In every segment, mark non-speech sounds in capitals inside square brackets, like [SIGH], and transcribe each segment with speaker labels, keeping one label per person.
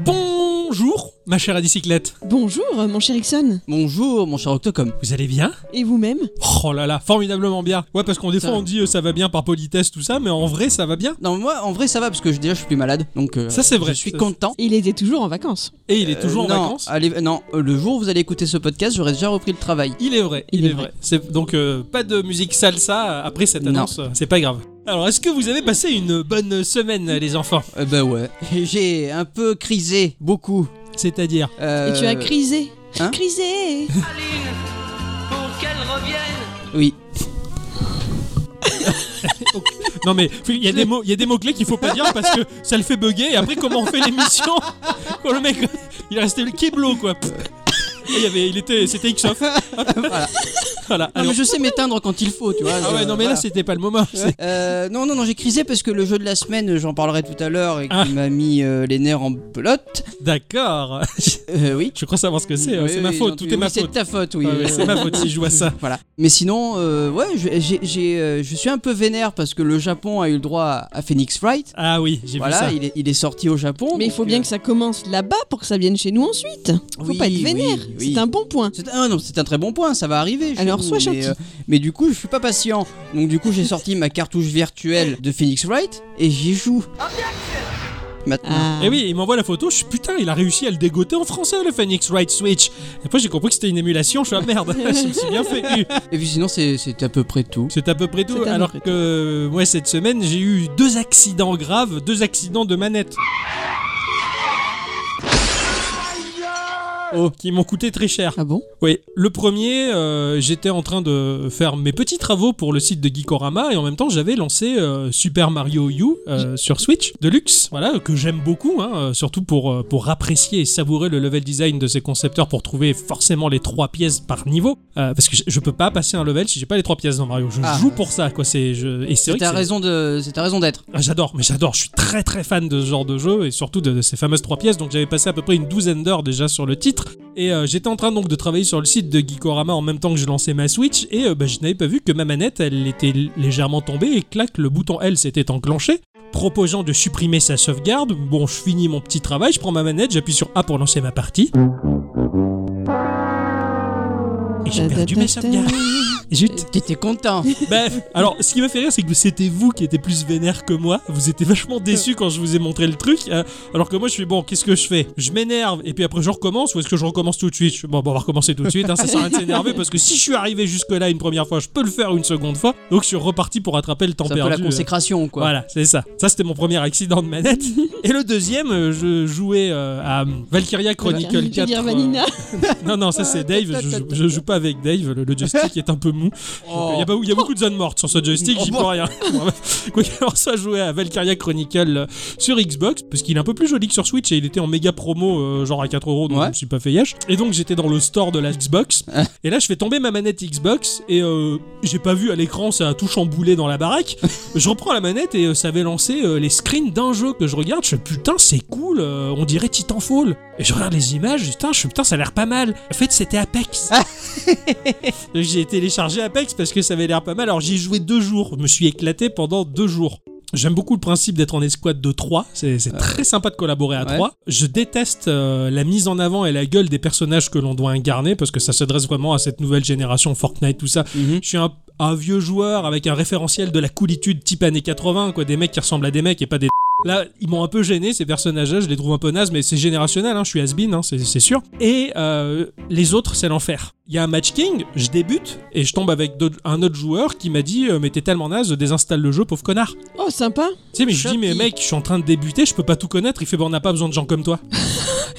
Speaker 1: Bonjour, ma chère à bicyclette.
Speaker 2: Bonjour, mon cher Ixon.
Speaker 3: Bonjour, mon cher Octocom.
Speaker 1: Vous allez bien
Speaker 2: Et vous-même
Speaker 1: Oh là là, formidablement bien. Ouais, parce qu'on des
Speaker 3: Ça
Speaker 1: fois
Speaker 3: va.
Speaker 1: on dit euh, ça va bien par politesse tout ça, mais en vrai ça va bien.
Speaker 3: Non, moi, en vrai, ça va parce que je- déjà, je suis plus malade. Donc, euh,
Speaker 1: Ça, c'est vrai.
Speaker 3: Je suis
Speaker 1: Ça,
Speaker 3: content.
Speaker 2: Il était toujours en vacances.
Speaker 1: Et il est toujours
Speaker 3: Euh,
Speaker 1: en
Speaker 3: non,
Speaker 1: vacances.
Speaker 3: allez- non, euh, le jour où vous allez écouter ce podcast, j'aurai déjà repris le travail.
Speaker 1: Il est vrai, il, est vrai. C'est- Donc euh, pas de musique salsa après cette
Speaker 3: Non.
Speaker 1: annonce, euh, c'est pas grave. Alors est-ce que vous avez passé une bonne semaine les enfants
Speaker 3: Euh, bah ouais. Et J'ai un peu crisé, beaucoup.
Speaker 1: C'est-à-dire
Speaker 3: Euh,
Speaker 2: Et tu as crisé.
Speaker 3: hein [LAUGHS]
Speaker 2: crisé
Speaker 4: Aline pour qu'elle revienne.
Speaker 3: Oui.
Speaker 1: Non mais il y a des mots, il y a des mots clés qu'il faut pas dire parce que ça le fait bugger. Et après comment on fait l'émission quand le mec il est resté le keblo quoi. Pff. Il y avait, il était, c'était X off.
Speaker 3: Voilà.
Speaker 1: Voilà.
Speaker 3: Non, mais
Speaker 1: Alors-
Speaker 3: je sais m'éteindre quand il faut, tu vois.
Speaker 1: ah ouais
Speaker 3: je-
Speaker 1: non mais là
Speaker 3: voilà.
Speaker 1: c'était pas le moment. C'est-
Speaker 3: Euh, non, non, non, j'ai crisé parce que le jeu de la semaine, j'en parlerai tout à l'heure et qui
Speaker 1: Ah.
Speaker 3: m'a mis euh, les nerfs en pelote.
Speaker 1: D'accord.
Speaker 3: Euh, oui.
Speaker 1: Je crois savoir ce que c'est. hein.
Speaker 3: Oui,
Speaker 1: c'est ma
Speaker 3: oui,
Speaker 1: faute.
Speaker 3: non,
Speaker 1: Tout
Speaker 3: tu-
Speaker 1: est ma
Speaker 3: oui,
Speaker 1: faute.
Speaker 3: C'est ta faute, oui.
Speaker 1: Ah ouais, c'est ma faute si je vois ça.
Speaker 3: [LAUGHS] Voilà. Mais sinon, euh, ouais, je, j'ai- j'ai, euh, je suis un peu vénère parce que le Japon a eu le droit à, à Phoenix Fright.
Speaker 1: Ah oui, j'ai vu ça.
Speaker 3: Voilà, il est, il est sorti au Japon. euh,
Speaker 2: Mais il faut bien que ça commence là-bas pour que ça vienne chez nous ensuite. Faut
Speaker 3: Oui,
Speaker 2: pas être vénère.
Speaker 3: oui, oui.
Speaker 2: C'est un bon point.
Speaker 3: C'est un, non, c'est un très bon point, ça va arriver. chez
Speaker 2: Alors,
Speaker 3: nous,
Speaker 2: sois
Speaker 3: mais, euh,
Speaker 2: gentil.
Speaker 3: mais du coup, je suis pas patient. Donc du coup, j'ai sorti ma cartouche virtuelle de Phoenix Wright et j'y joue. Maintenant.
Speaker 2: Ah.
Speaker 1: Et Eh oui, il m'envoie la photo. Je suis putain, il a réussi à le dégoter en français le Phoenix Wright Switch. Et Après j'ai compris que c'était une émulation. Je suis ah merde. [LAUGHS] je me suis bien fait eu.
Speaker 2: Ah.
Speaker 3: Et puis sinon, c'est c'est à peu près tout.
Speaker 1: C'est à peu près
Speaker 2: C'est à
Speaker 1: tout.
Speaker 2: peu
Speaker 1: Alors
Speaker 2: près
Speaker 1: que moi cette semaine j'ai eu deux accidents graves, deux accidents de manette. Oh, qui m'ont coûté très cher.
Speaker 2: Ah bon
Speaker 1: Oui, le premier, euh, j'étais en train de faire mes petits travaux pour le site de Geekorama et en même temps j'avais lancé euh, Super Mario U euh, sur Switch Deluxe, voilà, que j'aime beaucoup, hein, euh, surtout pour, euh, pour apprécier et savourer le level design de ses concepteurs pour trouver forcément les trois pièces par niveau, Euh, parce que je, je peux pas passer un level si j'ai pas les trois pièces dans Mario, je
Speaker 3: Ah.
Speaker 1: joue pour ça, quoi, c'est... Je... Et c'est
Speaker 3: C'est
Speaker 1: vrai que
Speaker 3: ta
Speaker 1: c'est-
Speaker 3: raison de, c'est ta raison d'être.
Speaker 1: ah, J'adore, mais j'adore, je suis très très fan de ce genre de jeu et surtout de, de ces fameuses trois pièces, donc j'avais passé à peu près une douzaine d'heures déjà sur le titre, et euh, j'étais en train donc de travailler sur le site de Geekorama en même temps que je lançais ma Switch, et euh, bah, je n'avais pas vu que ma manette elle était l- légèrement tombée, et clac, le bouton L s'était enclenché, proposant de supprimer sa sauvegarde, bon je finis mon petit travail, je prends ma manette, j'appuie sur A pour lancer ma partie. Et j'ai perdu mes sauvegardes. Zut.
Speaker 3: T'étais content.
Speaker 1: Bref, alors ce qui m'a fait rire, c'est que c'était vous qui étiez plus vénère que moi. Vous étiez vachement déçu quand je vous ai montré le truc. euh, alors que moi, je suis bon, qu'est-ce que je fais Je m'énerve et puis après je recommence ou est-ce que je recommence tout de suite Je suis, Bon, bon, on va recommencer tout de suite. hein, ça sert à rien de s'énerver parce que si je suis arrivé jusque-là une première fois, je peux le faire une seconde fois. Donc je suis reparti pour attraper le temps
Speaker 3: C'est un peu
Speaker 1: perdu.
Speaker 3: la
Speaker 1: euh,
Speaker 3: consécration, quoi.
Speaker 1: voilà, c'est ça. Ça, c'était mon premier accident de manette. Et le deuxième, euh, je jouais euh, à Valkyria Chronicle 4.
Speaker 2: Je veux dire
Speaker 1: euh,
Speaker 2: Vanina.
Speaker 1: non, non, ça c'est Dave. Je, joue- je joue pas avec Dave. Le, le joystick est un peu mou. Il y, a, beau- y a beaucoup de zones mortes sur ce joystick, j'y
Speaker 3: Oh,
Speaker 1: peux rien. Bon, bref. [LAUGHS] Quoi qu'il en soit, jouer à Valkyria Chronicle euh, sur Xbox, parce qu'il est un peu plus joli que sur Switch et il était en méga promo, euh, genre à 4 euros, donc
Speaker 3: Ouais.
Speaker 1: je me suis pas fait yesh. Et donc j'étais dans le store de la Xbox, et là je fais tomber ma manette Xbox, et euh, j'ai pas vu à l'écran, ça a tout chamboulé dans la baraque. je reprends la manette et euh, ça avait lancé euh, les screens d'un jeu que je regarde, je fais putain, c'est cool, euh, on dirait Titanfall. Et je regarde les images, putain, je fais putain, ça a l'air pas mal. En fait, c'était Apex. Donc, J'ai téléchargé Apex parce que ça avait l'air pas mal. Alors j'y ai joué deux jours. Je me suis éclaté pendant deux jours. J'aime beaucoup le principe d'être en escouade de 3, c'est c'est très sympa de collaborer à
Speaker 3: Ouais.
Speaker 1: 3. Je déteste euh, la mise en avant et la gueule des personnages que l'on doit incarner parce que ça s'adresse vraiment à cette nouvelle génération Fortnite, tout ça.
Speaker 3: Mhm.
Speaker 1: Je suis un, un vieux joueur avec un référentiel de la coolitude type années 80, quoi, des mecs qui ressemblent à des mecs et pas des. [LAUGHS] Là, ils m'ont un peu gêné, ces personnages-là, je les trouve un peu nazes, mais c'est générationnel, hein, je suis has-been, hein, c'est c'est sûr. Et euh, les autres, c'est l'enfer. Il y a un match king, je débute, et je tombe avec d'autres- un autre joueur qui m'a dit euh, Mais t'es tellement naze, désinstalle le jeu, pauvre connard.
Speaker 2: Oh, sympa.
Speaker 1: Tu sais, mais je dis
Speaker 3: Chapi.
Speaker 1: Mais mec, je suis en train de débuter, je peux pas tout connaître. Il fait Bah, on n'a pas besoin de gens
Speaker 3: [LAUGHS]
Speaker 1: comme toi.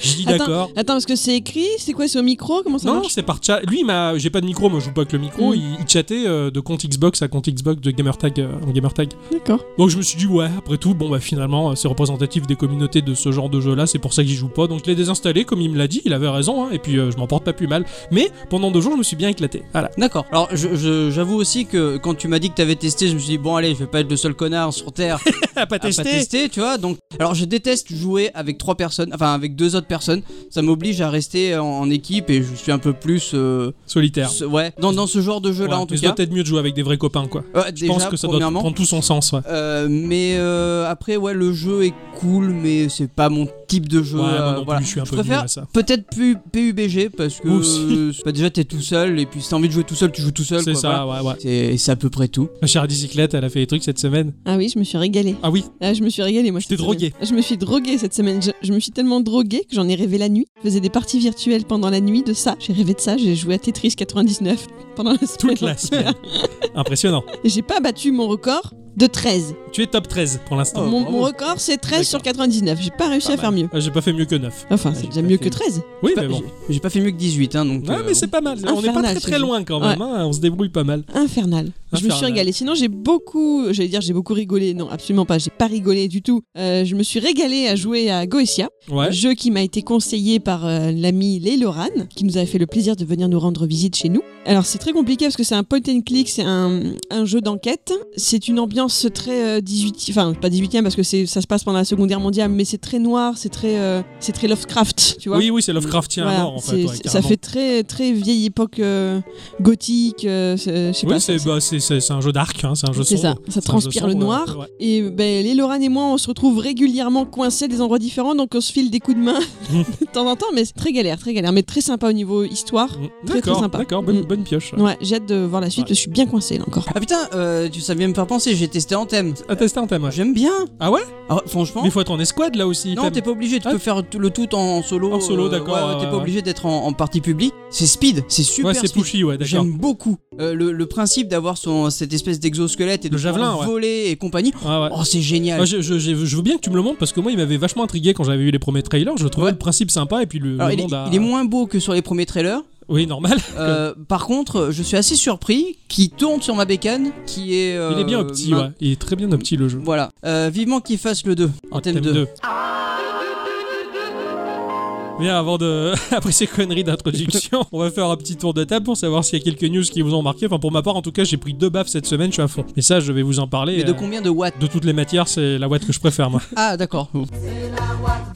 Speaker 1: je dis D'accord.
Speaker 2: Attends, parce que c'est écrit C'est quoi C'est au micro Comment ça
Speaker 1: Non,
Speaker 2: marche
Speaker 1: c'est par chat. Lui, il m'a- j'ai pas de micro, moi je joue pas avec le micro.
Speaker 2: Mm.
Speaker 1: Il, il chattait euh, de compte Xbox à compte Xbox, de gamertag euh, en gamertag.
Speaker 2: D'accord.
Speaker 1: Donc je me suis dit, ouais, après tout, bon bah finalement, euh, c'est représentatif des communautés de ce genre de jeu là, c'est pour ça que j'y joue pas. Donc je l'ai désinstallé, comme il me l'a dit, il avait raison, hein, et puis euh, je m'en porte pas plus mal. Mais pendant deux jours, je me suis bien éclaté.
Speaker 3: [LAUGHS]
Speaker 1: Voilà.
Speaker 3: D'accord. Alors, je- je- j'avoue aussi que quand tu m'as dit que t'avais testé, je me suis dit, bon, allez, je vais pas être le seul connard sur Terre
Speaker 1: [LAUGHS] pas
Speaker 3: à pas tester, tu vois. Donc, alors, je déteste jouer avec trois personnes, enfin, avec deux autres d'autres personnes. Ça m'oblige à rester en, en équipe et je suis un peu plus. euh,
Speaker 1: Solitaire.
Speaker 3: ce- ouais, dans, dans ce genre de jeu là
Speaker 1: Ouais,
Speaker 3: en tout
Speaker 1: mais ça
Speaker 3: cas.
Speaker 1: doit être mieux de jouer avec des vrais copains, quoi.
Speaker 3: Ouais,
Speaker 1: Je pense
Speaker 3: déjà,
Speaker 1: que ça doit
Speaker 3: premièrement.
Speaker 1: prendre tout son sens, ouais.
Speaker 3: Euh, mais euh, après, ouais, le jeu est cool, mais c'est pas mon type de jeu.
Speaker 1: Ouais, moi
Speaker 3: euh,
Speaker 1: non plus,
Speaker 3: voilà.
Speaker 1: je suis un peu
Speaker 3: préfère
Speaker 1: nul à ça.
Speaker 3: Peut-être plus PUBG parce que
Speaker 1: Moi aussi.
Speaker 3: euh, bah, déjà t'es tout seul et puis si t'as envie de jouer tout seul, tu joues tout seul.
Speaker 1: C'est
Speaker 3: quoi,
Speaker 1: ça,
Speaker 3: voilà.
Speaker 1: ouais, ouais.
Speaker 3: C'est- C'est à peu près tout.
Speaker 1: Ma chère bicyclette, elle a fait des trucs cette semaine.
Speaker 2: Ah oui, je me suis régalée.
Speaker 1: Ah oui, [LAUGHS]
Speaker 2: Ah, je me suis régalée, moi.
Speaker 1: Tu
Speaker 2: cette
Speaker 1: t'es
Speaker 2: semaine.
Speaker 1: droguée.
Speaker 2: Ah, Je me suis droguée cette semaine. Je, je me suis tellement droguée que j'en ai rêvé la nuit. Je faisais des parties virtuelles pendant la nuit de ça. J'ai rêvé de ça. J'ai joué à Tetris 99 pendant la semaine.
Speaker 1: toute la semaine. Impressionnant.
Speaker 2: Et J'ai pas battu mon record de 13.
Speaker 1: Tu es top 13 pour l'instant.
Speaker 3: Oh,
Speaker 2: mon,
Speaker 3: bravo.
Speaker 2: mon record, c'est 13 sur 99. J'ai pas réussi
Speaker 3: Pas
Speaker 2: à faire mieux.
Speaker 1: Ah, J'ai pas fait mieux que 9.
Speaker 2: Enfin,
Speaker 3: Ah,
Speaker 2: c'est
Speaker 3: j'ai
Speaker 2: déjà
Speaker 3: pas
Speaker 2: mieux
Speaker 3: fait
Speaker 2: que
Speaker 3: mieux.
Speaker 2: 13.
Speaker 1: Oui,
Speaker 3: Pas-
Speaker 1: mais bon.
Speaker 3: j'ai- J'ai pas fait mieux que 18, hein, donc.
Speaker 1: Ouais,
Speaker 3: euh,
Speaker 1: mais c'est pas mal. On n'est pas
Speaker 2: Infernal,
Speaker 1: très
Speaker 2: ce
Speaker 1: très
Speaker 2: jeu.
Speaker 1: loin quand même. hein. On se débrouille pas mal.
Speaker 2: Infernal. Je me suis
Speaker 1: Infernal.
Speaker 2: régalée. Sinon, j'ai beaucoup, j'allais dire, j'ai beaucoup rigolé. Non, absolument pas. J'ai pas rigolé du tout. Euh, je me suis régalée à jouer à Goetia,
Speaker 1: Ouais.
Speaker 2: jeu qui m'a été conseillé par euh, l'ami Lélorane, qui nous a fait le plaisir de venir nous rendre visite chez nous. Alors, c'est très compliqué parce que c'est un point and click, c'est un, un jeu d'enquête. C'est une ambiance très euh, 18, enfin pas 18e parce que c'est ça se passe pendant la Seconde Guerre mondiale, mais c'est très noir, c'est très, euh, c'est très Lovecraft, tu vois.
Speaker 1: Oui, oui, c'est Lovecraftien à
Speaker 2: Voilà,
Speaker 1: mort en fait.
Speaker 2: c'est-
Speaker 1: ouais,
Speaker 2: ça
Speaker 1: carrément.
Speaker 2: fait très très vieille époque euh, gothique. euh, c'est- je sais
Speaker 1: Oui,
Speaker 2: pas,
Speaker 1: c'est bah, c'est- c'est- c'est un jeu d'arc, hein, c'est un jeu
Speaker 2: c'est
Speaker 1: sombre.
Speaker 2: ça, ça
Speaker 1: C'est un jeu
Speaker 2: transpire le
Speaker 1: sombre,
Speaker 2: noir.
Speaker 1: ouais.
Speaker 2: Et ben, les Lorraine et moi, on se retrouve régulièrement coincés à des endroits différents, donc on se file des coups
Speaker 1: [LAUGHS]
Speaker 2: de main
Speaker 1: Mm.
Speaker 2: de temps en temps, mais c'est très galère, très galère, mais très sympa au niveau histoire.
Speaker 1: Mm.
Speaker 2: très
Speaker 1: D'accord,
Speaker 2: sympa.
Speaker 1: d'accord, bonne,
Speaker 2: Mm.
Speaker 1: bonne pioche. ouais.
Speaker 2: Ouais, j'ai hâte de voir la suite,
Speaker 1: Ouais.
Speaker 2: parce que je suis bien coincé là encore.
Speaker 3: Ah putain, euh, tu savais me faire penser, j'ai testé en thème.
Speaker 1: Ah, t'as- c'était un thème, ouais.
Speaker 3: J'aime bien.
Speaker 1: Ah ouais
Speaker 3: Ah, franchement.
Speaker 1: Mais il faut être en escouade là aussi.
Speaker 3: Non,
Speaker 1: thème.
Speaker 3: t'es pas obligé, tu
Speaker 1: Ah.
Speaker 3: peux faire tout- le tout en solo.
Speaker 1: En solo,
Speaker 3: euh,
Speaker 1: d'accord,
Speaker 3: ouais,
Speaker 1: ouais,
Speaker 3: t'es
Speaker 1: ouais,
Speaker 3: pas
Speaker 1: ouais.
Speaker 3: obligé d'être en, en partie publique. C'est speed, c'est super
Speaker 1: Ouais, c'est
Speaker 3: speed.
Speaker 1: pushy, ouais, d'accord.
Speaker 3: J'aime beaucoup Euh, le, le principe d'avoir son cette espèce d'exosquelette et de
Speaker 1: Le javelin,
Speaker 3: pouvoir
Speaker 1: ouais.
Speaker 3: voler et compagnie.
Speaker 1: Ah, ouais.
Speaker 3: Oh, c'est génial.
Speaker 1: Ah, je, je- je- je veux bien que tu me le montres parce que moi il m'avait vachement intrigué quand j'avais vu les premiers trailers. Je trouvais
Speaker 3: Ouais.
Speaker 1: le principe sympa et puis le,
Speaker 3: Alors,
Speaker 1: le
Speaker 3: il, est,
Speaker 1: monde a.
Speaker 3: il est moins beau que sur les
Speaker 1: [LAUGHS]
Speaker 3: premiers trailers.
Speaker 1: Oui, normal.
Speaker 3: Euh, par contre, je suis assez surpris qu'il tourne sur ma bécane, qui est. euh,
Speaker 1: il est bien au petit,
Speaker 3: main-
Speaker 1: ouais. Il est très bien au petit le jeu.
Speaker 3: Voilà. Euh, vivement qu'il fasse le 2 en thème 2.
Speaker 1: Mais avant de. [LAUGHS] Après ces conneries d'introduction, on va faire un petit tour de table pour savoir s'il y a quelques news qui vous ont marqué. Enfin, pour ma part, en tout cas, j'ai pris deux baffes cette semaine, je suis à fond. Et ça, je vais vous en parler.
Speaker 3: Mais de
Speaker 1: euh,
Speaker 3: combien de watts
Speaker 1: de toutes les matières, c'est la ouate que je préfère, moi.
Speaker 3: Ah, d'accord.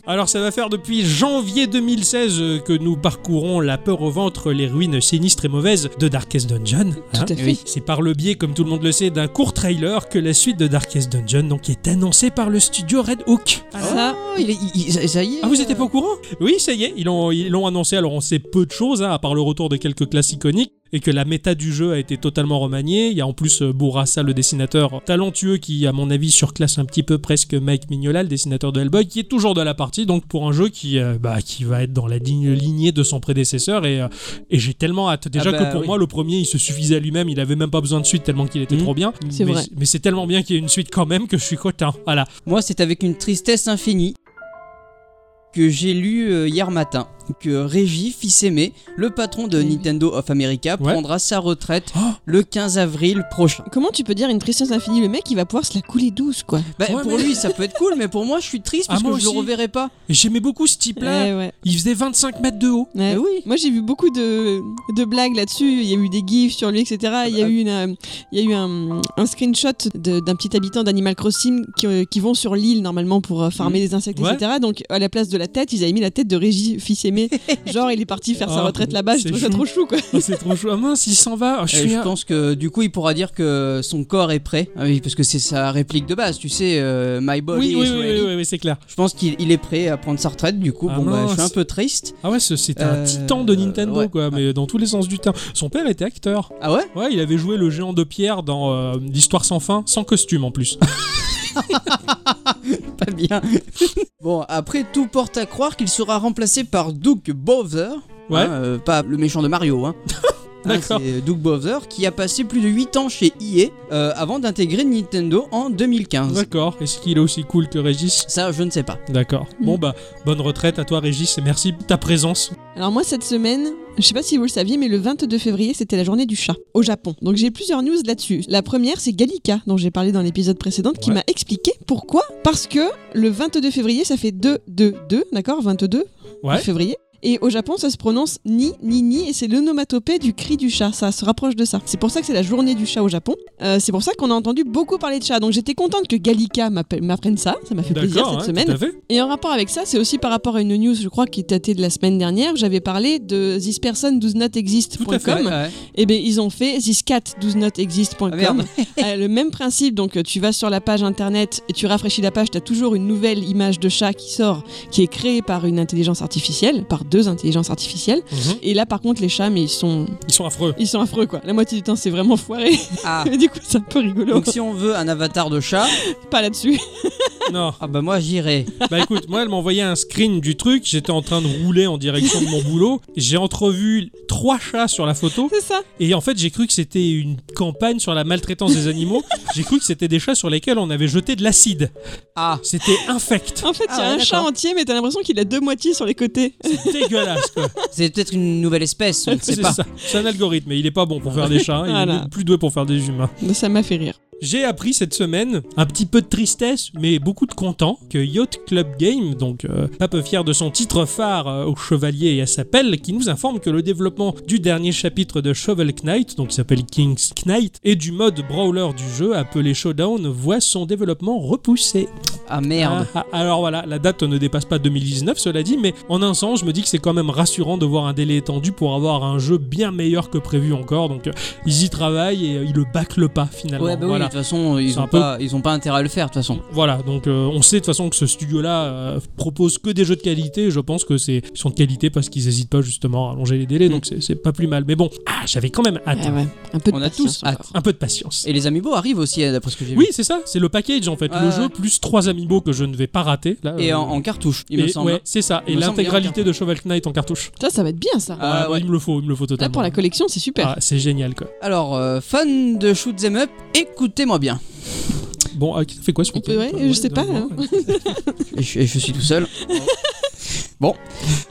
Speaker 1: Alors ça va faire depuis janvier 2016 euh, que nous parcourons la peur au ventre, les ruines sinistres et mauvaises de Darkest Dungeon. hein.
Speaker 2: Tout à fait.
Speaker 3: oui.
Speaker 1: C'est par le biais, comme tout le monde le sait, d'un court trailer que la suite de Darkest Dungeon donc, est annoncée par le studio Red Hook.
Speaker 2: Ça,
Speaker 3: Oh, il est- il- il- ça y est.
Speaker 1: Ah, vous étiez pas
Speaker 3: euh,
Speaker 1: au courant Oui, ça y est, ils l'ont ils l'ont annoncé. Alors, on sait peu de choses, hein, à part le retour de quelques classes iconiques, et que la méta du jeu a été totalement remaniée. Il y a en plus euh, Bourassa, le dessinateur talentueux, qui, à mon avis, surclasse un petit peu presque Mike Mignola, le dessinateur de Hellboy, qui est toujours de la partie, donc pour un jeu qui, euh, bah, qui va être dans la digne lignée de son prédécesseur. Et, euh, et j'ai tellement hâte. Déjà
Speaker 3: Ah bah
Speaker 1: que pour
Speaker 3: oui.
Speaker 1: moi, le premier, il se suffisait à lui-même, il avait même pas besoin de suite tellement qu'il était
Speaker 3: Mhm.
Speaker 1: trop bien.
Speaker 2: C'est
Speaker 1: mais
Speaker 2: vrai.
Speaker 1: mais Mmh. c'est tellement bien qu'il y ait une suite quand même que je suis content. Voilà.
Speaker 3: Moi, c'est avec une tristesse infinie que j'ai lu euh, hier matin que Régis Fils-Aimé, le patron de
Speaker 2: Eh oui.
Speaker 3: Nintendo of America,
Speaker 1: Ouais.
Speaker 3: prendra sa retraite
Speaker 1: Oh.
Speaker 3: le 15 avril prochain.
Speaker 2: comment tu peux dire une tristesse infinie Le mec, il va pouvoir se la couler douce, quoi.
Speaker 3: Bah,
Speaker 1: Ouais,
Speaker 3: pour
Speaker 1: mais-
Speaker 3: lui, ça peut être cool, mais pour moi, je suis triste
Speaker 1: Ah,
Speaker 3: parce
Speaker 1: moi
Speaker 3: que je
Speaker 1: aussi.
Speaker 3: le reverrai pas.
Speaker 1: Et J'aimais beaucoup ce type-là.
Speaker 2: Ouais, ouais.
Speaker 1: Il faisait 25 mètres de haut.
Speaker 2: Ouais.
Speaker 3: Eh oui.
Speaker 2: Moi j'ai vu beaucoup de, de blagues là-dessus, il y a eu des gifs sur lui, etc. Il y a eu, une, euh, il y a eu un, un screenshot de- d'un petit habitant d'Animal Crossing qui, euh, qui vont sur l'île normalement pour euh, farmer les insectes,
Speaker 1: Mmh. Ouais.
Speaker 2: etc. Donc à la place de la tête, ils avaient mis la tête de Régis
Speaker 1: [LAUGHS]
Speaker 2: Fils-Aimé. Genre il est parti faire sa
Speaker 1: Ah,
Speaker 2: retraite là-bas, je
Speaker 1: c'est
Speaker 2: trouve ça
Speaker 1: chou.
Speaker 2: trop chou quoi.
Speaker 1: Ah, c'est trop chou. Ah mince, il s'en va. Ah, je
Speaker 3: Et
Speaker 1: suis
Speaker 3: Eh, je
Speaker 1: un-
Speaker 3: pense que du coup, il pourra dire que son corps est prêt. Ah oui, parce que c'est sa réplique de base, tu sais, euh, My
Speaker 1: Oui,
Speaker 3: body
Speaker 1: oui, oui,
Speaker 3: is
Speaker 1: oui,
Speaker 3: ready.
Speaker 1: oui, oui, c'est clair.
Speaker 3: Je pense qu'il il est prêt à prendre sa retraite, du coup,
Speaker 1: Ah
Speaker 3: bon, bah, je
Speaker 1: mince.
Speaker 3: suis un peu triste.
Speaker 1: Ah ouais, ce- c'est un
Speaker 3: Euh,
Speaker 1: titan de Nintendo,
Speaker 3: ouais.
Speaker 1: quoi, mais dans tous les sens du terme. Son père était acteur.
Speaker 3: Ah ouais [LAUGHS]
Speaker 1: Ouais, il avait joué le géant de pierre dans euh, l'histoire sans fin, sans costume en plus.
Speaker 3: Pas bien. [LAUGHS] bon, après, tout porte à croire qu'il sera remplacé par Duke Bowser.
Speaker 1: Ouais.
Speaker 3: Hein, euh, pas le méchant de Mario,
Speaker 1: [LAUGHS]
Speaker 3: hein. Hein,
Speaker 1: D'accord.
Speaker 3: c'est Duke Bowser qui a passé plus de 8 ans chez EA euh, avant d'intégrer Nintendo en 2015.
Speaker 1: D'accord. Est-ce qu'il est aussi cool que Régis
Speaker 3: Ça, je ne sais pas.
Speaker 1: D'accord.
Speaker 2: Mm.
Speaker 1: Bon, bah, bonne retraite à toi, Régis, et merci de ta présence.
Speaker 2: Alors moi cette semaine, je sais pas si vous le saviez, mais le 22 février c'était la journée du chat au Japon. Donc j'ai plusieurs news là-dessus. La première c'est Gallica dont j'ai parlé dans l'épisode précédent qui
Speaker 1: Ouais.
Speaker 2: m'a expliqué pourquoi. Parce que le 22 février ça fait 2, 2, 2, d'accord 22
Speaker 1: Ouais.
Speaker 2: février. Et au Japon, ça se prononce ni, ni, ni, et c'est l'onomatopée du cri du chat. Ça se rapproche de ça. C'est pour ça que c'est la journée du chat au Japon. Euh, c'est pour ça qu'on a entendu beaucoup parler de chat. Donc j'étais contente que Gallica m'appelle- m'apprenne ça. Ça m'a fait plaisir
Speaker 1: D'accord,
Speaker 2: cette
Speaker 1: hein,
Speaker 2: semaine.
Speaker 1: tout à fait.
Speaker 2: Et en rapport avec ça, c'est aussi par rapport à une news, je crois, qui est datée de la semaine dernière. J'avais parlé de
Speaker 1: Tout à fait,
Speaker 2: thispersondoesnotexist.com.
Speaker 3: Ouais.
Speaker 2: Et bien, Eh ben, ils ont fait thiscat.doesnotexist.com.
Speaker 3: Ah, merde.
Speaker 2: [LAUGHS] Euh, le même principe, donc tu vas sur la page internet et tu rafraîchis la page, tu as toujours une nouvelle image de chat qui sort, qui est créée par une intelligence artificielle, par deux intelligences artificielles.
Speaker 1: Mhm.
Speaker 2: Et là, par contre, les chats, mais ils sont,
Speaker 1: Ils sont affreux.
Speaker 2: ils sont affreux, quoi. La moitié du temps, c'est vraiment foiré.
Speaker 1: [LAUGHS]
Speaker 3: Ah.
Speaker 2: Et [LAUGHS] du coup, c'est un peu rigolo.
Speaker 3: Donc si on veut un avatar de chat,
Speaker 2: Pas là-dessus. [LAUGHS]
Speaker 1: Non.
Speaker 3: ah bah moi j'irai.
Speaker 1: Bah écoute, moi elle m'envoyait un screen du truc, j'étais en train de rouler en direction de mon boulot, j'ai entrevu trois chats sur la photo,
Speaker 2: C'est ça.
Speaker 1: et en fait j'ai cru que c'était une campagne sur la maltraitance des animaux, j'ai cru que c'était des chats sur lesquels on avait jeté de l'acide.
Speaker 3: Ah.
Speaker 1: C'était infect,
Speaker 2: En fait, il
Speaker 3: Ah
Speaker 2: y a
Speaker 3: ouais,
Speaker 2: un chat
Speaker 3: d'accord.
Speaker 2: entier, mais t'as l'impression qu'il a deux moitiés sur les côtés. [LAUGHS]
Speaker 1: c'est dégueulasse quoi.
Speaker 3: C'est peut-être une nouvelle espèce, on ne
Speaker 1: [LAUGHS]
Speaker 3: sait
Speaker 1: C'est
Speaker 3: pas.
Speaker 1: ça, c'est un algorithme, et il est pas bon pour faire des chats, hein, il
Speaker 2: Voilà.
Speaker 1: est plus doué pour faire des humains.
Speaker 2: Ça m'a fait rire.
Speaker 1: J'ai appris cette semaine, un petit peu de tristesse, mais beaucoup de content, que Yacht Club Game, donc euh, pas peu fier de son titre phare euh, au Chevalier et à sa pelle, qui nous informe que le développement du dernier chapitre de Shovel Knight, donc qui s'appelle King's Knight, et du mode brawler du jeu appelé Showdown, voit son développement repoussé.
Speaker 3: Ah merde.
Speaker 1: Ah, ah, alors voilà, la date ne dépasse pas 2019, cela dit, mais en un sens, je me dis que c'est quand même rassurant de voir un délai étendu pour avoir un jeu bien meilleur que prévu encore, donc euh, ils y travaillent et euh, ils le bâclent pas finalement.
Speaker 3: ouais bah oui, de
Speaker 1: voilà.
Speaker 3: toute façon ils
Speaker 1: C'est
Speaker 3: ont,
Speaker 1: un peu-
Speaker 3: pas, ils ont pas intérêt à le faire de toute façon.
Speaker 1: Voilà, donc euh, on sait de toute façon que ce studio-là euh, propose que des jeux de qualité. Et je pense que c'est ils sont de qualité parce qu'ils n'hésitent pas justement à allonger les délais, donc c'est- c'est pas plus mal. Mais bon, ah, j'avais quand même hâte,
Speaker 2: Ah ouais, un peu de
Speaker 3: On a
Speaker 2: patience
Speaker 3: tous hâte.
Speaker 2: encore.
Speaker 1: un peu de patience.
Speaker 3: Et les amiibo arrivent aussi euh, d'après ce que j'ai
Speaker 1: Oui,
Speaker 3: vu.
Speaker 1: c'est ça, c'est le package en fait,
Speaker 3: Ouais,
Speaker 1: le
Speaker 3: ouais.
Speaker 1: jeu plus trois amiibo que je ne vais pas rater. Là,
Speaker 3: Et
Speaker 1: euh,
Speaker 3: en, en cartouche, il me
Speaker 1: et-
Speaker 3: semble.
Speaker 1: ouais, c'est ça,
Speaker 3: Il
Speaker 1: et
Speaker 3: me semble
Speaker 1: l'intégralité de Shovel Knight en cartouche.
Speaker 2: Ça, ça va être bien, ça.
Speaker 3: Ah,
Speaker 1: Ouais,
Speaker 3: ouais.
Speaker 1: Il me le faut, il me le faut
Speaker 2: Là,
Speaker 1: totalement.
Speaker 2: pour la collection, c'est super.
Speaker 1: Ah, c'est génial quoi.
Speaker 3: Alors euh, fan de shoot 'em up, écoutez-moi bien.
Speaker 1: Bon, ah, fait quoi ce
Speaker 2: On
Speaker 1: week-end
Speaker 2: peut- ouais,
Speaker 1: toi
Speaker 2: je sais pas, hein.
Speaker 1: d'accord.
Speaker 3: Et je, et je suis
Speaker 1: [LAUGHS]
Speaker 3: tout seul. Bon,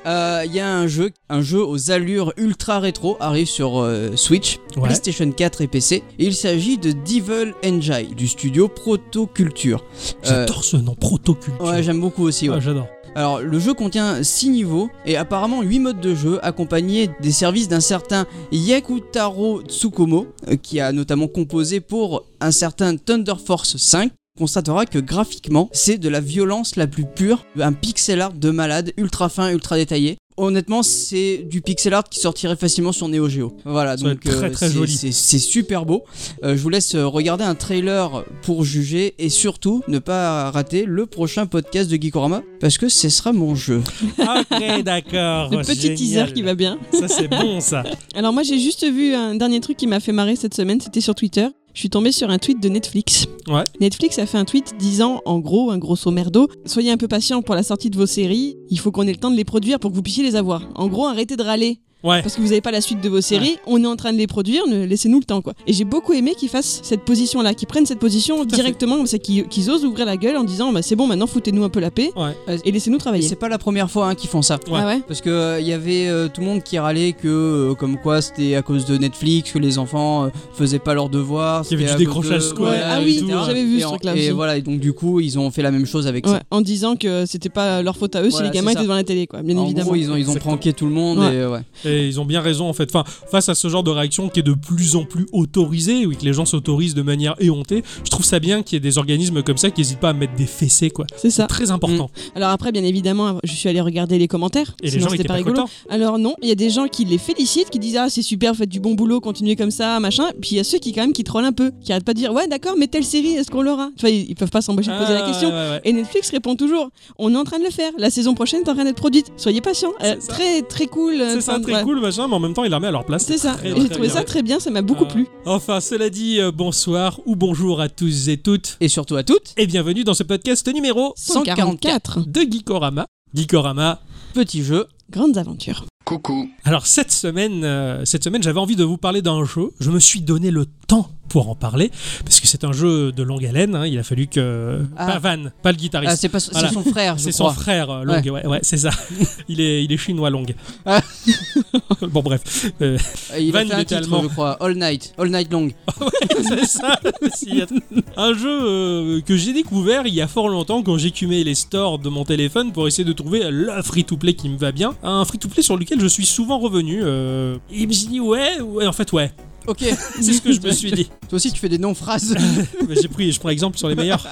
Speaker 3: Euh, il y a un jeu, un jeu aux allures ultra rétro arrive sur euh, Switch,
Speaker 1: Ouais.
Speaker 3: PlayStation 4 et PC. Et il s'agit de Devil Engine du studio Protoculture. Euh,
Speaker 1: J'adore ce nom, protoculture.
Speaker 3: ouais, j'aime beaucoup aussi. ouais.
Speaker 1: Ah, j'adore.
Speaker 3: Alors, le jeu contient 6 niveaux et apparemment 8 modes de jeu accompagnés des services d'un certain Yakutaro Tsukomo, euh, qui a notamment composé pour un certain Thunder Force 5. On Constatera que graphiquement, c'est de la violence la plus pure, un pixel art de malade, ultra fin, ultra détaillé. Honnêtement, c'est du pixel art qui sortirait facilement sur Neo Geo. Voilà,
Speaker 1: Ça va
Speaker 3: donc
Speaker 1: être très,
Speaker 3: euh,
Speaker 1: très
Speaker 3: c'est-
Speaker 1: joli.
Speaker 3: c'est c'est super beau. Euh, je vous laisse euh, regarder un trailer pour juger et surtout ne pas rater le prochain podcast de Geekorama parce que ce sera mon jeu.
Speaker 1: Ah, Ok, d'accord.
Speaker 2: Le petit
Speaker 1: Oh, génial.
Speaker 2: teaser qui va bien.
Speaker 1: Ça, c'est bon, ça.
Speaker 2: Alors moi j'ai juste vu un dernier truc qui m'a fait marrer cette semaine, c'était sur Twitter. Je suis tombée sur un tweet de Netflix.
Speaker 1: Ouais.
Speaker 2: Netflix a fait un tweet disant en gros, un grosso merdo, soyez un peu patient pour la sortie de vos séries, il faut qu'on ait le temps de les produire pour que vous puissiez les avoir. En gros, arrêtez de râler
Speaker 1: Ouais.
Speaker 2: parce que vous n'avez pas la suite de vos séries, on est en train de les produire, ne- laissez-nous le temps quoi. Et j'ai beaucoup aimé qu'ils fassent cette position là, qu'ils prennent cette position
Speaker 1: Tout à fait.
Speaker 2: directement, c'est qu'ils qu'ils osent ouvrir la gueule en disant bah, c'est bon maintenant foutez-nous un peu la paix euh,
Speaker 1: Ouais.
Speaker 2: et laissez-nous
Speaker 3: Et
Speaker 2: travailler.
Speaker 3: c'est pas la première fois hein, qu'ils font ça.
Speaker 1: Ouais.
Speaker 2: Ah ouais
Speaker 3: Parce que euh, il y avait euh, tout le monde qui râlait que euh, comme quoi c'était à cause de Netflix que les enfants euh, faisaient pas leurs devoirs.
Speaker 1: Qu'il y avait
Speaker 3: c'était
Speaker 1: du
Speaker 3: à cause
Speaker 1: décrochage
Speaker 3: de-
Speaker 1: scolaire
Speaker 2: Ouais, ah
Speaker 3: et
Speaker 2: oui,
Speaker 3: tout. hein.
Speaker 2: j'avais vu
Speaker 3: Et
Speaker 2: ce
Speaker 3: en-
Speaker 2: truc-là
Speaker 3: Et
Speaker 2: aussi.
Speaker 3: voilà, et donc du coup ils ont fait la même chose avec
Speaker 2: Ouais,
Speaker 3: ça.
Speaker 2: en disant que c'était pas leur faute à eux si
Speaker 3: Voilà,
Speaker 2: les gamins
Speaker 3: c'est ça.
Speaker 2: étaient devant la télé quoi, bien
Speaker 3: en
Speaker 2: évidemment.
Speaker 3: gros ils ont ils ont
Speaker 1: Exactement.
Speaker 3: pranké tout le monde
Speaker 2: Ouais.
Speaker 3: et euh, ouais.
Speaker 1: Et ils ont bien raison en fait. Enfin, face à ce genre de réaction qui est de plus en plus autorisée, oui, que les gens s'autorisent de manière éhontée, je trouve ça bien qu'il y ait des organismes comme ça qui n'hésitent pas à mettre des fessées quoi.
Speaker 2: C'est ça.
Speaker 1: Très important.
Speaker 2: Alors après, bien évidemment, je suis allée regarder les commentaires.
Speaker 1: Et les
Speaker 2: sinon
Speaker 1: gens
Speaker 2: c'était
Speaker 1: étaient
Speaker 2: pas
Speaker 1: pas
Speaker 2: rigolo.
Speaker 1: contents.
Speaker 2: Alors non, il y a des gens qui les félicitent, qui disent ah c'est super, faites du bon boulot, continuez comme ça, machin. Puis il y a ceux qui quand même qui trollent un peu, qui arrêtent pas de dire ouais d'accord, mais telle série est-ce qu'on l'aura Enfin ils, ils peuvent pas s'empêcher de poser la
Speaker 1: Ah,
Speaker 2: question.
Speaker 1: ouais, ouais.
Speaker 2: Et Netflix répond toujours on est en train de le faire, la saison prochaine est en train d'être produite, soyez patients. Euh,
Speaker 1: C'est ça.
Speaker 2: très très cool. euh,
Speaker 1: C'est ça,
Speaker 2: enfin,
Speaker 1: très
Speaker 2: voilà.
Speaker 1: cool machin, mais en même temps il la remet à leur place.
Speaker 2: C'est ça.
Speaker 1: Très,
Speaker 2: Et
Speaker 1: très
Speaker 2: J'ai trouvé
Speaker 1: bien.
Speaker 2: ça très bien, ça m'a beaucoup
Speaker 1: Ah.
Speaker 2: plu.
Speaker 1: Enfin, cela dit, euh, bonsoir ou bonjour à tous et toutes,
Speaker 3: Et surtout à toutes,
Speaker 1: et bienvenue dans ce podcast numéro
Speaker 3: 144.
Speaker 1: de Geekorama. Geekorama,
Speaker 3: petit jeu.
Speaker 2: Grandes aventures.
Speaker 5: Coucou.
Speaker 1: Alors cette semaine, euh, cette semaine, j'avais envie de vous parler d'un jeu. Je me suis donné le temps pour en parler, parce que c'est un jeu de longue haleine. hein, il a fallu que.
Speaker 3: Ah.
Speaker 1: Pas Van, pas le guitariste.
Speaker 3: Ah, c'est pas c'est
Speaker 1: Voilà.
Speaker 3: son frère, je
Speaker 1: C'est son
Speaker 3: crois.
Speaker 1: frère, euh, Long. Ouais, ouais, c'est
Speaker 3: [LAUGHS]
Speaker 1: ça. Il est, il est chinois, Long.
Speaker 3: Ah.
Speaker 1: [LAUGHS] bon, bref. Euh,
Speaker 3: Euh, Il
Speaker 1: Van,
Speaker 3: a fait
Speaker 1: il
Speaker 3: un
Speaker 1: était
Speaker 3: titre,
Speaker 1: allemand.
Speaker 3: je crois. All Night, All Night Long.
Speaker 1: c'est ça. aussi. Un jeu euh, que j'ai découvert il y a fort longtemps quand j'écumais les stores de mon téléphone pour essayer de trouver le free-to-play qui me va bien. Un free-to-play sur lequel je suis souvent revenu. euh, et je me suis dit, ouais, ouais, en fait, ouais. [LAUGHS]
Speaker 3: Ok.
Speaker 1: C'est ce que je me suis dit.
Speaker 3: Toi aussi, tu fais
Speaker 1: [LAUGHS]
Speaker 3: des non-phrases.
Speaker 1: Mais J'ai pris, je prends exemple sur les meilleurs.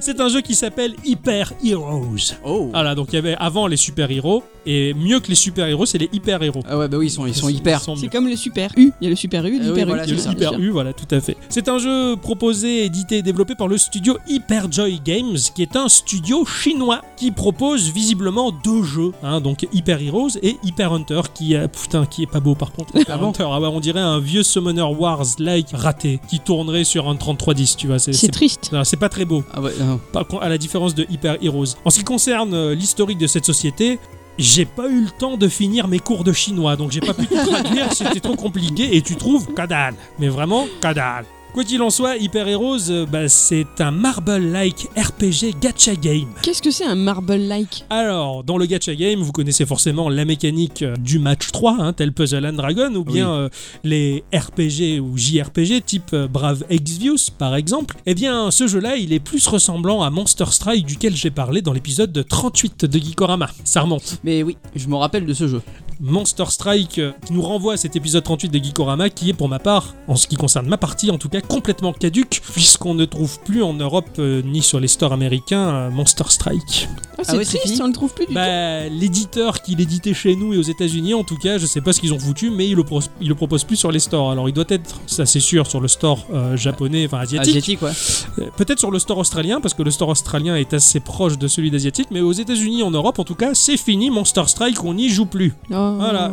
Speaker 1: C'est un jeu qui s'appelle Hyper Heroes.
Speaker 3: Oh.
Speaker 1: Voilà, donc il y avait avant les super-héros, et mieux que les super-héros, c'est les hyper-héros.
Speaker 3: Ah ouais, bah oui, ils sont, ils sont hyper.
Speaker 2: C'est comme le Super U. Il y a le Super U,
Speaker 3: Ah oui,
Speaker 2: l'Hyper
Speaker 3: voilà,
Speaker 2: U.
Speaker 1: Il y a
Speaker 3: c'est
Speaker 1: le
Speaker 3: ça,
Speaker 1: Hyper
Speaker 3: bien
Speaker 1: U, voilà, tout à fait. C'est un jeu proposé, édité et développé par le studio Hyperjoy Games, qui est un studio chinois qui propose visiblement deux jeux, hein, donc Hyper Heroes et Hyper Hunter, qui, euh, putain, qui est pas beau par contre. Hyper
Speaker 3: bon
Speaker 1: Hunter, ah bah, on dirait un vieux Summoner Wars-like raté qui tournerait sur un 3310, tu vois. C'est,
Speaker 2: C'est
Speaker 1: c'est-
Speaker 2: triste.
Speaker 1: non, c'est pas très beau.
Speaker 3: Ah ouais, non.
Speaker 1: Par contre, à la différence de Hyper Heroes. En ce qui concerne euh, l'historique de cette société, j'ai pas eu le temps de finir mes cours de chinois, donc j'ai pas pu tout traduire, c'était trop compliqué, et tu trouves cadal. Mais vraiment, cadal. Quoi qu'il en soit, Hyper Heroes, euh, bah, c'est un Marble-like RPG gacha game.
Speaker 2: Qu'est-ce que c'est un Marble-like
Speaker 1: Alors, dans le gacha game, vous connaissez forcément la mécanique euh, du match 3, hein, tel Puzzle and Dragon, ou bien euh, les RPG ou JRPG type euh, Brave Exvius par exemple. Eh bien, ce jeu-là, il est plus ressemblant à Monster Strike duquel j'ai parlé dans l'épisode 38 de Geekorama. Ça remonte.
Speaker 3: Mais oui, je me rappelle de ce jeu.
Speaker 1: Monster Strike euh, qui nous renvoie à cet épisode 38 de Geekorama qui est pour ma part, en ce qui concerne ma partie en tout cas, complètement caduque puisqu'on ne trouve plus en Europe euh, ni sur les stores américains euh, Monster Strike.
Speaker 2: Ah, C'est
Speaker 3: ouais, c'est
Speaker 2: triste,
Speaker 3: fini
Speaker 2: on le trouve plus du tout.
Speaker 1: Bah, l'éditeur qui l'éditait chez nous et aux États-Unis, en tout cas, je sais pas ce qu'ils ont foutu, mais il le, pros- il le propose plus sur les stores. Alors, il doit être, ça c'est sûr, sur le store euh, japonais, enfin asiatique.
Speaker 3: Asiatique, ouais.
Speaker 1: Euh, Peut-être sur le store australien, parce que le store australien est assez proche de celui d'asiatique, mais aux États-Unis, en Europe, en tout cas, c'est fini. Monster Strike, on n'y joue plus.
Speaker 2: Oh.
Speaker 1: voilà.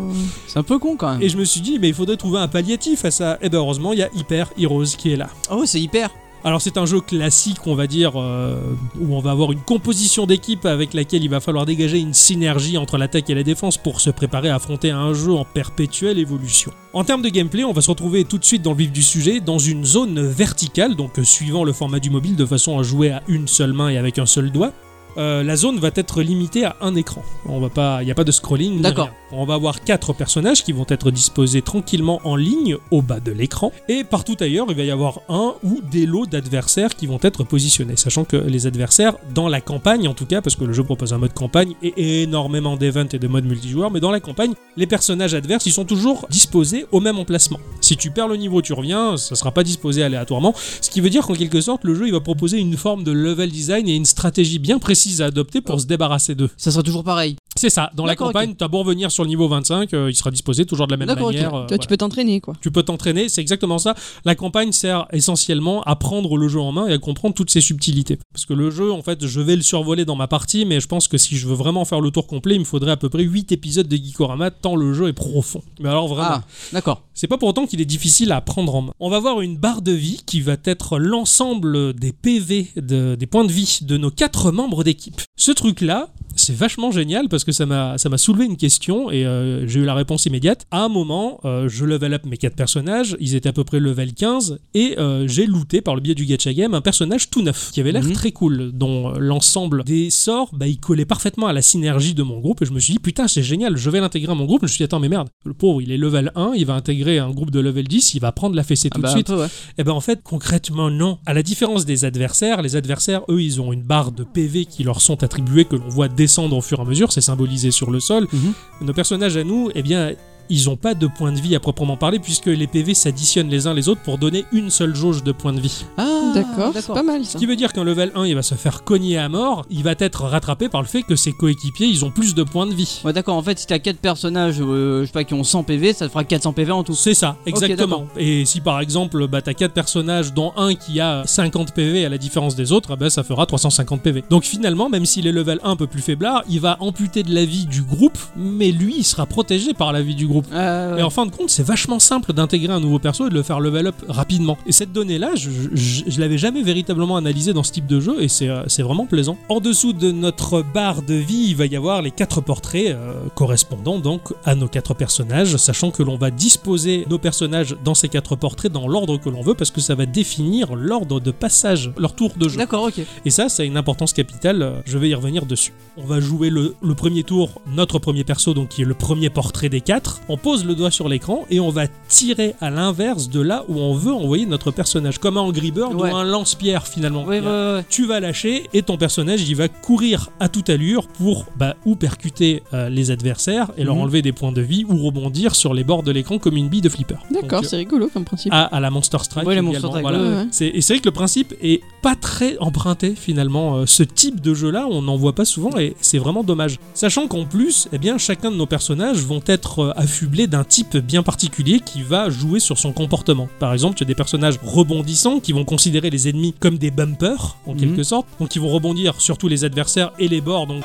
Speaker 3: C'est un peu con quand même.
Speaker 1: Et je me suis dit, mais il faudrait trouver un palliatif à ça. Et ben, heureusement, il y a Hyper Heroes qui est là.
Speaker 3: Oh, c'est hyper.
Speaker 1: Alors c'est un jeu classique, on va dire, euh, où on va avoir une composition d'équipe avec laquelle il va falloir dégager une synergie entre l'attaque et la défense pour se préparer à affronter un jeu en perpétuelle évolution. En termes de gameplay, on va se retrouver tout de suite dans le vif du sujet, dans une zone verticale, donc euh, suivant le format du mobile de façon à jouer à une seule main et avec un seul doigt. Euh, la zone va être limitée à un écran. On va pas, il n'y a pas de scrolling. ni
Speaker 3: D'accord.
Speaker 1: rien. On va avoir quatre personnages qui vont être disposés tranquillement en ligne au bas de l'écran, et partout ailleurs, il va y avoir un ou des lots d'adversaires qui vont être positionnés, sachant que les adversaires dans la campagne, en tout cas, parce que le jeu propose un mode campagne et énormément d'events et de modes multijoueurs, mais dans la campagne, les personnages adverses, ils sont toujours disposés au même emplacement. Si tu perds le niveau, tu reviens, ça sera pas disposé aléatoirement, ce qui veut dire qu'en quelque sorte, le jeu, il va proposer une forme de level design et une stratégie bien précise à adopter pour se débarrasser d'eux.
Speaker 3: Ça sera toujours pareil.
Speaker 1: C'est ça, dans la
Speaker 3: D'accord,
Speaker 1: campagne, t'as beau revenir sur le niveau 25, euh, il sera disposé toujours de la même
Speaker 3: D'accord, ok.
Speaker 1: manière. euh,
Speaker 2: Toi,
Speaker 1: voilà.
Speaker 2: tu peux t'entraîner, quoi.
Speaker 1: Tu peux t'entraîner, c'est exactement ça. La campagne sert essentiellement à prendre le jeu en main et à comprendre toutes ses subtilités. Parce que le jeu, en fait, je vais le survoler dans ma partie, mais je pense que si je veux vraiment faire le tour complet, il me faudrait à peu près 8 épisodes de Geekorama, tant le jeu est profond. Mais alors vraiment.
Speaker 3: Ah, d'accord.
Speaker 1: C'est pas pour autant qu'il est difficile à prendre en main. On va voir une barre de vie qui va être l'ensemble des PV, de- des points de vie de nos quatre membres d'équipe. Ce truc-là, c'est vachement génial parce que ça m'a ça m'a soulevé une question et euh, j'ai eu la réponse immédiate. À un moment, euh, je level up mes quatre personnages, ils étaient à peu près level 15 et euh, j'ai looté par le biais du gacha game un personnage tout neuf qui avait l'air
Speaker 3: Mhm.
Speaker 1: très cool dont euh, l'ensemble des sorts, bah, il collait parfaitement à la synergie de mon groupe et je me suis dit putain c'est génial, je vais l'intégrer à mon groupe. Je me suis dit attends mais merde, le pauvre il est level 1, il va intégrer un groupe de level 10, il va prendre la fessée
Speaker 3: Ah
Speaker 1: tout
Speaker 3: bah,
Speaker 1: de
Speaker 3: un
Speaker 1: suite.
Speaker 3: peu, ouais.
Speaker 1: Eh ben en fait, concrètement, non. À la différence des adversaires, les adversaires, eux, ils ont une barre de PV qui leur sont attribuées, que l'on voit descendre au fur et à mesure, c'est symbolisé sur le sol.
Speaker 3: Mhm.
Speaker 1: Nos personnages à nous, eh bien, ils n'ont pas de points de vie à proprement parler, puisque les PV s'additionnent les uns les autres pour donner une seule jauge de points de vie.
Speaker 3: Ah,
Speaker 2: D'accord, c'est pas mal,
Speaker 1: Ce
Speaker 2: ça.
Speaker 1: qui veut dire qu'un level 1, il va se faire cogner à mort, il va être rattrapé par le fait que ses coéquipiers, ils ont plus de points de vie.
Speaker 3: Ouais, d'accord. En fait, si t'as 4 personnages, euh, je sais pas, qui ont 100 PV, ça te fera 400 PV en tout.
Speaker 1: C'est ça, exactement.
Speaker 3: d'accord.
Speaker 1: et si par exemple, bah, t'as 4 personnages, dont un qui a 50 PV à la différence des autres, ah bah, ça fera 350 PV. Donc finalement, même s'il est level 1 un peu plus faiblard, il va amputer de la vie du groupe, mais lui, il sera protégé par la vie du groupe.
Speaker 3: Ah, ouais.
Speaker 1: Et en fin de compte, c'est vachement simple d'intégrer un nouveau perso et de le faire level up rapidement. Et cette donnée-là, je, je, je l'avais jamais véritablement analysée dans ce type de jeu et c'est euh, c'est vraiment plaisant. En dessous de notre barre de vie, il va y avoir les quatre portraits euh, correspondant donc à nos quatre personnages, sachant que l'on va disposer nos personnages dans ces quatre portraits dans l'ordre que l'on veut parce que ça va définir l'ordre de passage, leur tour de jeu.
Speaker 3: D'accord, ok.
Speaker 1: Et ça, ça a une importance capitale, euh, je vais y revenir dessus. On va jouer le, le premier tour, notre premier perso, donc qui est le premier portrait des quatre. On pose le doigt sur l'écran et on va tirer à l'inverse de là où on veut envoyer notre personnage, comme un Angry Bird
Speaker 3: Ouais.
Speaker 1: ou un lance-pierre finalement.
Speaker 3: Ouais, ouais, ouais.
Speaker 1: Tu vas lâcher et ton personnage il va courir à toute allure pour bah, ou percuter euh, les adversaires et leur
Speaker 3: Mhm.
Speaker 1: enlever des points de vie ou rebondir sur les bords de l'écran comme une bille de flipper.
Speaker 2: D'accord,
Speaker 1: Donc,
Speaker 2: c'est rigolo comme principe.
Speaker 1: Ah, à, à la Monster Strike.
Speaker 3: Ouais, la Monster
Speaker 1: également,
Speaker 3: Strike,
Speaker 1: voilà.
Speaker 2: Ouais, ouais.
Speaker 1: C'est- Et c'est vrai que le principe est pas très emprunté finalement. Euh, ce type de jeu-là, on n'en voit pas souvent et c'est vraiment dommage. Sachant qu'en plus, eh bien, chacun de nos personnages vont être euh, affublés d'un type bien particulier qui va jouer sur son comportement. Par exemple, tu as des personnages rebondissants qui vont considérer les ennemis comme des bumpers en
Speaker 3: Mhm.
Speaker 1: quelque sorte, donc ils vont rebondir sur tous les adversaires et les bords. Donc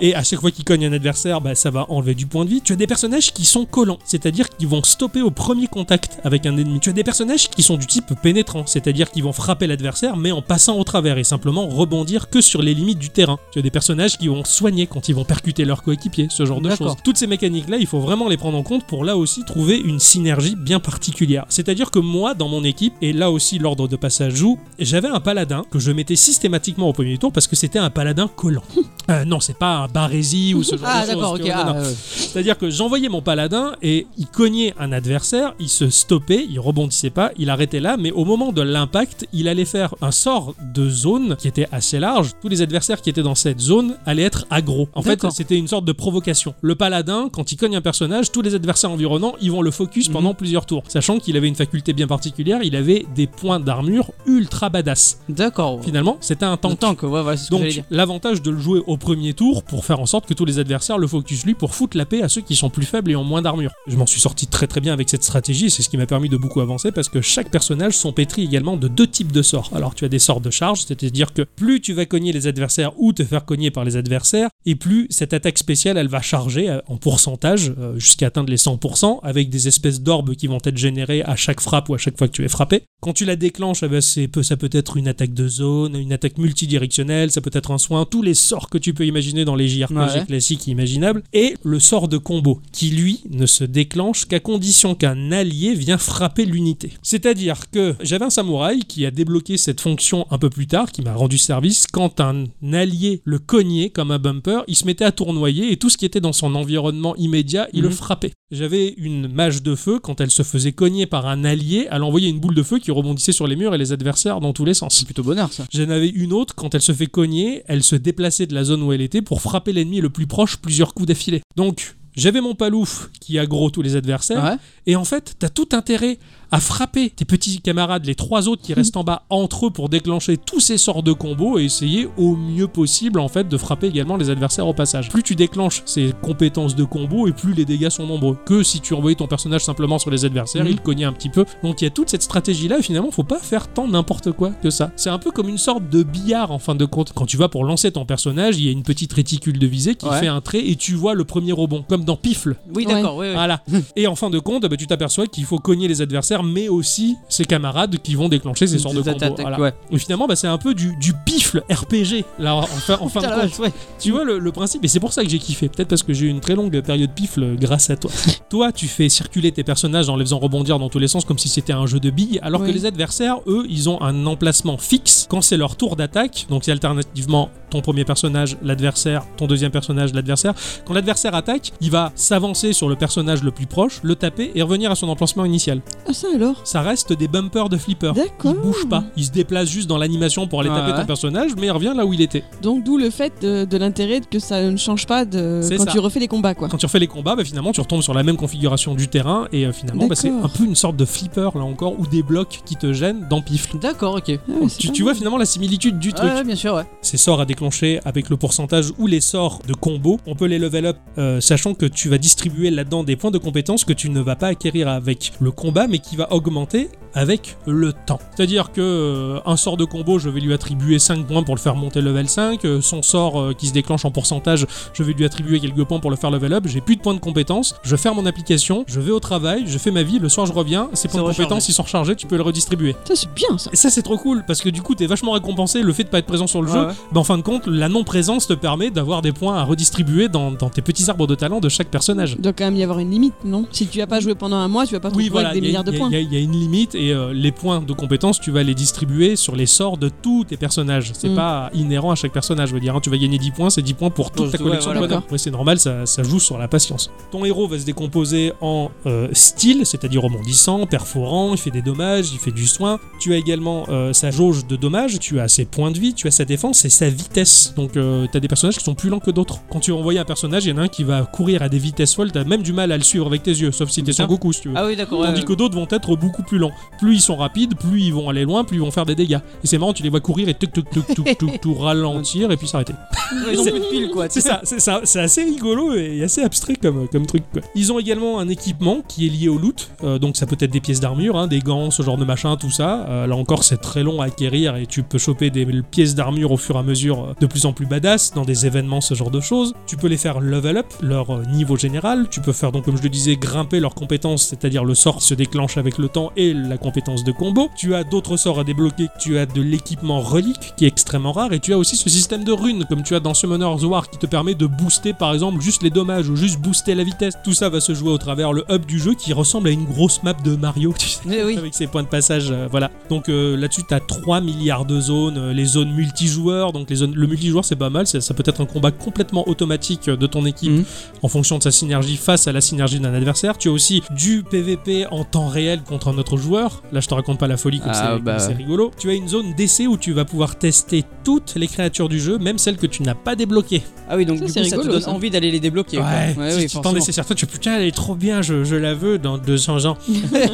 Speaker 1: et à chaque fois qu'il cogne un adversaire, bah, ça va enlever du point de vie. Tu as des personnages qui sont collants, c'est-à-dire qu'ils vont stopper au premier contact avec un ennemi. Tu as des personnages qui sont du type pénétrant, c'est-à-dire qu'ils vont frapper l'adversaire mais en passant au travers et simplement rebondir que sur les limites du terrain. Tu as des personnages qui vont soigner quand ils vont percuter leur coéquipier, ce genre de
Speaker 3: D'accord.
Speaker 1: choses. Toutes ces mécaniques-là, il faut vraiment les prendre en compte pour là aussi trouver une synergie bien particulière. C'est-à-dire que moi, dans mon équipe, et là aussi l'ordre de passage joue, j'avais un paladin que je mettais systématiquement au premier tour parce que c'était un paladin collant. Euh, non, c'est pas un barésie ou
Speaker 3: [LAUGHS]
Speaker 1: ce genre
Speaker 3: Ah,
Speaker 1: de choses.
Speaker 3: d'accord,
Speaker 1: tu
Speaker 3: ok.
Speaker 1: vois, non,
Speaker 3: Ah,
Speaker 1: non.
Speaker 3: ouais.
Speaker 1: C'est-à-dire que j'envoyais mon paladin et il cognait un adversaire, il se stoppait, il rebondissait pas, il arrêtait là, mais au moment de l'impact, il allait faire un sort de zone qui était assez large. Tous les adversaires qui étaient dans cette zone allaient être aggro. En fait,
Speaker 3: D'accord.
Speaker 1: c'était une sorte de provocation. Le paladin, quand il cogne un personnage, tous les adversaires environnants, ils vont le focus
Speaker 3: Mhm.
Speaker 1: pendant plusieurs tours. Sachant qu'il avait une faculté bien particulière, il avait des points d'armure ultra badass.
Speaker 3: D'accord.
Speaker 1: Finalement, c'était un
Speaker 3: En
Speaker 1: tank.
Speaker 3: tant que, ouais, voilà, c'est ce que j'allais
Speaker 1: Donc
Speaker 3: dire.
Speaker 1: l'avantage de le jouer au premier tour pour faire en sorte que tous les adversaires le focus lui pour foutre la paix à ceux qui sont plus faibles et ont moins d'armure. Je m'en suis sorti très très bien avec cette stratégie, et c'est ce qui m'a permis de beaucoup avancer parce que chaque personnage sont pétris également de deux types de sorts. Alors tu as des sorts de charge, c'est-à-dire que plus tu vas cogner les adversaires ou te faire cogner par les adversaires, et plus cette attaque spéciale elle va charger euh, en pourcentage euh, jusqu'à atteindre les 100% avec des espèces d'orbes qui vont être générées à chaque frappe ou à chaque fois que tu es frappé. Quand tu la déclenches, eh ben, c'est peu- ça peut être une attaque de zone, une attaque multidirectionnelle, ça peut être un soin, tous les sorts que tu peux imaginer dans les JRPG
Speaker 3: Ouais.
Speaker 1: classiques imaginables, et le sort de combo, qui lui ne se déclenche qu'à condition qu'un allié vient frapper l'unité. C'est-à-dire que j'avais un samouraï qui a débloqué cette fonction un peu plus tard, qui m'a rendu service, quand un allié le cognait comme un bumper, il se mettait à tournoyer et tout ce qui était dans son environnement immédiat, il le
Speaker 3: Mhm.
Speaker 1: frappait. J'avais une mage de feu, quand elle se faisait cogner par un allié, elle envoyait une boule de feu qui rebondissait sur les murs et les adversaires dans tous les sens.
Speaker 3: C'est plutôt bonheur, ça.
Speaker 1: J'en avais une autre, quand elle se fait cogner, elle se déplaçait de la zone où elle était pour frapper l'ennemi le plus proche plusieurs coups d'affilée. Donc, j'avais mon palouf qui aggro tous les adversaires,
Speaker 3: Ouais.
Speaker 1: et en fait, t'as tout intérêt à frapper tes petits camarades, les trois autres
Speaker 3: Mhm.
Speaker 1: qui restent en bas, entre eux pour déclencher tous ces sorts de combos et essayer au mieux possible, en fait, de frapper également les adversaires au passage. Plus tu déclenches ces compétences de combo et plus les dégâts sont nombreux. Que si tu envoyais ton personnage simplement sur les adversaires,
Speaker 3: Mhm.
Speaker 1: il cognait un petit peu. Donc il y a toute cette stratégie-là, et finalement, faut pas faire tant n'importe quoi que ça. C'est un peu comme une sorte de billard, en fin de compte. Quand tu vas pour lancer ton personnage, il y a une petite réticule de visée qui
Speaker 3: Ouais.
Speaker 1: fait un trait et tu vois le premier rebond, comme dans Pifle.
Speaker 3: Oui,
Speaker 2: Ouais.
Speaker 3: d'accord, ouais, Ah, ouais.
Speaker 1: [LAUGHS] Voilà. Et en fin de compte, bah, tu t'aperçois qu'il faut cogner les adversaires, mais aussi ses camarades qui vont déclencher ces sorts de
Speaker 3: Des
Speaker 1: combos.
Speaker 3: attaques,
Speaker 1: Voilà.
Speaker 3: ouais.
Speaker 1: Et finalement, bah, c'est un peu du, du pifle RPG, là, en, fin, en fin de
Speaker 3: Putain, la
Speaker 1: compte.
Speaker 3: vache, ouais.
Speaker 1: Tu vois le, le principe, et c'est pour ça que j'ai kiffé. Peut-être parce que j'ai eu une très longue période pifle grâce
Speaker 2: [LAUGHS]
Speaker 1: à toi. toi, tu fais circuler tes personnages en les faisant rebondir dans tous les sens comme si c'était un jeu de billes, alors
Speaker 2: Oui.
Speaker 1: que les adversaires, eux, ils ont un emplacement fixe quand c'est leur tour d'attaque. Donc c'est alternativement ton premier personnage, l'adversaire, ton deuxième personnage, l'adversaire. Quand l'adversaire attaque, il va s'avancer sur le personnage le plus proche, le taper et revenir à son emplacement initial.
Speaker 2: Ah, ça alors
Speaker 1: Ça reste des bumpers de flipper.
Speaker 2: D'accord.
Speaker 1: Il bouge pas, il se déplace juste dans l'animation pour aller
Speaker 3: Ouais,
Speaker 1: taper
Speaker 3: ouais.
Speaker 1: ton personnage, mais il revient là où il était.
Speaker 2: Donc d'où le fait de, de l'intérêt que ça ne change pas de
Speaker 1: C'est
Speaker 2: quand
Speaker 1: ça.
Speaker 2: tu refais les combats quoi.
Speaker 1: Quand tu refais les combats, bah, finalement, tu retombes sur la même configuration du terrain et euh, finalement, bah, c'est
Speaker 2: D'accord.
Speaker 1: un peu une sorte de flipper là encore ou des blocs qui te gênent dans pifle.
Speaker 3: D'accord, ok.
Speaker 2: Ah ouais, c'est
Speaker 1: Tu,
Speaker 2: pas
Speaker 1: tu
Speaker 2: mal.
Speaker 1: vois finalement la similitude du truc.
Speaker 3: Ouais, bien sûr, ouais.
Speaker 1: Ces sorts à déclencher avec le pourcentage ou les sorts de combo, on peut les level up, euh, sachant que tu vas distribuer là-dedans des points de compétences que tu ne vas pas acquérir avec le combat, mais qui qui va augmenter avec le temps. C'est-à-dire que euh, un sort de combo, je vais lui attribuer 5 points pour le faire monter level 5, euh, son sort euh, qui se déclenche en pourcentage, je vais lui attribuer quelques points pour le faire level up, j'ai plus de points de compétence, je ferme mon application, je vais au travail, je fais ma vie, le soir je reviens, ces points de
Speaker 5: rechargé.
Speaker 1: compétence ils sont rechargés, tu peux le redistribuer.
Speaker 2: Ça, c'est bien ça.
Speaker 1: Et ça c'est trop cool parce que du coup t'es vachement récompensé, le fait de pas être présent sur le
Speaker 3: Ouais,
Speaker 1: jeu,
Speaker 3: ouais.
Speaker 1: bah, en fin de compte la non-présence te permet d'avoir des points à redistribuer dans, dans tes petits arbres de talent de chaque personnage.
Speaker 2: Il doit quand même y avoir une limite, non Si tu as pas joué pendant un mois, tu vas pas te
Speaker 1: Oui,
Speaker 2: retrouver
Speaker 1: voilà,
Speaker 2: avec des
Speaker 1: il y, a-
Speaker 2: milliards de
Speaker 1: il y a-
Speaker 2: points.
Speaker 1: il y a- il y a une limite et euh, les points de compétence, tu vas les distribuer sur les sorts de tous tes personnages. C'est
Speaker 2: Mm.
Speaker 1: pas inhérent à chaque personnage, je veux dire. hein. Tu vas gagner 10 points, c'est 10 points pour toute
Speaker 5: Ouais,
Speaker 1: ta collection
Speaker 5: voilà.
Speaker 1: de bonhommes. Ouais, c'est normal, ça, ça joue sur la patience. Ton héros va se décomposer en euh, style, c'est-à-dire rebondissant, perforant, il fait des dommages, il fait du soin. Tu as également euh, sa jauge de dommages, tu as ses points de vie, tu as sa défense et sa vitesse. Donc euh, tu as des personnages qui sont plus lents que d'autres. Quand tu envoies un personnage, il y en a un qui va courir à des vitesses folles, t'as même du mal à le suivre avec tes yeux, sauf si t'es
Speaker 5: Putain.
Speaker 1: son Goku, si tu veux.
Speaker 5: Ah oui, d'accord. ouais,
Speaker 1: Tandis
Speaker 5: ouais.
Speaker 1: que d'autres vont être beaucoup plus lents. Plus ils sont rapides, plus ils vont aller loin, plus ils vont faire des dégâts. Et c'est marrant, tu les vois courir et tuk tuk tuk tuk tuk [LAUGHS] tout ralentir et puis s'arrêter.
Speaker 3: Ah
Speaker 5: Ils ont plus de piles, quoi.
Speaker 1: C'est ça, c'est ça, c'est assez rigolo et assez abstrait comme, comme truc. quoi. Ils ont également un équipement qui est lié au loot, euh, donc ça peut être des pièces d'armure, hein, des gants, ce genre de machin, tout ça. Euh, là encore, c'est très long à acquérir et tu peux choper des pièces d'armure au fur et à mesure euh, de plus en plus badass dans des événements, ce genre de choses. Tu peux les faire level up, leur euh, niveau général. Tu peux faire donc, comme je le disais, grimper leurs compétences, c'est-à-dire le sort qui se déclenche avec le temps et la compétence de combo. Tu as d'autres sorts à débloquer, tu as de l'équipement relique qui est extrêmement rare et tu as aussi ce système de runes comme tu as dans Summoner's War qui te permet de booster par exemple juste les dommages ou juste booster la vitesse. Tout ça va se jouer au travers le hub du jeu qui ressemble à une grosse map de Mario,
Speaker 3: [LAUGHS]
Speaker 1: tu sais
Speaker 5: Mais oui.
Speaker 1: avec ses points de passage. euh, voilà. Donc euh, là-dessus, t'as 3 milliards de zones, euh, les zones multijoueurs. Donc les zones, le multijoueur, c'est pas mal. Ça, ça peut être un combat complètement automatique euh, de ton équipe
Speaker 3: Mhm.
Speaker 1: en fonction de sa synergie face à la synergie d'un adversaire. Tu as aussi du PVP en temps réel contre un autre joueur. Là, je te raconte pas la folie comme
Speaker 3: Ah,
Speaker 1: c'est- comme
Speaker 3: bah.
Speaker 1: c'est rigolo. Tu as une zone d'essai où tu vas pouvoir tester toutes les créatures du jeu, même celles que tu n'as pas débloquées.
Speaker 3: Ah oui, donc
Speaker 2: Ça,
Speaker 3: du coup,
Speaker 2: c'est
Speaker 3: ça te
Speaker 2: rigolo,
Speaker 3: donne
Speaker 2: ça.
Speaker 3: envie d'aller les débloquer. quoi.
Speaker 1: Ouais,
Speaker 3: Ouais,
Speaker 1: si
Speaker 3: oui,
Speaker 1: tu t'en
Speaker 3: forcément.
Speaker 1: laissais certains, tu putain, elle est trop bien, je, je la veux dans 200
Speaker 3: [LAUGHS]
Speaker 1: ans.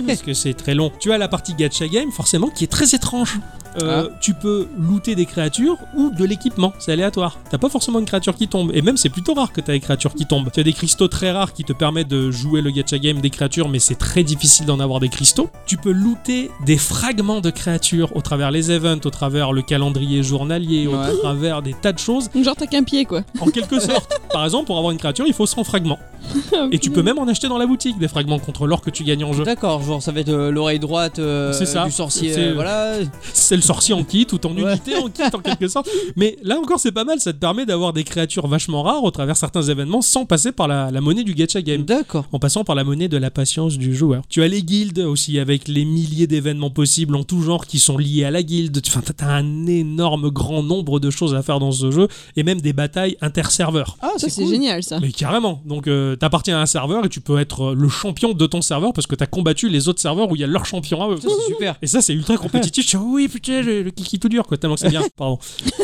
Speaker 1: Parce que c'est très long. Tu as la partie gacha game, forcément, qui est très étrange. Euh,
Speaker 3: Ah.
Speaker 1: Tu peux looter des créatures ou de l'équipement, c'est aléatoire. T'as pas forcément une créature qui tombe, et même c'est plutôt rare que t'as des créatures qui tombent. Tu as des cristaux très rares qui te permettent de jouer le gacha game des créatures, mais c'est très difficile d'en avoir des cristaux. Tu peux looter des fragments de créatures au travers les events, au travers le calendrier journalier,
Speaker 3: Ouais.
Speaker 1: au travers des tas de choses
Speaker 2: Donc, genre, t'as qu'un pied quoi.
Speaker 1: en quelque sorte.
Speaker 3: [LAUGHS]
Speaker 1: Par exemple, pour avoir une créature, il faut 100 fragments. [LAUGHS] Et tu peux même en acheter dans la boutique des fragments contre l'or que tu gagnes en jeu.
Speaker 3: D'accord, genre ça va être euh, l'oreille droite euh,
Speaker 1: C'est ça.
Speaker 3: du sorcier.
Speaker 1: C'est-
Speaker 3: euh, voilà.
Speaker 1: C'est le sorcier en kit ou ton
Speaker 3: Ouais.
Speaker 1: unité en kit en quelque sorte. Mais là encore, c'est pas mal. Ça te permet d'avoir des créatures vachement rares au travers certains événements sans passer par la, la monnaie du gacha game.
Speaker 3: D'accord.
Speaker 1: En passant par la monnaie de la patience du joueur. Tu as les guildes aussi, avec les milliers d'événements possibles en tout genre qui sont liés à la guilde. Enfin, t'as t'as un énorme grand nombre de choses à faire dans ce jeu, et même des batailles interserveurs.
Speaker 3: Ah,
Speaker 2: [LAUGHS] Ça, c'est
Speaker 3: cool.
Speaker 2: génial
Speaker 1: [LAUGHS]
Speaker 2: ça.
Speaker 1: Mais carrément. Donc, euh, t'appartiens à un serveur et tu peux être euh, le champion de ton serveur parce que t'as combattu les autres serveurs où il y a leur champion à eux.
Speaker 3: Ça, c'est super.
Speaker 1: [LAUGHS] Et ça, c'est ultra compétitif. Je suis, oui, putain, le, le kiki tout dur, quoi, tellement que c'est bien. Pardon. [LAUGHS]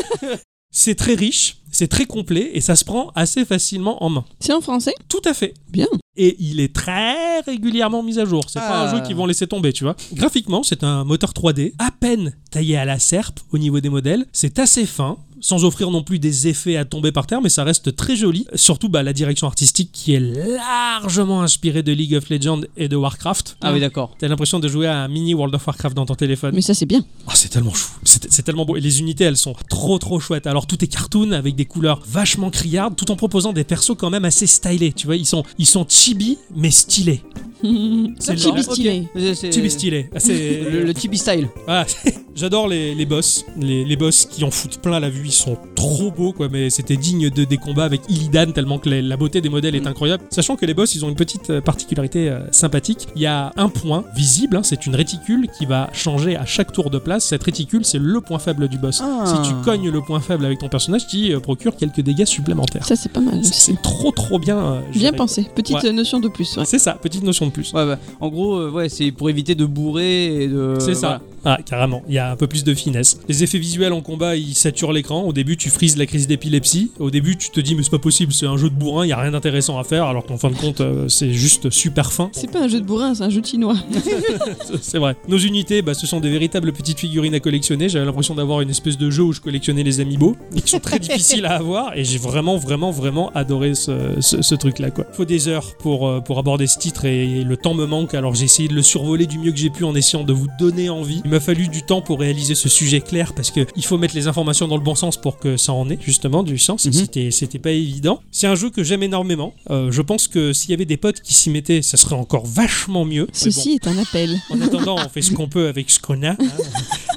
Speaker 1: c'est très riche, c'est très complet et ça se prend assez facilement en main.
Speaker 2: C'est en français
Speaker 1: Tout à fait.
Speaker 2: Bien.
Speaker 1: Et il est très régulièrement mis à jour. C'est pas
Speaker 3: Ah.
Speaker 1: un jeu qu'ils vont laisser tomber, tu vois. Graphiquement, c'est un moteur 3D à peine taillé à la serpe au niveau des modèles. C'est assez fin. Sans offrir non plus des effets à tomber par terre, mais ça reste très joli. Surtout bah, la direction artistique qui est largement inspirée de League of Legends et de Warcraft.
Speaker 3: Ah oui, d'accord.
Speaker 1: T'as l'impression de jouer à un mini World of Warcraft dans ton téléphone.
Speaker 2: Mais ça, c'est bien.
Speaker 1: Ah, c'est tellement chou, c'est c'est tellement beau. Et les unités, elles sont trop trop chouettes. Alors tout est cartoon avec des couleurs vachement criardes, tout en proposant des persos quand même assez stylés. Tu vois, ils sont ils sont chibi mais stylés. C'est
Speaker 2: Chibi
Speaker 1: le-
Speaker 2: stylé.
Speaker 3: C'est- c'est-
Speaker 1: Chibi stylés. Ah, c'est-
Speaker 3: Le, le Tibi style.
Speaker 1: Ah, [LAUGHS] J'adore les, les boss, les, les boss qui en foutent plein la vue, ils sont trop beaux quoi, mais c'était digne de, des combats avec Illidan tellement que la, la beauté des modèles est
Speaker 2: Mm.
Speaker 1: incroyable. Sachant que les boss, ils ont une petite euh, particularité euh, sympathique, il y a un point visible, hein, c'est une réticule qui va changer à chaque tour de place, cette réticule c'est le point faible du boss.
Speaker 3: Ah.
Speaker 1: Si tu cognes le point faible avec ton personnage, tu euh, procures quelques dégâts supplémentaires.
Speaker 2: Ça, c'est pas mal.
Speaker 1: C'est trop trop bien. euh,
Speaker 2: Bien
Speaker 1: géré.
Speaker 2: pensé. Petite
Speaker 1: Ouais.
Speaker 2: euh, notion de plus. ouais.
Speaker 1: C'est ça, petite notion de plus.
Speaker 3: Ouais, bah, en gros, euh, ouais, c'est pour éviter de bourrer et de.
Speaker 1: C'est ça. Ah, carrément, il y a un peu plus de finesse. Les effets visuels en combat, ils saturent l'écran. Au début, tu frises la crise d'épilepsie. Au début, tu te dis, mais c'est pas possible, c'est un jeu de bourrin, il y a rien d'intéressant à faire, alors qu'en fin de compte, euh, c'est juste super fin.
Speaker 2: C'est pas un jeu de bourrin, c'est un jeu de chinois.
Speaker 1: [LAUGHS] C'est vrai. Nos unités, bah, ce sont des véritables petites figurines à collectionner. J'avais l'impression d'avoir une espèce de jeu où je collectionnais les amiibo. Ils sont très [LAUGHS] difficiles à avoir et j'ai vraiment, vraiment, vraiment adoré ce, ce- ce truc-là. Quoi. Faut des heures pour, euh, pour aborder ce titre et le temps me manque, alors j'ai essayé de le survoler du mieux que j'ai pu en essayant de vous donner envie. Il m'a fallu du temps pour réaliser ce sujet clair parce que il faut mettre les informations dans le bon sens pour que ça en ait justement du sens.
Speaker 3: Mhm.
Speaker 1: C'était, c'était pas évident. C'est un jeu que j'aime énormément. Euh, je pense que s'il y avait des potes qui s'y mettaient, ça serait encore vachement mieux. Mais bon.
Speaker 2: Ceci est un appel.
Speaker 1: En attendant, on fait ce qu'on peut avec ce qu'on a. hein.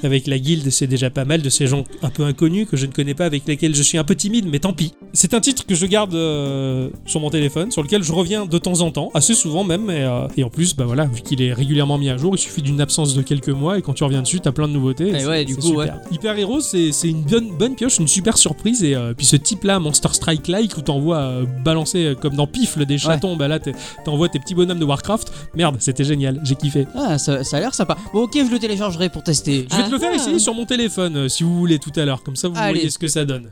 Speaker 1: Avec la guilde, c'est déjà pas mal de ces gens un peu inconnus que je ne connais pas, avec lesquels je suis un peu timide, mais tant pis. C'est un titre que je garde euh, sur mon téléphone, sur lequel je reviens de temps en temps, assez souvent même, et, euh, et en plus, bah voilà, vu qu'il est régulièrement mis à jour, il suffit d'une absence de quelques mois, et quand tu reviens dessus, t'as plein de nouveautés.
Speaker 3: Eh
Speaker 1: c'est-
Speaker 3: ouais, du
Speaker 1: c'est
Speaker 3: coup,
Speaker 1: super.
Speaker 3: ouais.
Speaker 1: Hyper Hero, c'est c'est une bonne, bonne pioche, une super surprise, et euh, puis ce type-là, Monster Strike-like, où t'envoies euh, balancer euh, comme dans Pifle des chatons, bah là, t'es- t'envoies tes petits bonhommes de Warcraft, merde, c'était génial, j'ai kiffé.
Speaker 3: Ah, ça, ça a l'air sympa. Bon, ok, je le téléchargerai pour tester.
Speaker 1: Je vais te le faire
Speaker 2: Ah.
Speaker 1: essayer sur mon téléphone euh, si vous voulez tout à l'heure, comme ça vous
Speaker 3: Allez.
Speaker 1: voyez ce que ça donne.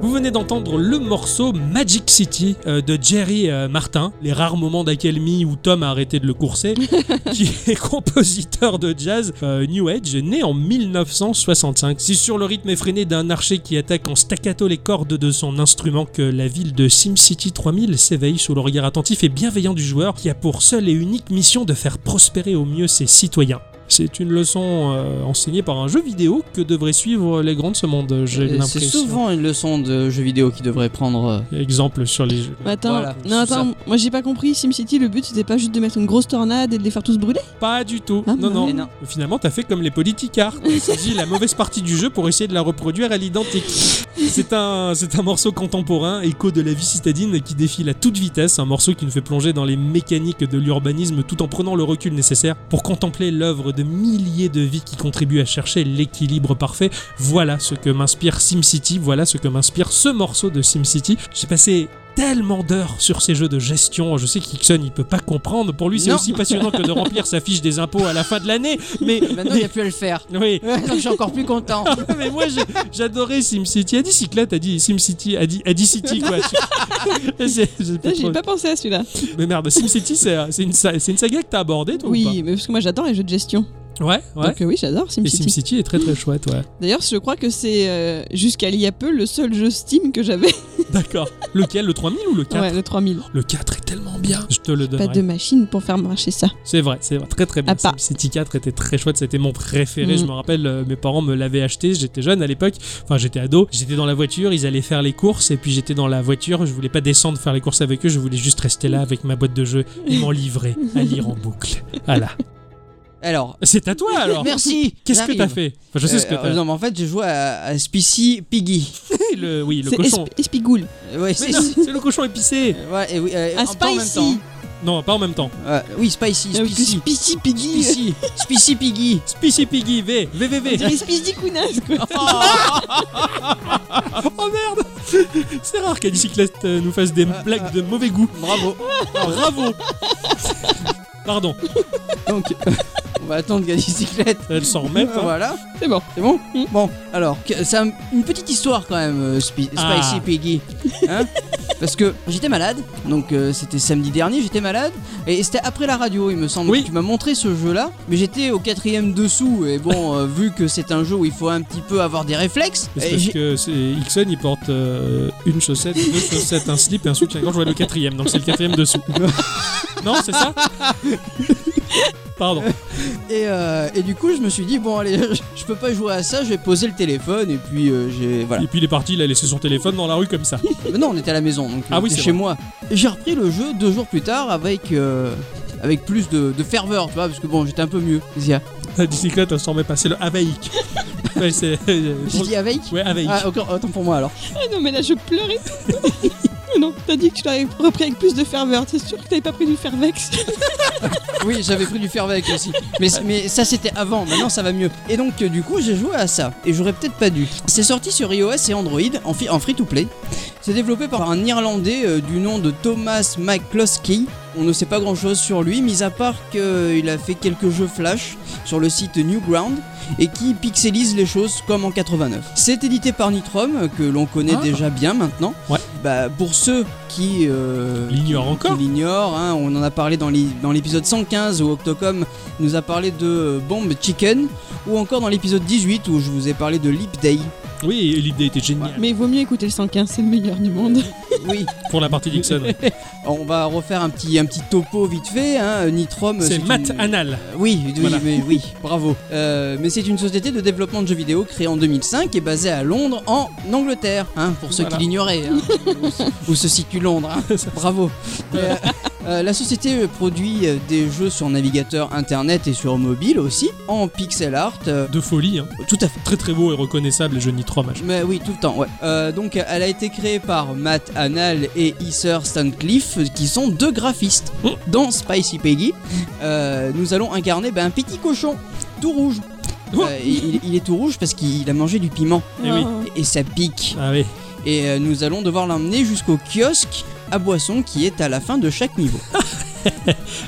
Speaker 1: Vous venez d'entendre le morceau Magic City euh, de Jerry euh, Martin, les rares moments d'accalmie où Tom a arrêté de le courser, qui est compositeur de jazz euh, New Age, né en 1965. C'est sur le rythme effréné d'un archer qui attaque en staccato les cordes de son instrument que la ville de SimCity 3000 s'éveille sous le regard attentif et bienveillant du joueur qui a pour seule et unique mission de faire prospérer au mieux ses citoyens. C'est une leçon euh, enseignée par un jeu vidéo que devraient suivre les grands de ce monde, j'ai
Speaker 3: Euh,
Speaker 1: l'impression.
Speaker 3: C'est souvent une leçon de jeu vidéo qui devrait prendre. euh,
Speaker 1: Exemple sur les jeux.
Speaker 2: Attends,
Speaker 3: Voilà,
Speaker 2: non,
Speaker 3: c'est
Speaker 2: attends, moi j'ai pas compris. SimCity, le but c'était pas juste de mettre une grosse tornade et de les faire tous brûler
Speaker 1: Pas du tout.
Speaker 2: Ah,
Speaker 1: non,
Speaker 2: mais
Speaker 1: non.
Speaker 3: mais non.
Speaker 1: Finalement, t'as fait comme les politicards. T'as saisi la mauvaise partie du jeu pour essayer de la reproduire à l'identique. C'est un, c'est un morceau contemporain, écho de la vie citadine qui défile à toute vitesse. Un morceau qui nous fait plonger dans les mécaniques de l'urbanisme tout en prenant le recul nécessaire pour contempler l'œuvre de milliers de vies qui contribuent à chercher l'équilibre parfait. Voilà ce que m'inspire SimCity. Voilà ce que m'inspire ce morceau de SimCity. J'ai passé tellement d'heures sur ces jeux de gestion. Je sais qu'Ixon, il peut pas comprendre. Pour lui, c'est
Speaker 3: Non.
Speaker 1: aussi passionnant
Speaker 2: [LAUGHS]
Speaker 1: que de remplir sa fiche des impôts à la fin de l'année. Mais,
Speaker 3: Maintenant, il n'y a plus à le faire.
Speaker 1: mais- oui.
Speaker 3: [LAUGHS] Ouais, donc je suis encore plus content.
Speaker 1: mais moi, j'ai- j'adorais SimCity. A dit Cyclette, a dit SimCity, a dit, a dit City,
Speaker 2: [LAUGHS]
Speaker 1: quoi. Tu- J'ai- j'ai pas
Speaker 2: Putain, J'y ai
Speaker 1: trop-
Speaker 2: Ah, pas pensé à celui-là.
Speaker 1: Mais merde, SimCity, c'est c'est une, sa- c'est une saga que t'as abordée, toi ou
Speaker 2: Oui, mais parce que moi j'adore les jeux de gestion.
Speaker 1: pas Ouais, ouais.
Speaker 2: Donc euh, oui, j'adore
Speaker 1: Et
Speaker 2: SimCity.
Speaker 1: SimCity est très très chouette, ouais.
Speaker 2: D'ailleurs, je crois que c'est euh, jusqu'à il y a peu le seul jeu Steam que j'avais.
Speaker 1: D'accord. Lequel Le 3000 ou le 4
Speaker 2: Ouais, le 3000.
Speaker 1: Le 4 est tellement bien. Je te le
Speaker 2: Pas
Speaker 1: donnerai.
Speaker 2: de machine pour faire marcher ça.
Speaker 1: C'est vrai, c'est vrai. Très très bien.
Speaker 2: À part.
Speaker 1: City 4 était très chouette, c'était mon préféré.
Speaker 2: Mm.
Speaker 1: Je me rappelle, euh, mes parents me l'avaient acheté, j'étais jeune à l'époque, enfin j'étais ado, j'étais dans la voiture, ils allaient faire les courses, et puis j'étais dans la voiture, je voulais pas descendre faire les courses avec eux, je voulais juste rester là avec ma boîte de jeu et m'en livrer à lire en boucle. Voilà.
Speaker 3: Alors,
Speaker 1: C'est à toi alors
Speaker 3: merci.
Speaker 1: Qu'est-ce que t'as
Speaker 3: j'arrive.
Speaker 1: fait Enfin, Je sais ce que
Speaker 3: Euh,
Speaker 1: t'as
Speaker 3: Non, mais en fait, j'ai joué à, à Spicy Piggy.
Speaker 1: fait. Le, oui, le
Speaker 2: C'est
Speaker 1: cochon.
Speaker 2: Esp- Espigoule.
Speaker 3: Euh, Ouais,
Speaker 1: Mais
Speaker 3: c'est.
Speaker 1: non, c'est le cochon épicé
Speaker 3: euh, ouais, et oui, euh,
Speaker 2: Ah,
Speaker 3: en- pas en même temps.
Speaker 2: Spicy.
Speaker 1: Non, pas en même temps.
Speaker 3: Euh, oui, Spicy,
Speaker 2: Euh,
Speaker 3: Spicy.
Speaker 2: Spicy Piggy.
Speaker 3: Spicy, Spicy Piggy.
Speaker 1: Spicy Piggy, V,
Speaker 2: [LAUGHS] On
Speaker 1: VVV.
Speaker 2: dirait Spicy Kounas,
Speaker 3: [LAUGHS]
Speaker 2: quoi.
Speaker 1: Oh merde C'est rare qu'Alice Cyclette euh, nous fasse des
Speaker 2: Ah,
Speaker 1: blagues de mauvais goût.
Speaker 3: Bravo.
Speaker 1: Bravo Pardon,
Speaker 3: Donc, on va attendre qu'elle bicyclette.
Speaker 1: elle s'en
Speaker 2: [LAUGHS]
Speaker 1: remet pas.
Speaker 3: Voilà,
Speaker 2: C'est bon.
Speaker 3: c'est bon
Speaker 2: Mm.
Speaker 3: Bon, alors, que- ça, une petite histoire quand même, euh, Spi-
Speaker 1: Ah.
Speaker 3: Spicy Piggy. Hein Parce que j'étais malade, donc euh, c'était samedi dernier, j'étais malade, et c'était après la radio, il me semble.
Speaker 1: Oui.
Speaker 3: que Tu m'as montré ce jeu-là, mais j'étais au quatrième dessous, et bon, euh, [LAUGHS] vu que c'est un jeu où il faut un petit peu avoir des réflexes,
Speaker 1: Mais C'est
Speaker 3: et
Speaker 1: parce
Speaker 3: j'ai-
Speaker 1: que c'est- Ixon il porte euh, une chaussette, deux chaussettes, un slip et un soutien-gorge. Je vois le quatrième, donc c'est le quatrième dessous.
Speaker 3: [LAUGHS]
Speaker 1: non, c'est ça Pardon.
Speaker 3: Et, euh, et du coup, je me suis dit, bon, allez, [LAUGHS] je, je peux pas jouer à ça, je vais poser le téléphone, et puis euh, j'ai. Voilà.
Speaker 1: Et puis il est parti, il a laissé son téléphone dans la rue comme ça.
Speaker 3: Mais non, on était à la maison, donc
Speaker 1: Ah
Speaker 3: euh,
Speaker 1: oui,
Speaker 3: c'était
Speaker 1: c'est
Speaker 3: chez
Speaker 1: vrai.
Speaker 3: moi. J'ai repris le jeu deux jours plus tard avec, euh, avec plus de, de ferveur, tu vois, parce que bon, j'étais un peu mieux. Zia.
Speaker 1: La bicyclette, elle s'en remet pas. C'est le Avaïk. Ouais, c'est. euh,
Speaker 3: J'ai dit avec
Speaker 1: Ouais, Avaïk.
Speaker 3: Ah, ok, autant
Speaker 1: [LAUGHS]
Speaker 3: pour moi alors.
Speaker 2: Ah non, mais là, je pleurais [LAUGHS] tout le temps. Non, t'as dit que tu l'avais repris avec plus de ferveur. C'est sûr que t'avais pas pris du fervex.
Speaker 3: Oui, j'avais pris du fervec aussi. Mais, mais ça, c'était avant, maintenant ça va mieux. Et donc, euh, du coup, j'ai joué à ça. Et j'aurais peut-être pas dû. C'est sorti sur iOS et Android en, fi- en free to play. C'est développé par un Irlandais euh, du nom de Thomas McCloskey. On ne sait pas grand chose sur lui, mis à part qu'il a fait quelques jeux flash sur le site Newground et qui pixelise les choses comme en 89. C'est édité par Nitrom, euh, que l'on connaît
Speaker 1: Ah.
Speaker 3: déjà bien maintenant.
Speaker 1: Ouais.
Speaker 3: Bah, pour ceux qui. euh,
Speaker 1: L'ignorent encore.
Speaker 3: qui l'ignorent, hein. on en a parlé dans l'é- dans l'épisode 115 où Octocom nous a parlé de euh, Bomb Chicken, ou encore dans l'épisode 18 où je vous ai parlé de Leap
Speaker 1: [LAUGHS]
Speaker 3: Day.
Speaker 1: Oui, l'idée était géniale.
Speaker 2: Mais il vaut mieux écouter le 115, c'est le meilleur du monde.
Speaker 3: Oui,
Speaker 1: Pour la partie d'Ixon.
Speaker 3: Bah, on va refaire un petit, un petit topo vite fait. Hein. Nitrom,
Speaker 1: C'est Matt
Speaker 3: une-
Speaker 1: Anal.
Speaker 3: Oui, oui,
Speaker 1: Voilà.
Speaker 3: mais
Speaker 1: [LAUGHS]
Speaker 3: oui, bravo. Euh, mais c'est une société de développement de jeux vidéo créée en 2005 et basée à Londres, en Angleterre, hein, pour ceux
Speaker 1: Voilà.
Speaker 3: qui l'ignoraient,
Speaker 1: [LAUGHS]
Speaker 3: hein, où, se- où se situe Londres. hein. Bravo. Euh, euh, la société produit euh, des jeux sur navigateur internet et sur mobile aussi, en pixel art. euh,
Speaker 1: De folie, hein.
Speaker 3: tout à fait.
Speaker 1: Très très beau et reconnaissable, les jeux Nitro, machin.
Speaker 3: Mais oui, tout le temps, ouais. Euh, donc, elle a été créée par Matt Anal et Isser Stancliffe, qui sont deux graphistes.
Speaker 1: Oh.
Speaker 3: Dans Spicy Peggy, euh, nous allons incarner ben, un petit cochon, tout rouge.
Speaker 1: Oh.
Speaker 3: Euh, il, il est tout rouge parce qu'il a mangé du piment
Speaker 1: Eh oui.
Speaker 2: Oh.
Speaker 3: et ça pique.
Speaker 1: Ah oui. [LAUGHS] [LAUGHS]
Speaker 3: Et euh, nous allons devoir l'emmener jusqu'au kiosque à boisson qui est à la fin de chaque niveau.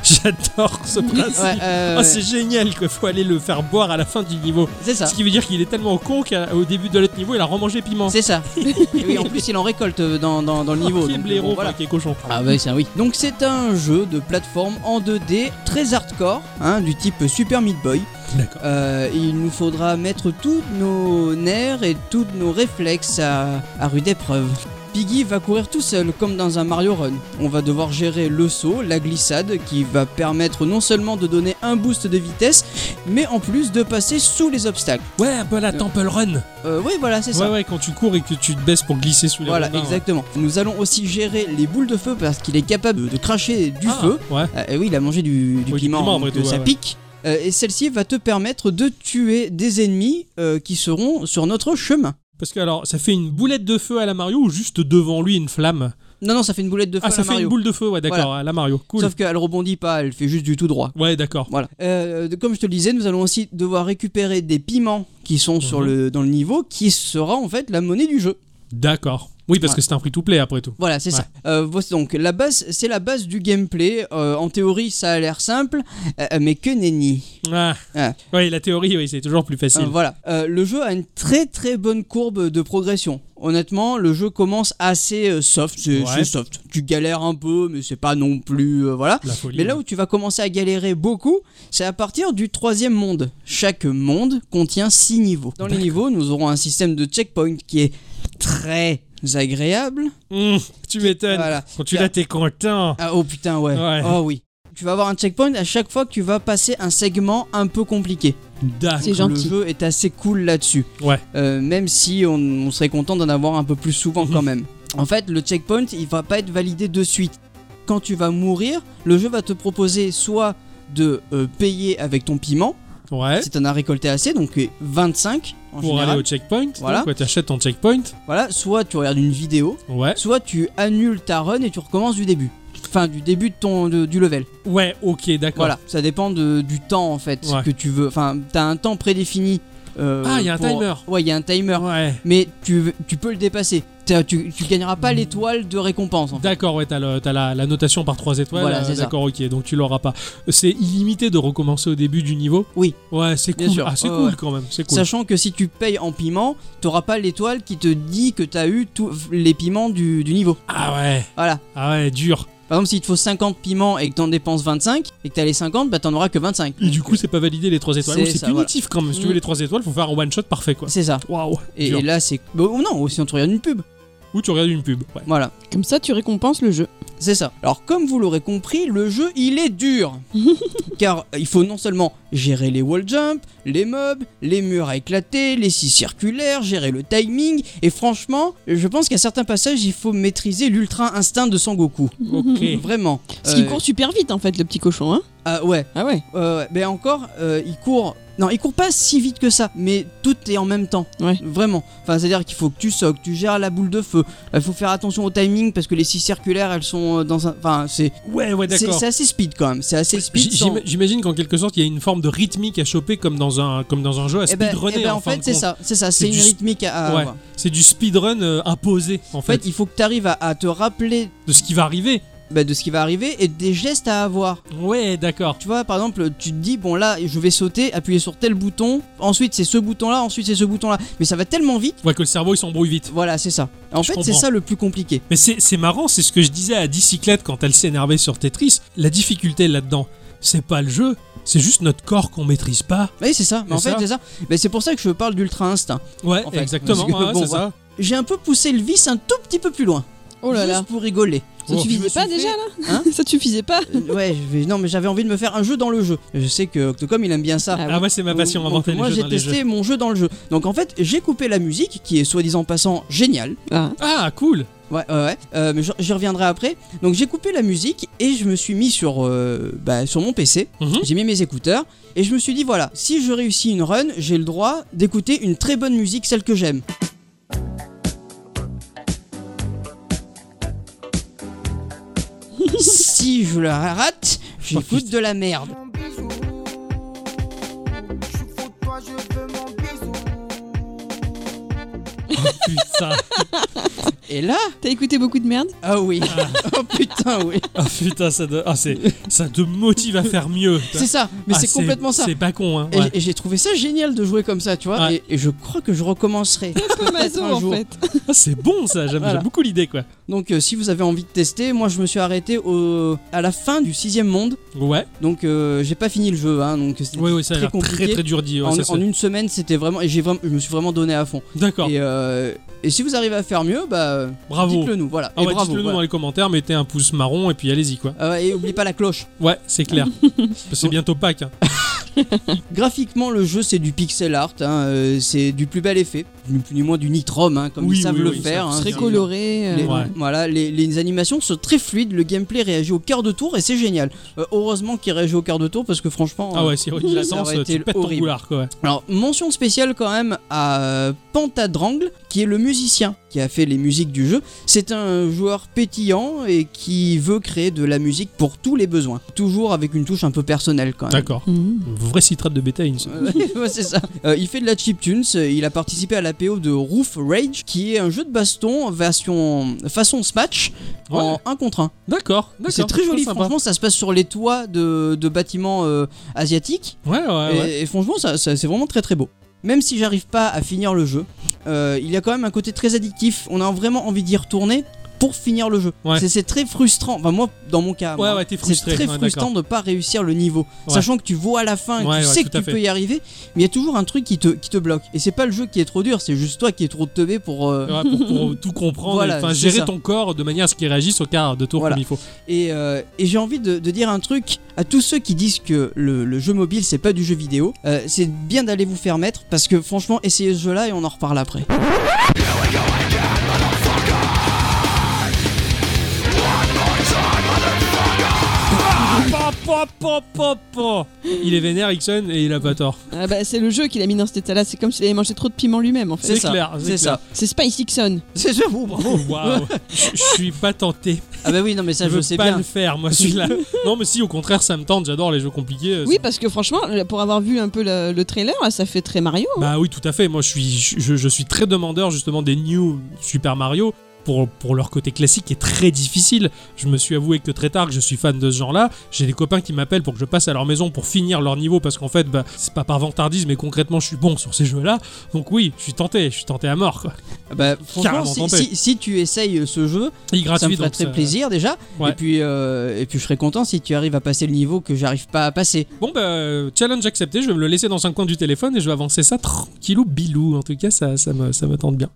Speaker 1: J'adore ce principe.
Speaker 3: Ouais, euh,
Speaker 1: Ah,
Speaker 3: ouais.
Speaker 1: c'est génial que faut aller le faire boire à la fin du niveau.
Speaker 3: C'est ça.
Speaker 1: Ce qui veut dire qu'il est tellement con qu'au début de l'autre niveau, il a remangé piment. [LAUGHS]
Speaker 3: C'est ça. Et oui, en plus, il en récolte euh, dans, dans, dans le niveau.
Speaker 1: Qui est
Speaker 3: donc, euh,
Speaker 1: blaireau,
Speaker 3: bon, voilà.
Speaker 1: enfin, qui est cochon.
Speaker 3: Ah bah ça oui. Donc c'est un jeu de plateforme en 2D très hardcore, hein, du type Super Meat Boy.
Speaker 1: D'accord.
Speaker 3: Euh, il nous faudra mettre tous nos nerfs et tous nos réflexes à, à rude épreuve. Piggy va courir tout seul, comme dans un Mario Run. On va devoir gérer le saut, la glissade, qui va permettre non seulement de donner un boost de vitesse, mais en plus de passer sous les obstacles.
Speaker 1: Ouais, un peu la Temple Run.
Speaker 3: Euh, oui, voilà, c'est ça.
Speaker 1: Ouais, ouais, quand tu cours et que tu te baisses pour glisser sous les
Speaker 3: Voilà,
Speaker 1: rondins, hein. ouais.
Speaker 3: exactement. Nous allons aussi gérer les boules de feu parce qu'il est capable de, de cracher du
Speaker 1: Ah,
Speaker 3: feu.
Speaker 1: Ouais.
Speaker 3: Euh, et oui, il a mangé du, du
Speaker 1: Oui, du
Speaker 3: piment,
Speaker 1: piment,
Speaker 3: donc,
Speaker 1: après tout,
Speaker 3: ça
Speaker 1: ouais, ouais.
Speaker 3: pique. Euh, et celle-ci va te permettre de tuer des ennemis euh, qui seront sur notre chemin.
Speaker 1: Parce que alors, ça fait une boulette de feu à la Mario ou juste devant lui une flamme
Speaker 3: Non, non, ça fait une boulette de feu
Speaker 1: Ah,
Speaker 3: à
Speaker 1: ça
Speaker 3: la
Speaker 1: fait
Speaker 3: Mario.
Speaker 1: une boule de feu, ouais, d'accord, à la Mario. Cool.
Speaker 3: Sauf qu'elle rebondit pas, elle fait juste du tout droit.
Speaker 1: Ouais, d'accord.
Speaker 3: Voilà. Euh, de- comme je te le disais, nous allons aussi devoir récupérer des piments qui sont sur
Speaker 1: Mhm.
Speaker 3: le, dans le niveau, qui sera en fait la monnaie du jeu.
Speaker 1: D'accord. Oui, parce
Speaker 3: Ouais.
Speaker 1: que c'est un free-to-play après tout.
Speaker 3: Voilà, c'est
Speaker 1: Ouais.
Speaker 3: ça. Euh, voici donc la base, c'est la base du gameplay. Euh, en théorie, ça a l'air simple, euh, mais que nenni.
Speaker 1: Ah.
Speaker 3: Ouais.
Speaker 1: Ouais, la théorie, oui, c'est toujours plus
Speaker 3: Euh,
Speaker 1: facile.
Speaker 3: voilà. Euh, le jeu a une très très bonne courbe de progression. Honnêtement, le jeu commence assez euh, soft, c'est
Speaker 1: Ouais.
Speaker 3: c'est soft. Tu galères un peu, mais c'est pas non plus euh, voilà.
Speaker 1: La folie.
Speaker 3: Mais là où tu vas commencer à galérer beaucoup, c'est à partir du troisième monde. Chaque monde contient six niveaux. Dans les niveaux, nous aurons un système de checkpoint qui est très agréable.
Speaker 1: Mmh, tu m'étonnes.
Speaker 3: Voilà.
Speaker 1: Quand tu l'as, t'es content.
Speaker 3: Ah, oh putain, ouais.
Speaker 1: Ouais.
Speaker 3: Oh oui. Tu vas avoir un checkpoint à chaque fois que tu vas passer un segment un peu compliqué.
Speaker 1: D'accord.
Speaker 2: C'est gentil.
Speaker 3: Le jeu est assez cool là-dessus.
Speaker 1: Ouais.
Speaker 3: Euh, même si on, on serait content d'en avoir un peu plus souvent
Speaker 1: Mhm.
Speaker 3: quand même. En fait, le checkpoint, il va pas être validé de suite. Quand tu vas mourir, le jeu va te proposer soit de euh, payer avec ton piment,
Speaker 1: Ouais.
Speaker 3: si t'en as récolté assez, donc euh, 25 en
Speaker 1: Pour
Speaker 3: général.
Speaker 1: aller au checkpoint.
Speaker 3: Voilà.
Speaker 1: donc, ouais, t'achètes ton checkpoint.
Speaker 3: Voilà, soit tu regardes une vidéo,
Speaker 1: Ouais.
Speaker 3: soit tu annules ta run et tu recommences du début. Enfin, du début de ton, de- du level.
Speaker 1: Ouais, ok, d'accord.
Speaker 3: Voilà, ça dépend de- du temps en fait
Speaker 1: Ouais.
Speaker 3: que tu veux. Enfin, t'as un temps prédéfini. euh,
Speaker 1: Ah, il y a un timer.
Speaker 3: Ouais, il y a un timer.
Speaker 1: Ouais.
Speaker 3: mais tu, tu peux le dépasser. T'as- Tu, tu gagneras
Speaker 1: Hmm.
Speaker 3: pas l'étoile de récompense. en fait.
Speaker 1: D'accord, ouais, t'as, le- t'as la, la notation par 3 étoiles.
Speaker 3: Voilà,
Speaker 1: euh,
Speaker 3: c'est ça.
Speaker 1: d'accord, ok, donc tu l'auras pas. C'est illimité de recommencer au début du niveau
Speaker 3: Oui.
Speaker 1: Ouais, c'est
Speaker 3: Bien
Speaker 1: cool.
Speaker 3: sûr.
Speaker 1: Ah, c'est
Speaker 3: Ouais,
Speaker 1: cool
Speaker 3: ouais.
Speaker 1: quand même, c'est cool.
Speaker 3: Sachant que si tu payes en piment, t'auras pas l'étoile qui te dit que t'as eu tous les piments du, du niveau.
Speaker 1: Ah ouais,
Speaker 3: Voilà.
Speaker 1: ah ouais, dur.
Speaker 3: Par exemple, s'il te faut 50 piments et que t'en dépenses 25 et que t'as les 50, bah t'en auras que 25.
Speaker 1: Et du coup, c'est pas validé les 3 étoiles.
Speaker 3: C'est
Speaker 1: Donc, C'est
Speaker 3: ça, voilà.
Speaker 1: punitif quand même. Si tu
Speaker 3: Mm.
Speaker 1: veux les 3 étoiles, faut faire un one shot parfait quoi.
Speaker 3: C'est ça.
Speaker 1: Waouh.
Speaker 3: Et,
Speaker 1: dur.
Speaker 3: et là, c'est. Bon, non, ou si on te regarde une pub.
Speaker 1: Ou tu regardes une pub. Ouais.
Speaker 3: Voilà.
Speaker 2: Comme ça, tu récompenses le jeu.
Speaker 3: C'est ça. Alors, comme vous l'aurez compris, le jeu, il
Speaker 2: [LAUGHS]
Speaker 3: est dur. Car euh, il faut non seulement gérer les wall jumps, les mobs, les murs à éclater, les scies circulaires, gérer le timing. Et franchement, je pense qu'à certains passages, il faut maîtriser l'ultra instinct de Sangoku.
Speaker 2: [LAUGHS]
Speaker 1: Ok.
Speaker 3: Vraiment.
Speaker 2: Parce qu'il
Speaker 3: Euh,
Speaker 2: court super vite en fait, le petit cochon. Hein
Speaker 3: Ah ouais.
Speaker 2: ah ouais
Speaker 3: Euh, ouais. mais encore, euh, il court. Non, il court pas si vite que ça, mais tout est en même temps.
Speaker 2: Ouais.
Speaker 3: Vraiment. Enfin, c'est-à-dire qu'il faut que tu soques, tu gères la boule de feu. Il faut faire attention au timing parce que les scies circulaires, elles sont euh, dans un. Enfin, c'est.
Speaker 1: Ouais, ouais,
Speaker 3: C'est
Speaker 1: d'accord.
Speaker 3: c'est assez speed quand même, c'est assez speed.
Speaker 1: J-
Speaker 3: sans-
Speaker 1: j'im- J'imagine qu'en quelque sorte, il y a une forme de rythmique à choper comme dans un, comme dans un jeu à
Speaker 3: Eh ben-
Speaker 1: speedrunner.
Speaker 3: eh ben, en
Speaker 1: fin
Speaker 3: fait,
Speaker 1: de
Speaker 3: c'est
Speaker 1: compte.
Speaker 3: ça, c'est ça,
Speaker 1: C'est
Speaker 3: c'est une
Speaker 1: du-
Speaker 3: rythmique à. à
Speaker 1: Ouais.
Speaker 3: avoir.
Speaker 1: C'est du speedrun euh, imposé, en
Speaker 3: En fait,
Speaker 1: fait,
Speaker 3: il faut que tu arrives à, à te rappeler
Speaker 1: de ce qui va arriver.
Speaker 3: bah, de ce qui va arriver et des gestes à avoir.
Speaker 1: Ouais, d'accord.
Speaker 3: Tu vois, par exemple, tu te dis, bon là, je vais sauter, appuyer sur tel bouton, ensuite c'est ce bouton-là, ensuite c'est ce bouton-là. Mais ça va tellement vite,
Speaker 1: Ouais, que le cerveau il s'embrouille vite.
Speaker 3: voilà, c'est ça. En
Speaker 1: Je
Speaker 3: fait, c'est
Speaker 1: comprends.
Speaker 3: ça le plus compliqué.
Speaker 1: Mais c'est c'est marrant, c'est ce que je disais à Dicyclette quand elle s'énervait sur Tetris. La difficulté là-dedans, c'est pas le jeu, c'est juste notre corps qu'on maîtrise pas.
Speaker 3: Oui, c'est ça, mais en
Speaker 1: C'est
Speaker 3: fait,
Speaker 1: ça.
Speaker 3: c'est ça. Mais c'est pour ça que je parle d'ultra instinct.
Speaker 1: Ouais,
Speaker 3: En fait,
Speaker 1: exactement,
Speaker 3: parce que
Speaker 1: ouais,
Speaker 3: bon,
Speaker 1: c'est
Speaker 3: voilà.
Speaker 1: ça.
Speaker 3: J'ai un peu poussé le vice un tout petit peu plus loin.
Speaker 2: Oh là là
Speaker 3: Juste pour rigoler.
Speaker 1: Oh,
Speaker 2: Ça
Speaker 1: je
Speaker 2: suffisait
Speaker 1: me
Speaker 2: pas
Speaker 1: suis
Speaker 2: déjà
Speaker 1: fait-
Speaker 2: là
Speaker 3: Hein
Speaker 2: Ça te suffisait pas
Speaker 3: Euh, ouais, je vais- non, mais j'avais envie de me faire un jeu dans le jeu. Je sais que Octocom, il aime bien ça.
Speaker 1: Ah, moi, c'est ma passion,
Speaker 3: Donc,
Speaker 1: inventer
Speaker 3: Moi
Speaker 1: les jeux
Speaker 3: j'ai
Speaker 1: dans les jeux.
Speaker 3: testé mon jeu dans le jeu. Donc en fait j'ai coupé la musique qui est soi-disant passant géniale.
Speaker 2: Ah.
Speaker 1: Ah, cool
Speaker 3: Ouais ouais ouais. Euh, mais j'y- j'y reviendrai après. Donc j'ai coupé la musique et je me suis mis sur euh, bah, sur mon PC. [LAUGHS]
Speaker 1: Mhm.
Speaker 3: J'ai mis mes écouteurs et je me suis dit voilà si je réussis une run j'ai le droit d'écouter une très bonne musique celle
Speaker 1: [LAUGHS]
Speaker 3: que j'aime. si je la rate j'écoute de la merde.
Speaker 5: mon bisou. Je suis fou de toi,
Speaker 1: Oh,
Speaker 5: je veux mon bisou.
Speaker 1: Putain
Speaker 3: Et là
Speaker 2: T'as écouté beaucoup de
Speaker 1: [LAUGHS]
Speaker 2: merde
Speaker 3: Ah oui. [LAUGHS] oh putain, oui.
Speaker 1: Ah putain, ça, te- ah, c'est- ça te motive à faire mieux.
Speaker 3: [LAUGHS] C'est ça. Mais
Speaker 1: Ah,
Speaker 3: c'est complètement ça.
Speaker 1: C'est pas con, hein.
Speaker 3: Et [LAUGHS]
Speaker 1: ouais.
Speaker 3: j'ai- Et j'ai trouvé ça génial de jouer comme ça, tu vois.
Speaker 1: Ouais.
Speaker 3: Et, et je crois que je recommencerai.
Speaker 1: [LAUGHS]
Speaker 2: Comme Mazo,
Speaker 3: un
Speaker 2: en
Speaker 3: jour.
Speaker 2: fait.
Speaker 1: Ah, c'est bon ça, j'aime
Speaker 3: Voilà.
Speaker 1: j'aime beaucoup l'idée quoi.
Speaker 3: Donc, euh, si vous avez envie de tester, moi je me suis arrêté au, à la fin du sixième monde.
Speaker 1: Ouais,
Speaker 3: Donc, euh, j'ai pas fini le jeu. Hein, donc, c'était
Speaker 1: ouais, ouais, ça a
Speaker 3: très
Speaker 1: l'air
Speaker 3: compliqué.
Speaker 1: très très dur dit. ouais,
Speaker 3: en,
Speaker 1: ça, c'est-
Speaker 3: en une semaine, c'était vraiment. Et j'ai vraiment, je me suis vraiment donné à fond.
Speaker 1: D'accord,
Speaker 3: Et, euh, et si vous arrivez à faire mieux, bah.
Speaker 1: bravo.
Speaker 3: Dites-le nous, voilà.
Speaker 1: Ah
Speaker 3: et
Speaker 1: ouais,
Speaker 3: bravo.
Speaker 1: dites-le nous dans
Speaker 3: voilà.
Speaker 1: les commentaires, mettez un pouce marron et puis allez-y quoi.
Speaker 3: Ah ouais, et oublie pas la cloche.
Speaker 1: Ouais, c'est
Speaker 3: [LAUGHS]
Speaker 1: clair. Parce que c'est bientôt Pâques. hein.
Speaker 3: Graphiquement, le jeu c'est du pixel art, hein, euh, c'est du plus bel effet, ni plus ni moins du Nitrom, hein, comme
Speaker 1: Oui,
Speaker 3: ils savent
Speaker 1: oui,
Speaker 3: le
Speaker 1: oui,
Speaker 3: faire.
Speaker 1: ça,
Speaker 3: hein,
Speaker 1: c'est
Speaker 2: Très
Speaker 1: bien.
Speaker 3: c'est-
Speaker 2: coloré. euh,
Speaker 3: les-
Speaker 1: Ouais.
Speaker 3: Voilà, les, les animations sont très fluides, le gameplay réagit au quart de tour et c'est génial. Euh, heureusement qu'il réagit au quart de tour parce que franchement,
Speaker 1: Ah
Speaker 3: euh,
Speaker 1: ouais, si on
Speaker 3: ça
Speaker 1: la
Speaker 3: aurait été
Speaker 1: tu pètes ton
Speaker 3: horrible.
Speaker 1: boulard quoi. ouais.
Speaker 3: Alors, mention spéciale quand même à euh, Pentadrangle, qui est le musicien qui a fait les musiques du jeu. C'est un joueur pétillant et qui veut créer de la musique pour tous les besoins. Toujours avec une touche un peu personnelle quand même.
Speaker 1: D'accord.
Speaker 2: Mhm.
Speaker 1: Vrai citrate de bétail. ça.
Speaker 3: [LAUGHS] Ouais, ouais, c'est ça. Euh, il fait de la chiptunes, euh, il a participé à la PO de Roof Rage, qui est un jeu de baston version façon Smash en
Speaker 1: Ouais.
Speaker 3: 1 contre 1.
Speaker 1: D'accord, d'accord.
Speaker 3: C'est très joli,
Speaker 1: sympa.
Speaker 3: franchement, ça se passe sur les toits de, de bâtiments euh, asiatiques.
Speaker 1: Ouais, ouais, ouais.
Speaker 3: et, et franchement, ça, ça- c'est vraiment très très beau. Même si j'arrive pas à finir le jeu, euh, il y a quand même un côté très addictif. On a vraiment envie d'y retourner pour finir le jeu.
Speaker 1: Ouais.
Speaker 3: C'est- C'est très frustrant. Enfin, moi, dans mon cas,
Speaker 1: Ouais,
Speaker 3: moi,
Speaker 1: ouais, t'es
Speaker 3: c'est
Speaker 1: frustré.
Speaker 3: très
Speaker 1: ouais,
Speaker 3: frustrant de pas réussir le niveau.
Speaker 1: Ouais.
Speaker 3: Sachant que tu vois à la fin, et
Speaker 1: Ouais,
Speaker 3: tu
Speaker 1: ouais,
Speaker 3: sais
Speaker 1: tout
Speaker 3: que
Speaker 1: à
Speaker 3: tu
Speaker 1: fait.
Speaker 3: peux y arriver, mais il y a toujours un truc qui te, qui te bloque. Et c'est pas le jeu qui est trop dur, c'est juste toi qui es trop teubé pour. euh,
Speaker 1: d'accord. Ouais, pour, pour tout comprendre,
Speaker 3: Voilà,
Speaker 1: et, enfin,
Speaker 3: c'est
Speaker 1: gérer
Speaker 3: ça.
Speaker 1: ton corps de manière à ce qu'il réagisse au quart de tour
Speaker 3: Voilà.
Speaker 1: comme il faut. [LAUGHS]
Speaker 3: Et, euh, et j'ai envie de, de dire un truc à tous ceux qui disent que le, le jeu mobile c'est pas du jeu vidéo. Euh, c'est bien d'aller vous faire mettre parce que franchement, essayez ce jeu là et on en reparle après.
Speaker 1: Pa, pa, pa, pa, pa. Il est vénère, Ixon, et il a pas tort.
Speaker 2: Ah bah, c'est le jeu qui l'a mis dans cet état-là. C'est comme s'il avait mangé trop de piment lui-même, en fait.
Speaker 1: C'est clair, c'est
Speaker 3: Ah, c'est
Speaker 1: clair.
Speaker 3: ça.
Speaker 2: C'est Spice Dixon.
Speaker 3: C'est ça, vous, bravo.
Speaker 1: Bravo, waouh. Je je suis pas tenté.
Speaker 3: Ah bah oui, non mais ça
Speaker 1: je
Speaker 3: je,
Speaker 1: veux
Speaker 3: sais
Speaker 1: pas
Speaker 3: bien.
Speaker 1: le faire, moi,
Speaker 3: [LAUGHS]
Speaker 1: celui-là. non, mais si, au contraire, ça me tente. J'adore les jeux compliqués. euh,
Speaker 2: Oui, parce que franchement, pour avoir vu un peu le, le trailer, ça fait très Mario.
Speaker 1: Bah oui, tout à fait. Moi, je suis, je, je suis très demandeur justement des New Super Mario pour, pour leur côté classique qui est très difficile. Je me suis avoué que très tard que je suis fan de ce genre-là. J'ai des copains qui m'appellent pour que je passe à leur maison pour finir leur niveau parce qu'en fait, bah, c'est pas par vantardise, mais concrètement, je suis bon sur ces jeux-là. Donc oui, je suis tenté, je suis tenté à mort. Quoi.
Speaker 3: Ah Bah,
Speaker 1: Carrément
Speaker 3: franchement,
Speaker 1: tenté.
Speaker 3: si, si- si tu essayes euh, ce jeu,
Speaker 1: Il est gratuit,
Speaker 3: ça me ferait
Speaker 1: donc
Speaker 3: très plaisir déjà.
Speaker 1: Ouais.
Speaker 3: Et puis euh, et puis je serais content si tu arrives à passer le niveau que j'arrive pas à passer.
Speaker 1: Bon bah euh, challenge accepté. Je vais me le laisser dans un coin du téléphone et je vais avancer ça tranquillou bilou. En tout cas, ça, ça me, ça me tente bien.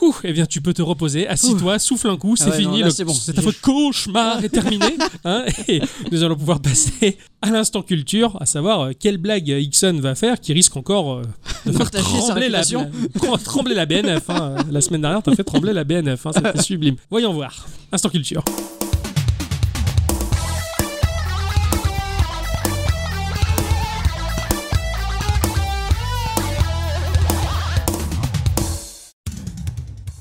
Speaker 1: Ouh, eh bien, tu peux te reposer, assis-toi, souffle un coup, c'est
Speaker 3: Ah ouais, non,
Speaker 1: fini.
Speaker 3: là,
Speaker 1: le-
Speaker 3: c'est bon.
Speaker 1: Cet affreux cauchemar est
Speaker 3: [LAUGHS]
Speaker 1: terminé. hein, et nous allons pouvoir passer à l'instant culture, à savoir euh, quelle blague euh, Ixon va faire qui risque encore euh, de faire
Speaker 3: D'entacher sa
Speaker 1: trembler la,
Speaker 3: réputation.
Speaker 1: [LAUGHS] la- trembler la BNF. hein. La semaine dernière, t'as fait trembler la BNF. hein,
Speaker 3: [LAUGHS]
Speaker 1: C'était sublime. Voyons voir. Instant culture.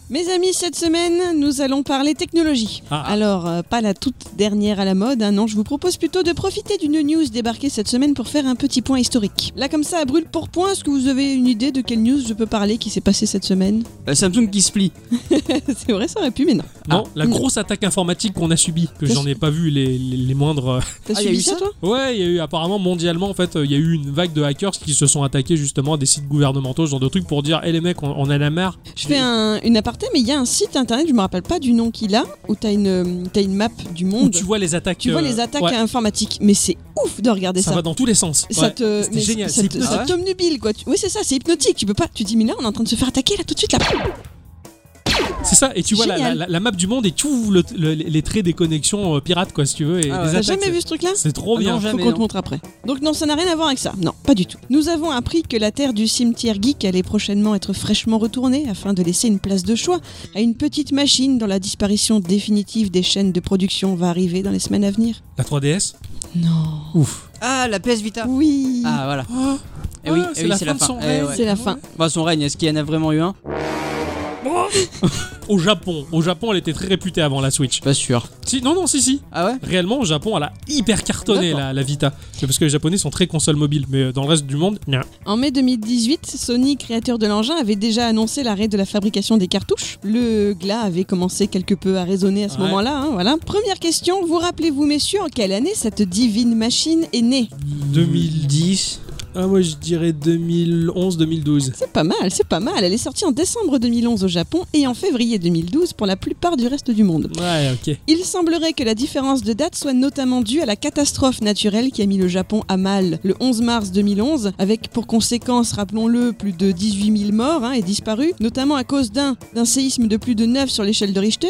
Speaker 2: Mes amis, cette semaine, nous allons parler technologie.
Speaker 1: Ah.
Speaker 2: Alors, euh, pas la toute dernière à la mode, hein, non, je vous propose plutôt de profiter d'une news débarquée cette semaine pour faire un petit point historique. Là, comme ça, à brûle pour point, est-ce que vous avez une idée de quelle news je peux parler qui s'est passée cette semaine [LAUGHS]
Speaker 3: Euh, Samsung qui se plie.
Speaker 2: C'est vrai, ça aurait pu, mais non.
Speaker 3: Ah.
Speaker 1: Non, la
Speaker 2: Mm.
Speaker 1: grosse attaque informatique qu'on a subie, que
Speaker 2: Qu'est-ce-
Speaker 1: j'en ai pas vu les, les- les moindres. euh,
Speaker 2: T'as
Speaker 3: Ah, y a
Speaker 2: subi
Speaker 3: eu
Speaker 2: ça,
Speaker 3: ça
Speaker 2: toi
Speaker 1: Ouais, il y a eu apparemment mondialement en fait, euh, il y a eu une vague de hackers qui se sont attaqués justement à des sites gouvernementaux, ce genre de trucs pour dire, hé les mecs, on, on en a marre.
Speaker 2: Je fais un, une aparté, mais il y a un site internet, je me rappelle pas du nom qu'il a, où t'as une, euh, t'as une map du
Speaker 1: Où
Speaker 2: monde.
Speaker 1: tu vois les attaques.
Speaker 2: Tu vois
Speaker 1: euh,
Speaker 2: les attaques
Speaker 1: ouais,
Speaker 2: informatiques, mais c'est ouf de regarder
Speaker 1: ça,
Speaker 2: ça.
Speaker 1: va dans tous les sens.
Speaker 2: ça
Speaker 1: Ouais.
Speaker 2: te
Speaker 1: c'était
Speaker 2: mais
Speaker 1: génial,
Speaker 2: ça
Speaker 1: c'est
Speaker 2: te-
Speaker 1: hypnotique.
Speaker 2: ça t'omnubile, quoi Tu- oui c'est ça c'est hypnotique tu peux pas tu te dis mais là on est en train de se faire attaquer là tout de suite là
Speaker 1: C'est ça, et tu vois la,
Speaker 2: Génial.
Speaker 1: la- la map du monde et tout le- le- les traits des connexions euh, pirates, quoi, si tu veux. Et des
Speaker 3: Ah ouais.
Speaker 2: t'as
Speaker 1: attaques,
Speaker 2: jamais
Speaker 1: c'est-
Speaker 2: vu ce truc là
Speaker 1: C'est trop
Speaker 3: Ah
Speaker 1: bien.
Speaker 3: non,
Speaker 2: faut
Speaker 3: jamais,
Speaker 2: qu'on
Speaker 3: non.
Speaker 2: te montre après donc non ça n'a rien à voir avec ça non pas du tout nous avons appris que la terre du cimetière geek allait prochainement être fraîchement retournée afin de laisser une place de choix à une petite machine dont la disparition définitive des chaînes de production va arriver dans les semaines à venir
Speaker 1: La 3DS
Speaker 2: non
Speaker 1: Ouf.
Speaker 3: Ah, la PS Vita.
Speaker 2: oui
Speaker 3: Ah voilà.
Speaker 1: Ah,
Speaker 3: Eh oui,
Speaker 1: ah,
Speaker 3: eh
Speaker 1: c'est
Speaker 3: oui,
Speaker 1: la
Speaker 3: c'est
Speaker 1: fin
Speaker 3: la
Speaker 1: de
Speaker 3: fin.
Speaker 1: son
Speaker 3: Eh
Speaker 1: rêve.
Speaker 3: ouais.
Speaker 2: c'est la fin
Speaker 3: Enfin, son règne, est-ce qu'il y en a vraiment eu un
Speaker 1: Oh, Au Japon. Au Japon, elle était très réputée avant la Switch.
Speaker 3: Pas sûr.
Speaker 1: Si, non, non, si, si.
Speaker 3: Ah ouais
Speaker 1: Réellement, au Japon, elle a hyper cartonné
Speaker 3: D'accord.
Speaker 1: la, la Vita. C'est parce que les Japonais sont très consoles mobiles, mais euh, dans le reste du monde, non.
Speaker 2: En mai 2018, Sony, créateur de l'engin, avait déjà annoncé l'arrêt de la fabrication des cartouches. Le glas avait commencé quelque peu à résonner à ce
Speaker 1: Ouais.
Speaker 2: moment-là. hein, voilà. Première question, vous rappelez-vous, messieurs, en quelle année cette divine machine est née
Speaker 1: 2010. Ah, moi je dirais 2011, 2012.
Speaker 2: C'est pas mal, c'est pas mal. Elle est sortie en décembre 2011 au Japon et en février 2012 pour la plupart du reste du monde.
Speaker 1: Ouais, ok.
Speaker 2: Il semblerait que la différence de date soit notamment due à la catastrophe naturelle qui a mis le Japon à mal le 11 mars 2011, avec pour conséquence, rappelons-le, plus de 18 000 morts hein, et disparus, notamment à cause d'un d'un séisme de plus de 9 sur l'échelle de Richter,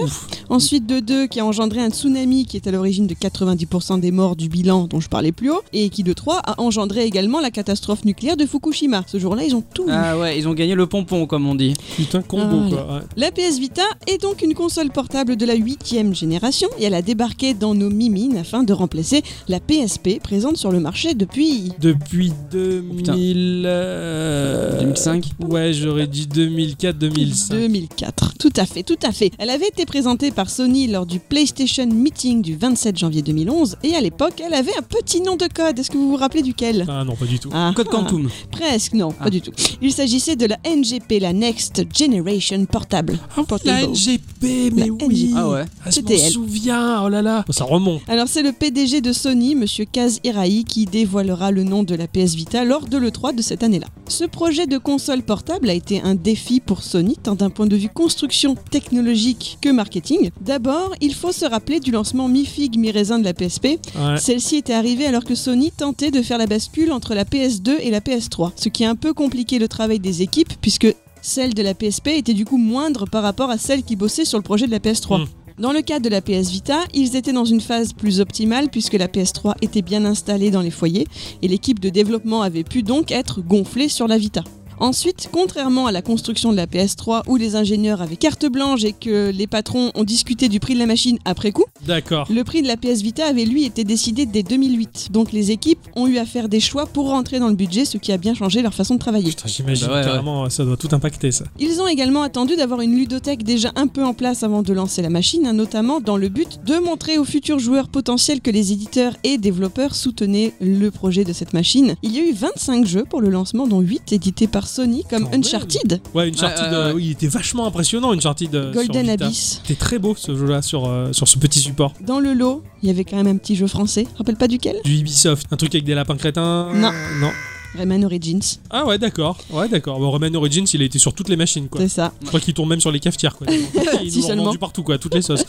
Speaker 2: ensuite de deux qui a engendré un tsunami qui est à l'origine de 90% des morts du bilan dont je parlais plus haut, et qui de 3 a engendré également la catastrophe nucléaire de Fukushima. Ce jour-là, ils ont tout eu.
Speaker 3: Ah ouais, ils ont gagné le pompon, comme on dit.
Speaker 1: Putain, combo
Speaker 2: Ah,
Speaker 1: quoi. ouais.
Speaker 2: La PS Vita est donc une console portable de la huitième génération et elle a débarqué dans nos mimines afin de remplacer la PSP présente sur le marché depuis.
Speaker 1: Depuis
Speaker 3: putain.
Speaker 1: 2000. euh,
Speaker 3: 2005
Speaker 1: Ouais, j'aurais dit 2004, 2005.
Speaker 2: 2004. Tout à fait, tout à fait. Elle avait été présentée par Sony lors du PlayStation Meeting du 27 janvier 2011 et à l'époque, elle avait un petit nom de code. Est-ce que vous vous rappelez duquel
Speaker 1: Ah non, pas du tout.
Speaker 2: Ah,
Speaker 3: Code
Speaker 2: ah.
Speaker 3: Quantum.
Speaker 2: Presque, non,
Speaker 3: Ah.
Speaker 2: pas du tout. Il s'agissait de la NGP, la Next Generation Portable.
Speaker 1: Ah, la
Speaker 2: Portable.
Speaker 1: NGP, mais
Speaker 2: La
Speaker 1: oui.
Speaker 2: NGP.
Speaker 3: Ah ouais.
Speaker 1: Ah, je
Speaker 2: C'était
Speaker 1: m'en
Speaker 2: elle.
Speaker 1: souviens, oh là là. Ça remonte.
Speaker 2: Alors c'est le PDG de Sony, Monsieur Kaz Hirai, qui dévoilera le nom de la PS Vita lors de l'E3 de cette année-là. Ce projet de console portable a été un défi pour Sony, tant d'un point de vue construction technologique que marketing. D'abord, il faut se rappeler du lancement mi-figue, mi-raisin de la PSP.
Speaker 1: Ouais.
Speaker 2: Celle-ci était arrivée alors que Sony tentait de faire la bascule entre la PS2 et la PS3, ce qui a un peu compliqué le travail des équipes, puisque celle de la PSP était du coup moindre par rapport à celle qui bossait sur le projet de la PS3.
Speaker 1: Mm.
Speaker 2: Dans le cas de la PS Vita, ils étaient dans une phase plus optimale puisque la PS3 était bien installée dans les foyers et l'équipe de développement avait pu donc être gonflée sur la Vita. Ensuite, contrairement à la construction de la PS3 où les ingénieurs avaient carte blanche et que les patrons ont discuté du prix de la machine après coup,
Speaker 1: D'accord.
Speaker 2: le prix de la PS Vita avait lui été décidé dès 2008. Donc les équipes ont eu à faire des choix pour rentrer dans le budget, ce qui a bien changé leur façon de travailler.
Speaker 1: Putain, j'imagine
Speaker 3: Bah ouais, ouais.
Speaker 1: carrément, ça doit tout impacter ça.
Speaker 2: Ils ont également attendu d'avoir une ludothèque déjà un peu en place avant de lancer la machine, hein, notamment dans le but de montrer aux futurs joueurs potentiels que les éditeurs et développeurs soutenaient le projet de cette machine. Il y a eu 25 jeux pour le lancement, dont 8 édités par Sony comme
Speaker 1: Quand même.
Speaker 2: Uncharted,
Speaker 1: Ouais, une sortie
Speaker 3: ouais,
Speaker 1: de.
Speaker 3: ouais.
Speaker 1: Oui, il était vachement impressionnant, une sortie de.
Speaker 2: Golden
Speaker 1: Euh, sur Vita.
Speaker 2: Abyss.
Speaker 1: C'était très beau ce jeu-là sur, euh, sur ce petit support.
Speaker 2: Dans le lot, il y avait quand même un petit jeu français, rappelle pas duquel
Speaker 1: Du Ubisoft, un truc avec des lapins crétins.
Speaker 2: Non.
Speaker 1: Non.
Speaker 2: Rayman Origins,
Speaker 1: Ah ouais, d'accord. Ouais, d'accord. Bon, Roman Origins, il a été sur toutes les machines quoi.
Speaker 2: c'est ça.
Speaker 1: [LAUGHS] Je crois qu'il tourne même sur les cafetières
Speaker 2: [LAUGHS]
Speaker 1: quoi. Il
Speaker 2: Si
Speaker 1: nous l'a
Speaker 2: seulement.
Speaker 1: vendu partout quoi, toutes les sauces.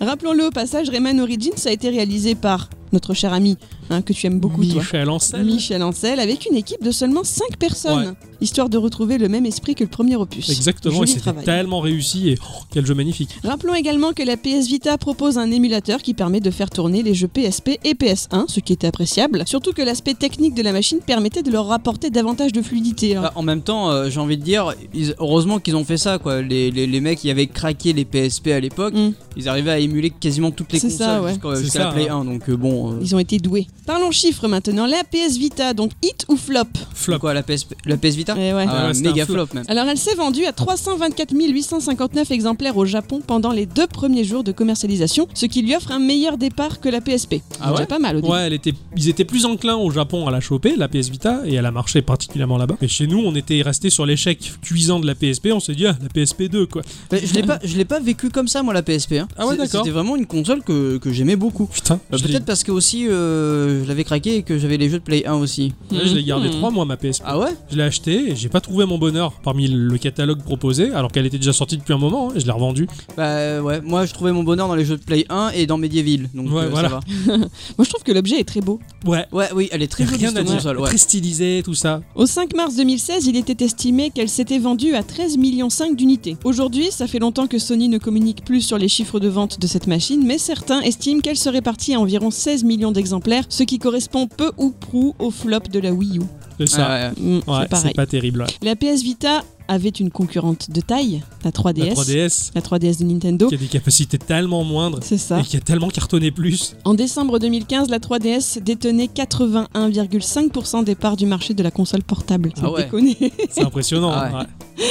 Speaker 2: Rappelons-le au passage, Rayman Origins a été réalisé par notre cher ami, hein, que tu aimes [LAUGHS] beaucoup toi.
Speaker 1: Michel Ancel.
Speaker 2: Michel Ancel, avec une équipe de seulement 5 personnes, histoire de retrouver le même esprit que le premier opus.
Speaker 1: Exactement, et
Speaker 2: Joli
Speaker 1: c'était
Speaker 2: travail.
Speaker 1: tellement réussi et oh, quel jeu magnifique.
Speaker 2: Rappelons également que la PS Vita propose un émulateur qui permet de faire tourner les jeux PSP et PS1, ce qui était appréciable, surtout que l'aspect technique de la machine permettait de leur rapporter davantage de fluidité.
Speaker 1: Ah.
Speaker 2: hein. Alors,
Speaker 3: Bah, en même temps, euh, j'ai envie de dire, ils- heureusement qu'ils ont fait ça, quoi. Les, les, les mecs qui avaient craqué les PSP à
Speaker 1: Ah.
Speaker 3: l'époque,
Speaker 2: Mm.
Speaker 3: ils arrivaient à émuler quasiment toutes les
Speaker 2: C'est
Speaker 3: consoles
Speaker 2: ça, ouais.
Speaker 3: jusqu'à
Speaker 1: C'est
Speaker 3: jusqu'à la
Speaker 1: ça,
Speaker 3: Play
Speaker 1: hein.
Speaker 3: 1. Donc euh, bon, euh,
Speaker 2: ils ont été doués. Parlons chiffres maintenant. La PS Vita, donc hit ou flop
Speaker 1: Flop.
Speaker 3: quoi, la PSP, la PS Vita,
Speaker 2: Eh ouais.
Speaker 3: Ah,
Speaker 1: ouais, c'était
Speaker 3: méga
Speaker 1: un
Speaker 3: flop même.
Speaker 2: Alors elle s'est vendue à 324 859 exemplaires au Japon pendant les deux premiers jours de commercialisation, ce qui lui offre un meilleur départ que la PSP.
Speaker 3: Ah
Speaker 2: C'est
Speaker 3: ouais
Speaker 2: déjà pas mal au début.
Speaker 1: Ouais, elle était, ils étaient plus enclins au Japon à la choper, la PS Vita, et elle a marché particulièrement là-bas. Mais chez nous, on était resté sur l'échec cuisant de la PSP, on s'est dit, ah, la PSP 2, quoi.
Speaker 3: Bah, je l'ai pas, je l'ai pas vécu comme ça moi la PSP. hein.
Speaker 1: Ah ouais,
Speaker 3: C'est-
Speaker 1: d'accord.
Speaker 3: C'était vraiment une console que, que j'aimais beaucoup.
Speaker 1: Putain,
Speaker 3: Bah,
Speaker 1: je l'ai-
Speaker 3: Peut-être parce que aussi euh, je l'avais craqué et que j'avais les jeux de Play 1 aussi.
Speaker 1: là, je l'ai gardé
Speaker 2: Mhm.
Speaker 1: trois mois, ma PSP.
Speaker 3: Ah ouais
Speaker 1: Je l'ai acheté et j'ai pas trouvé mon bonheur parmi le catalogue proposé, alors qu'elle était déjà sortie depuis un moment, hein, et je l'ai revendue.
Speaker 3: Bah euh, ouais, moi je trouvais mon bonheur dans les jeux de Play 1 et dans Medieval. Donc
Speaker 1: Ouais,
Speaker 3: euh,
Speaker 1: voilà.
Speaker 3: ça va.
Speaker 2: Moi je trouve que l'objet est très beau.
Speaker 1: Ouais,
Speaker 3: Ouais, oui, elle est très jolie
Speaker 1: rien à
Speaker 3: cette
Speaker 1: dire.
Speaker 3: console. Ouais.
Speaker 1: Très stylisée, tout ça.
Speaker 2: Au 5 mars 2016, il était estimé qu'elle s'était vendue à 13 millions d'unités. Aujourd'hui, ça fait longtemps que Sony ne communique plus sur les chiffres de vente de cette machine, mais certains estiment qu'elle serait partie à environ 16 millions d'exemplaires, ce qui correspond peu ou prou au flop de la Wii U.
Speaker 1: C'est ça.
Speaker 3: Ah ouais.
Speaker 2: Mm,
Speaker 1: ouais,
Speaker 2: c'est pareil.
Speaker 1: c'est pas terrible. ouais.
Speaker 2: La PS Vita avait une concurrente de taille, la 3DS.
Speaker 1: La 3DS,
Speaker 2: la 3DS de Nintendo.
Speaker 1: qui a des capacités tellement moindres
Speaker 2: C'est ça.
Speaker 1: et qui a tellement cartonné plus.
Speaker 2: En décembre 2015, la 3DS détenait 81,5% des parts du marché de la console portable. Sans
Speaker 3: Ah ouais.
Speaker 2: déconner. [LAUGHS]
Speaker 1: C'est impressionnant.
Speaker 3: Ah ouais.
Speaker 1: ouais.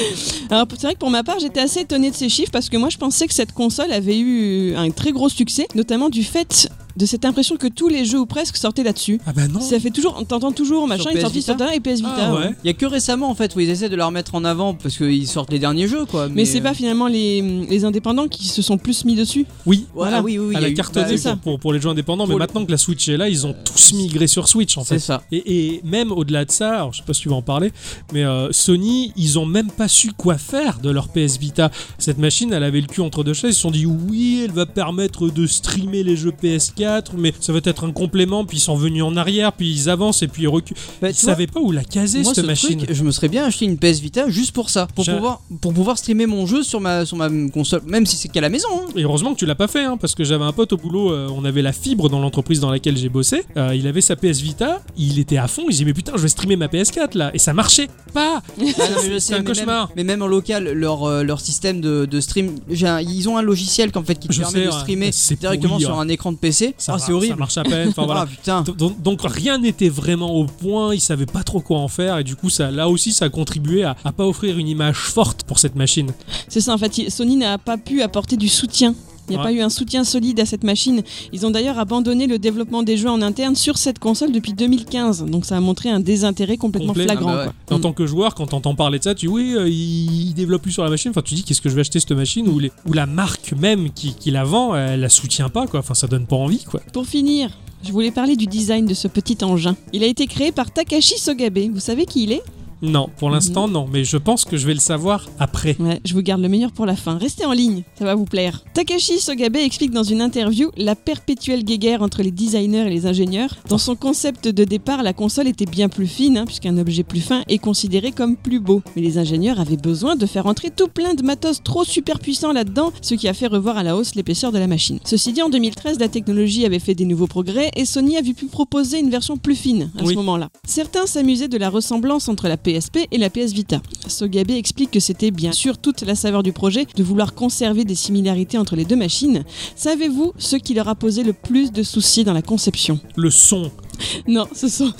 Speaker 2: Alors, c'est vrai que pour ma part, j'étais assez étonnée de ces chiffres parce que moi, je pensais que cette console avait eu un très gros succès, notamment du fait de cette impression que tous les jeux ou presque sortaient là-dessus.
Speaker 1: Ah bah non.
Speaker 2: Ça fait toujours, on t'entend toujours, machin, il est
Speaker 3: PS
Speaker 2: sorti sur
Speaker 3: Vita
Speaker 2: Terrain et PS Vita.
Speaker 1: Ah ouais.
Speaker 3: Il y a que récemment en fait où ils essaient de la remettre en avant parce qu'ils sortent les derniers jeux quoi.
Speaker 2: Mais c'est pas finalement les, les indépendants qui se sont plus mis dessus.
Speaker 1: Oui.
Speaker 3: Voilà,
Speaker 2: Voilà.
Speaker 3: oui, oui, il y
Speaker 1: Elle
Speaker 3: a
Speaker 1: a
Speaker 3: eu-
Speaker 1: cartonné
Speaker 3: bah,
Speaker 2: c'est ça.
Speaker 1: pour, pour- pour les jeux indépendants,
Speaker 3: Pour
Speaker 1: mais
Speaker 3: le-
Speaker 1: maintenant que la Switch est là, ils ont tous migré sur Switch en
Speaker 3: C'est
Speaker 1: fait.
Speaker 3: ça.
Speaker 1: Et, et même au-delà de ça, alors, je sais pas si tu vas en parler, mais euh, Sony, ils ont même pas su quoi faire de leur PS Vita. Cette machine, elle avait le cul entre deux chaises. Ils se sont dit oui, elle va permettre de streamer les jeux PS4, mais ça va être un complément. Puis ils sont venus en arrière, puis ils avancent et puis ils reculent.
Speaker 3: Bah,
Speaker 1: ils
Speaker 3: tu vois,
Speaker 1: savaient pas où la caser
Speaker 3: moi,
Speaker 1: cette
Speaker 3: ce
Speaker 1: machine.
Speaker 3: truc, je me serais bien acheté une PS Vita juste pour ça, pour
Speaker 1: J'ai-
Speaker 3: pouvoir pour pouvoir streamer mon jeu sur ma sur ma console, même si c'est qu'à la maison. hein.
Speaker 1: Et heureusement que tu l'as pas fait, hein, parce que j'avais un pote au boulot, euh, on avait la fibre dans l'entreprise dans laquelle j'ai bossé. euh, il avait sa PS Vita, il était à fond, il disait mais putain, je vais streamer ma PS4 là, et ça marchait pas.
Speaker 3: Ah, non, mais je sais,
Speaker 1: un
Speaker 3: mais
Speaker 1: cauchemar.
Speaker 3: Même, mais même en local, leur, euh, leur système de, de stream, j'ai un- ils ont un logiciel qu'en fait qui te
Speaker 1: Je
Speaker 3: permet
Speaker 1: sais,
Speaker 3: de
Speaker 1: ouais.
Speaker 3: streamer
Speaker 1: C'est
Speaker 3: directement
Speaker 1: pourri,
Speaker 3: sur
Speaker 1: ouais.
Speaker 3: un écran de PC.
Speaker 1: Ça,
Speaker 3: Ah,
Speaker 1: va-
Speaker 3: c'est horrible.
Speaker 1: ça marche à peine.
Speaker 3: [LAUGHS]
Speaker 1: Enfin voilà.
Speaker 3: Ah putain.
Speaker 1: Donc, donc rien n'était vraiment au point, ils savaient pas trop quoi en faire et du coup ça là aussi ça a contribué à, à pas offrir une image forte pour cette machine.
Speaker 2: C'est ça, en fait, il- Sony n'a pas pu apporter du soutien. Il n'y a
Speaker 1: Ouais.
Speaker 2: pas eu un soutien solide à cette machine. Ils ont d'ailleurs abandonné le développement des jeux en interne sur cette console depuis 2015. Donc ça a montré un désintérêt complètement
Speaker 1: Complet.
Speaker 2: flagrant.
Speaker 3: Ah bah ouais.
Speaker 2: quoi.
Speaker 1: En tant que joueur, quand t'entends parler de ça, tu dis oui, euh, ils développent plus sur la machine. Enfin, tu dis qu'est-ce que je vais acheter cette machine ou, les, ou la marque même qui, qui la vend, elle la soutient pas quoi. Enfin, ça donne pas envie quoi.
Speaker 2: Pour finir, je voulais parler du design de ce petit engin. Il a été créé par Takashi Sogabe. Vous savez qui il est
Speaker 1: Non,
Speaker 2: Mm-hmm.
Speaker 1: pour l'instant non, mais je pense que je vais le savoir après.
Speaker 2: Ouais, je vous garde le meilleur pour la fin. Restez en ligne, ça va vous plaire. Takashi Sogabe explique dans une interview la perpétuelle guéguerre entre les designers et les ingénieurs. Dans son concept de départ, la console était bien plus fine, hein, puisqu'un objet plus fin est considéré comme plus beau. Mais les ingénieurs avaient besoin de faire entrer tout plein de matos trop super puissants là-dedans, ce qui a fait revoir à la hausse l'épaisseur de la machine. Ceci dit, en 2013, la technologie avait fait des nouveaux progrès et Sony avait pu proposer une version plus fine à
Speaker 1: Oui.
Speaker 2: ce moment-là. Certains s'amusaient de la ressemblance entre la PSP et la PS Vita. Sogabe explique que c'était bien sûr toute la saveur du projet de vouloir conserver des similarités entre les deux machines. Savez-vous ce qui leur a posé le plus de soucis dans la conception
Speaker 1: Le son. [LAUGHS]
Speaker 2: Non, ce sont.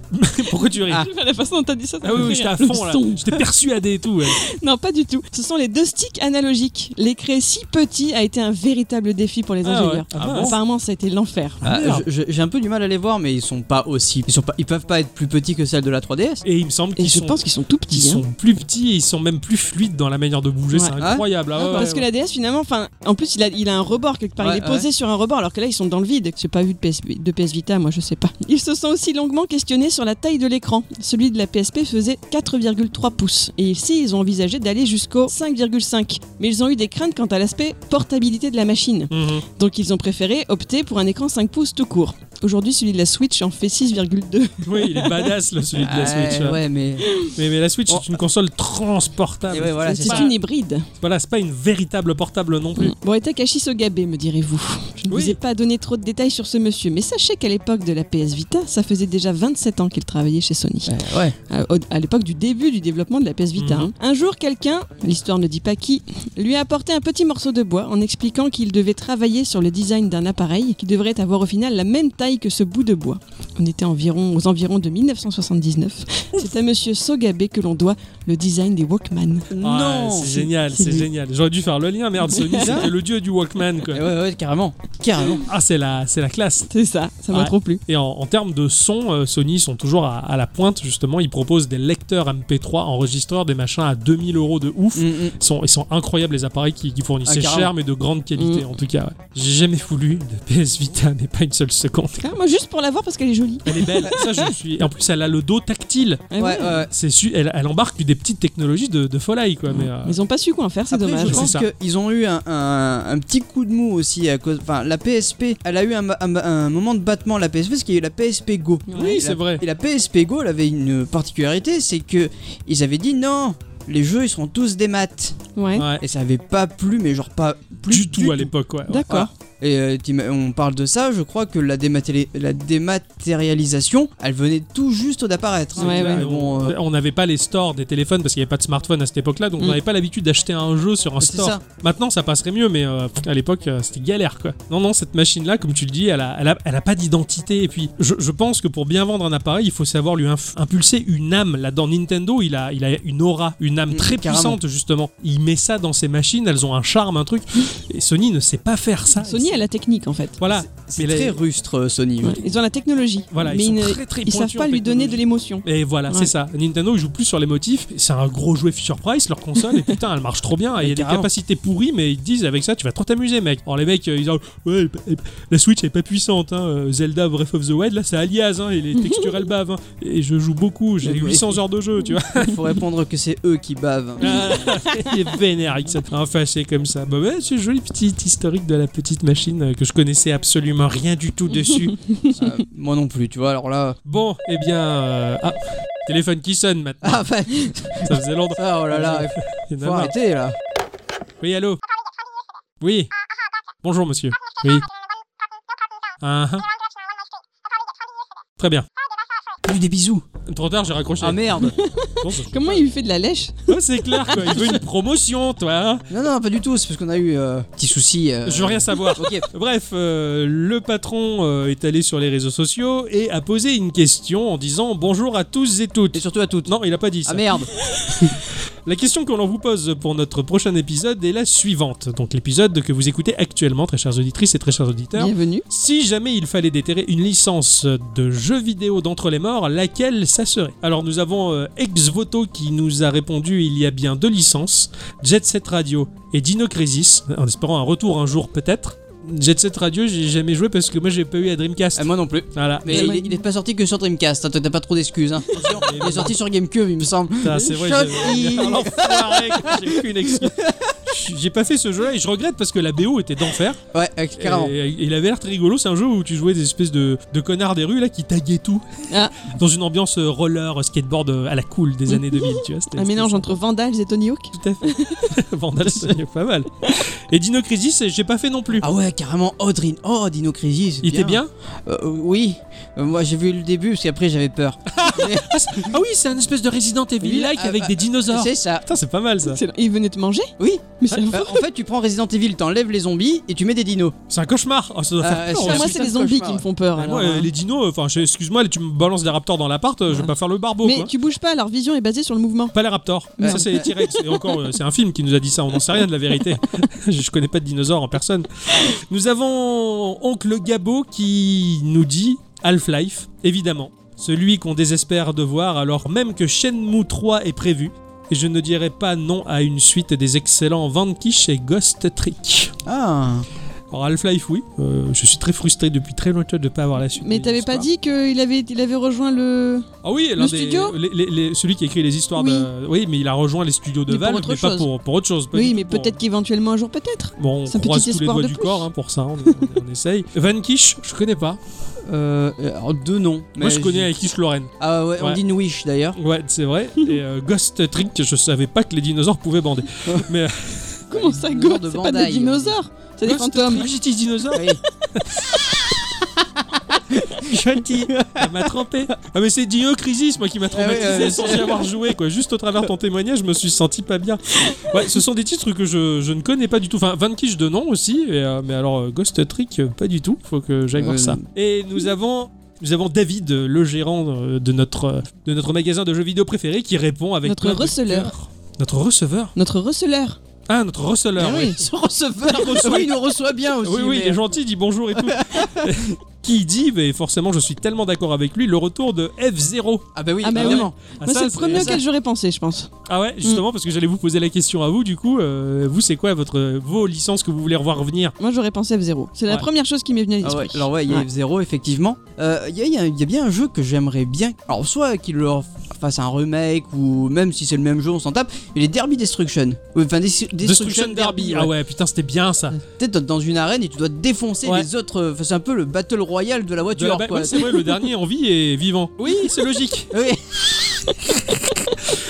Speaker 2: [LAUGHS]
Speaker 1: Pourquoi tu ris
Speaker 3: Ah.
Speaker 1: ah.
Speaker 2: la façon dont t'as dit ça, ça
Speaker 1: oui,
Speaker 2: me
Speaker 1: oui,
Speaker 2: fait
Speaker 1: j'étais à
Speaker 2: rire.
Speaker 1: fond
Speaker 2: Le
Speaker 1: là.
Speaker 2: son.
Speaker 1: J'étais persuadé et tout. ouais.
Speaker 2: Non, pas du tout. Ce sont les deux sticks analogiques. Les créer si petits a été un véritable défi pour les
Speaker 1: Ah
Speaker 2: ingénieurs.
Speaker 1: ouais. Ah bon
Speaker 2: Apparemment, ça a été l'enfer.
Speaker 1: Ah,
Speaker 3: Ah,
Speaker 1: merde.
Speaker 3: je- je- j'ai un peu du mal à les voir, mais ils sont pas aussi. Ils sont pas. Ils peuvent pas être plus petits que celles de la 3DS.
Speaker 1: Et il me semble
Speaker 2: Et
Speaker 1: qu'ils
Speaker 2: je
Speaker 1: sont
Speaker 2: pense qu'ils sont tout
Speaker 1: Ils
Speaker 2: petits. hein.
Speaker 1: sont plus petits et ils sont même plus fluides dans la manière de bouger,
Speaker 2: Ouais.
Speaker 1: c'est incroyable. Ah ouais,
Speaker 2: Parce
Speaker 1: ouais,
Speaker 2: que la DS finalement, enfin, en plus il a, il a un rebord quelque part,
Speaker 3: Ouais,
Speaker 2: il est posé sur un rebord alors que là ils sont dans le vide. J'ai pas vu de PS, de PS Vita, moi je sais pas. [LAUGHS] Ils se sont aussi longuement questionnés sur la taille de l'écran. Celui de la PSP faisait 4,3 pouces et ici ils ont envisagé d'aller jusqu'au 5,5. Mais ils ont eu des craintes quant à l'aspect portabilité de la machine.
Speaker 1: ouais. Mhm.
Speaker 2: Donc ils ont préféré opter pour un écran 5 pouces tout court. Aujourd'hui celui de la Switch en fait 6,2.
Speaker 1: Oui, il est badass le celui de la Switch. hein.
Speaker 3: Ah, ouais, mais.
Speaker 1: Mais, mais la Switch
Speaker 3: Oh.
Speaker 1: c'est une console transportable.
Speaker 3: Et ouais, voilà,
Speaker 2: C'est
Speaker 3: ça.
Speaker 1: pas-
Speaker 2: une hybride.
Speaker 1: Voilà, c'est pas une véritable portable non plus.
Speaker 2: Mm. Bon, et Takashi Sogabe, me direz-vous. Je ne
Speaker 1: Oui.
Speaker 2: vous ai pas donné trop de détails sur ce monsieur, mais sachez qu'à l'époque de la PS Vita, ça faisait déjà 27 ans qu'il travaillait chez Sony.
Speaker 3: Euh, ouais.
Speaker 2: À, au- à l'époque du début du développement de la PS Vita.
Speaker 1: Mhm.
Speaker 2: hein. Un jour, quelqu'un, l'histoire ne dit pas qui, lui a apporté un petit morceau de bois en expliquant qu'il devait travailler sur le design d'un appareil qui devrait avoir au final la même taille que ce bout de bois. On était environ, aux environs de
Speaker 1: [LAUGHS]
Speaker 2: 1979. C'est à monsieur Sogabe que l'on doit le design
Speaker 1: [LAUGHS]
Speaker 2: des Walkman.
Speaker 1: Ah,
Speaker 3: non.
Speaker 1: c'est génial,
Speaker 2: C'est
Speaker 1: c'est
Speaker 2: lui.
Speaker 1: génial. J'aurais dû faire le lien, merde,
Speaker 3: [LAUGHS]
Speaker 1: Sony, c'était le dieu du Walkman. Quoi.
Speaker 3: Eh Ouais, ouais, carrément. Carrément.
Speaker 1: Ah, c'est la, c'est la classe.
Speaker 2: C'est ça, ça m'a
Speaker 1: Ouais.
Speaker 2: trop plu.
Speaker 1: Et en, en termes de son, euh, Sony sont toujours à, à la pointe, justement. Ils proposent des lecteurs MP3, enregistreurs, des machins à 2000 euros de ouf.
Speaker 3: Mm, mm.
Speaker 1: Ils sont, ils sont incroyables les appareils qui, qui fournissent.
Speaker 3: Ah,
Speaker 1: C'est
Speaker 3: carrément.
Speaker 1: cher mais de grande qualité
Speaker 2: Mm.
Speaker 1: en tout cas. ouais. J'ai jamais voulu de [LAUGHS] PS Vita, mais pas une seule seconde.
Speaker 2: Ah, moi, juste pour la voir parce qu'elle est jolie.
Speaker 1: Elle est belle, ça je suis. Et en plus, elle a le dos tactile.
Speaker 2: Ah
Speaker 3: Ouais,
Speaker 2: ouais.
Speaker 3: ouais, ouais.
Speaker 1: C'est su... elle, elle embarque des petites technologies de, de folie quoi. Mais, euh,
Speaker 2: Ils ont pas su quoi en faire, c'est
Speaker 3: Après,
Speaker 2: dommage.
Speaker 3: Je
Speaker 1: C'est
Speaker 3: pense
Speaker 1: ça.
Speaker 3: qu'ils ont eu un, un- un petit coup de mou aussi à cause. Enfin, la PSP, elle a eu un, ma- un- un moment de battement la PSP, parce qu'il y a eu la PSP Go.
Speaker 2: Oui,
Speaker 1: Oui,
Speaker 3: Et
Speaker 1: c'est
Speaker 3: la-
Speaker 1: vrai.
Speaker 3: Et la PSP Go, elle avait une particularité, c'est que ils avaient dit non, les jeux ils sont tous des maths.
Speaker 2: Ouais.
Speaker 1: Ouais.
Speaker 3: Et ça avait pas plu, mais genre pas
Speaker 1: Du
Speaker 3: plus
Speaker 1: tout à l'époque, ouais. ouais.
Speaker 2: D'accord.
Speaker 3: Et euh, t'im- on parle de ça, je crois que la, dématéri- la dématérialisation, elle venait tout juste d'apparaître.
Speaker 2: Ouais,
Speaker 3: Mais
Speaker 2: ouais.
Speaker 3: bon, euh,
Speaker 1: On n'avait pas les stores des téléphones parce qu'il n'y avait pas de smartphone à cette époque-là, donc on
Speaker 3: Mm.
Speaker 1: n'avait pas l'habitude d'acheter un jeu sur un
Speaker 3: c'est
Speaker 1: store.
Speaker 3: ça.
Speaker 1: Maintenant, ça passerait mieux, mais euh, à l'époque, euh, c'était galère, quoi. Non, non, cette machine-là, comme tu le dis, elle a, elle a- elle a pas d'identité. Et puis, je, je pense que pour bien vendre un appareil, il faut savoir lui inf- impulser une âme. Là, dans Nintendo, il a, il a une aura, une âme
Speaker 3: Mm,
Speaker 1: très
Speaker 3: carrément.
Speaker 1: puissante, justement. Il met ça dans ses machines, elles ont un charme, un truc. Et Sony ne sait pas faire ça.
Speaker 2: Sony a la technique en fait.
Speaker 1: Voilà,
Speaker 3: C'est
Speaker 1: mais
Speaker 3: très
Speaker 1: les-
Speaker 3: rustre, euh, Sony.
Speaker 2: Ouais, Ils ont la technologie.
Speaker 1: voilà,
Speaker 2: mais
Speaker 1: ils sont
Speaker 2: ne-
Speaker 1: très, très
Speaker 2: ils savent
Speaker 1: pointus en
Speaker 2: pas lui donner
Speaker 1: technologie.
Speaker 2: de l'émotion.
Speaker 1: Et voilà,
Speaker 2: Ouais.
Speaker 1: c'est ça. Nintendo il joue plus sur les motifs. C'est un gros jouet Fisher Price, leur console. et putain, elle marche trop bien. Et Il y a des
Speaker 3: Carrément.
Speaker 1: capacités pourries, mais ils te disent avec ça, tu vas trop t'amuser, mec. Alors les mecs, euh, ils disent ouais, elle- elle- la Switch elle est pas puissante. hein. Euh, Zelda Breath of the Wild, là c'est Alias, hein, et les textures elles bavent. hein. Et je joue beaucoup, j'ai
Speaker 3: Ouais, ouais.
Speaker 1: 800 heures de jeu,
Speaker 3: [LAUGHS]
Speaker 1: tu vois.
Speaker 3: Il faut répondre que c'est eux qui bavent.
Speaker 1: Ah, Il est vénère avec ça. Enfin, c'est comme ça. Bah ouais, c'est joli petit historique de la petite machine euh, que je connaissais absolument rien du tout
Speaker 3: [LAUGHS]
Speaker 1: dessus.
Speaker 3: Euh, moi non plus, tu vois. Alors là,
Speaker 1: bon, eh bien, euh, ah, téléphone qui sonne maintenant.
Speaker 3: ah bah, [LAUGHS]
Speaker 1: Ça faisait longtemps.
Speaker 3: ça, oh là là, il
Speaker 1: [LAUGHS] Il y en a
Speaker 3: faut
Speaker 1: marre.
Speaker 3: arrêter là.
Speaker 1: Oui, allô Oui. Bonjour, monsieur. Oui. Ah, ah. Très bien.
Speaker 3: Plus des bisous.
Speaker 1: Trop tard, j'ai raccroché.
Speaker 3: Ah merde.
Speaker 1: Non, ça se fait
Speaker 2: Comment
Speaker 1: pas.
Speaker 2: il lui fait de la lèche
Speaker 1: Ouais, c'est clair, quoi. Il veut une promotion, toi. hein.
Speaker 3: [LAUGHS] Non non, pas du tout. C'est parce qu'on a eu euh, petit souci. euh,
Speaker 1: Je veux rien savoir.
Speaker 3: Ok.
Speaker 1: Bref, euh, le patron euh, est allé sur les réseaux sociaux et a posé une question en disant bonjour à tous et
Speaker 3: Et
Speaker 1: toutes.
Speaker 3: surtout à toutes.
Speaker 1: Non, il a pas dit ça.
Speaker 3: Ah merde.
Speaker 1: La question que l'on vous pose pour notre prochain épisode est la suivante. Donc l'épisode que vous écoutez actuellement, très chères auditrices et très chers auditeurs.
Speaker 2: Bienvenue.
Speaker 1: Si jamais il fallait déterrer une licence de jeu vidéo d'entre les morts, laquelle ça serait Alors nous avons euh, Exvoto qui nous a répondu il y a bien deux licences, Jet Set Radio et Dino Crisis, en espérant un retour un jour peut-être. Jet Set Radio, j'ai jamais joué parce que moi j'ai pas eu la Dreamcast.
Speaker 3: Ah, moi non plus.
Speaker 1: Voilà.
Speaker 3: Mais il, est- il est pas sorti que sur Dreamcast. hein, T'as pas trop d'excuses. hein. Il est sorti sur GameCube, il me semble.
Speaker 1: Putain, c'est vrai, j'ai- [LAUGHS]
Speaker 3: Shocking.
Speaker 1: Oh, l'enfoiré, j'ai aucune excuse. J'ai pas fait ce jeu-là et je regrette parce que la BO était d'enfer.
Speaker 3: Ouais, euh, carrément.
Speaker 1: Et, et il avait l'air très rigolo. C'est un jeu où tu jouais des espèces de, de connards des rues là qui taguaient tout.
Speaker 2: Ah.
Speaker 1: [LAUGHS] Dans une ambiance euh, roller, euh, skateboard euh, à la cool des
Speaker 2: [LAUGHS]
Speaker 1: années 2000. Tu vois, c'était-
Speaker 2: Un
Speaker 1: c'était [LAUGHS]
Speaker 2: mélange
Speaker 1: ça.
Speaker 2: entre Vandals et Tony Hawk.
Speaker 1: Tout à fait.
Speaker 2: [LAUGHS]
Speaker 1: Vandal, c'est pas mal. Et Dino Crisis, j'ai pas fait non plus.
Speaker 3: Ah ouais, carrément. Oh, Drin- oh Dino Crisis.
Speaker 1: il était bien
Speaker 3: Euh, Oui. Euh, moi, j'ai vu le début parce qu'après j'avais peur.
Speaker 1: Ah oui, c'est un espèce de Resident Evil-like
Speaker 3: ah,
Speaker 1: avec
Speaker 3: ah,
Speaker 1: des dinosaures.
Speaker 3: C'est ça.
Speaker 1: Putain, c'est pas mal ça.
Speaker 2: bah, C'est- Il venait te manger
Speaker 3: Oui.
Speaker 2: Mais c'est
Speaker 3: Euh, en fait, tu prends Resident Evil, t'enlèves les zombies et tu mets des dinos.
Speaker 1: C'est un cauchemar. Oh, ça doit faire
Speaker 3: Ah,
Speaker 1: peur,
Speaker 3: c'est
Speaker 1: ouais.
Speaker 3: un
Speaker 2: moi,
Speaker 3: putain
Speaker 2: c'est
Speaker 3: de
Speaker 2: les zombies
Speaker 3: cauchemar,
Speaker 2: qui me font peur. alors,
Speaker 1: Moi,
Speaker 2: hein.
Speaker 1: euh, les dinos, enfin, je- excuse-moi, tu me balances des raptors dans l'appart, euh, je vais pas faire le barbeau.
Speaker 2: Mais
Speaker 1: quoi.
Speaker 2: tu bouges pas, leur vision est basée sur le mouvement.
Speaker 1: Pas les raptors.
Speaker 3: Non.
Speaker 1: Ça, c'est les T-Rex. Et encore, euh, c'est un film qui nous a dit ça. On n'en sait rien de la vérité. [LAUGHS] je, je connais pas de dinosaures en personne. Nous avons Oncle Gabo qui nous dit Half-Life, évidemment. Celui qu'on désespère de voir alors même que Shenmue 3 est prévu. Et je ne dirais pas non à une suite des excellents Vanquish et Ghost Trick.
Speaker 3: Ah.
Speaker 1: Alors Half-Life, oui. Euh, je suis très frustré depuis très longtemps de ne pas avoir la suite.
Speaker 2: Mais
Speaker 1: des
Speaker 2: t'avais pas
Speaker 1: histoires.
Speaker 2: dit qu'il avait, il avait rejoint le.
Speaker 1: Ah oui, l'un des-
Speaker 2: studio
Speaker 1: les- les- les- celui qui a écrit les histoires
Speaker 2: Oui.
Speaker 1: de. Oui, mais il a rejoint les studios de
Speaker 2: Mais pour
Speaker 1: Valve,
Speaker 2: autre
Speaker 1: mais pas
Speaker 2: chose.
Speaker 1: pour, pour autre chose. pas du
Speaker 2: Oui,
Speaker 1: tout
Speaker 2: mais
Speaker 1: pour-
Speaker 2: peut-être qu'éventuellement un jour, peut-être.
Speaker 1: Bon, on
Speaker 2: C'est un petit
Speaker 1: croise tous les
Speaker 2: espoir
Speaker 1: doigts
Speaker 2: de
Speaker 1: du
Speaker 2: plus.
Speaker 1: corps hein, pour ça, on, on- on essaye. Vanquish, je connais pas.
Speaker 3: Euh, alors, deux noms.
Speaker 1: Moi,
Speaker 3: mais
Speaker 1: je connais Akish Loren.
Speaker 3: Ah ouais, on
Speaker 1: Ouais.
Speaker 3: dit Wish d'ailleurs.
Speaker 1: Ouais, c'est vrai. Et euh, Ghost Trick, je savais pas que les dinosaures pouvaient bander.
Speaker 2: Comment ça,
Speaker 3: le
Speaker 2: go
Speaker 3: nom de
Speaker 2: C'est pas des
Speaker 3: Bandai.
Speaker 2: dinosaures, c'est des
Speaker 1: Ghost
Speaker 2: fantômes.
Speaker 1: Trick, j'ai dit dinosaure.
Speaker 3: [LAUGHS] Oui.
Speaker 1: Gentil, elle m'a trompé. Ah, mais c'est Dio Crisis, moi, qui m'a traumatisé
Speaker 3: Ah ouais, ouais,
Speaker 1: sans
Speaker 3: c'est-
Speaker 1: y avoir joué, quoi. Juste au travers de ton témoignage, je me suis senti pas bien. Ouais, ce sont des titres que je, je ne connais pas du tout. Enfin, Vanquish de nom aussi, et, euh, mais alors euh, Ghost Trick, euh, pas du tout. Faut que j'aille voir
Speaker 3: Euh,
Speaker 1: ça. Et nous avons. Nous avons David, euh, le gérant euh, de notre, euh, de notre magasin de jeux vidéo préféré, qui répond avec.
Speaker 2: Notre
Speaker 1: plein de
Speaker 2: receleur.
Speaker 1: cœur. Notre receveur
Speaker 2: Notre receleur.
Speaker 1: Ah, notre receleur,
Speaker 2: Ah
Speaker 1: oui.
Speaker 2: oui.
Speaker 3: Ce receveur, oui, il nous reçoit bien aussi.
Speaker 1: Oui, oui,
Speaker 3: mais-
Speaker 1: il est gentil, il dit bonjour et
Speaker 2: [LAUGHS]
Speaker 1: tout. qui dit, mais forcément, je suis tellement d'accord avec lui, le retour de F0.
Speaker 3: Ah bah oui,
Speaker 2: Ah bah oui.
Speaker 3: évidemment.
Speaker 1: Ah,
Speaker 2: Moi,
Speaker 1: ça,
Speaker 2: c'est le premier
Speaker 1: ça-
Speaker 2: auquel j'aurais pensé, je pense.
Speaker 1: Ah ouais,
Speaker 3: Mm.
Speaker 1: justement, parce que j'allais vous poser la question à vous, du coup, euh, vous, c'est quoi votre, vos licences que vous voulez revoir venir
Speaker 2: Moi, j'aurais pensé à F0. C'est la
Speaker 1: Ouais.
Speaker 2: première chose qui m'est venue à
Speaker 3: Ah
Speaker 2: l'esprit.
Speaker 3: ouais, alors ouais, il y a
Speaker 2: Ouais.
Speaker 3: F0 effectivement. Euh, Il y, a- il y a- il y a bien un jeu que j'aimerais bien. Alors soit qu'ils leur fassent un remake ou même si c'est le même jeu, on s'en tape. Mais les Derby Destruction. Ouais, Enfin, des- Destruction Derby.
Speaker 1: Ah
Speaker 3: ouais. Mm.
Speaker 1: ouais, putain, c'était bien ça.
Speaker 3: Peut-être dans une arène et tu dois défoncer
Speaker 1: Ouais. Bah,
Speaker 3: les autres. euh, Enfin, c'est un peu le battle royal de
Speaker 1: De
Speaker 3: la
Speaker 1: la
Speaker 3: voiture.
Speaker 1: ba- [LAUGHS]
Speaker 3: quoi. [LAUGHS]
Speaker 1: ouais, c'est vrai, le dernier en vie est vivant. Oui, c'est logique.
Speaker 3: Oui.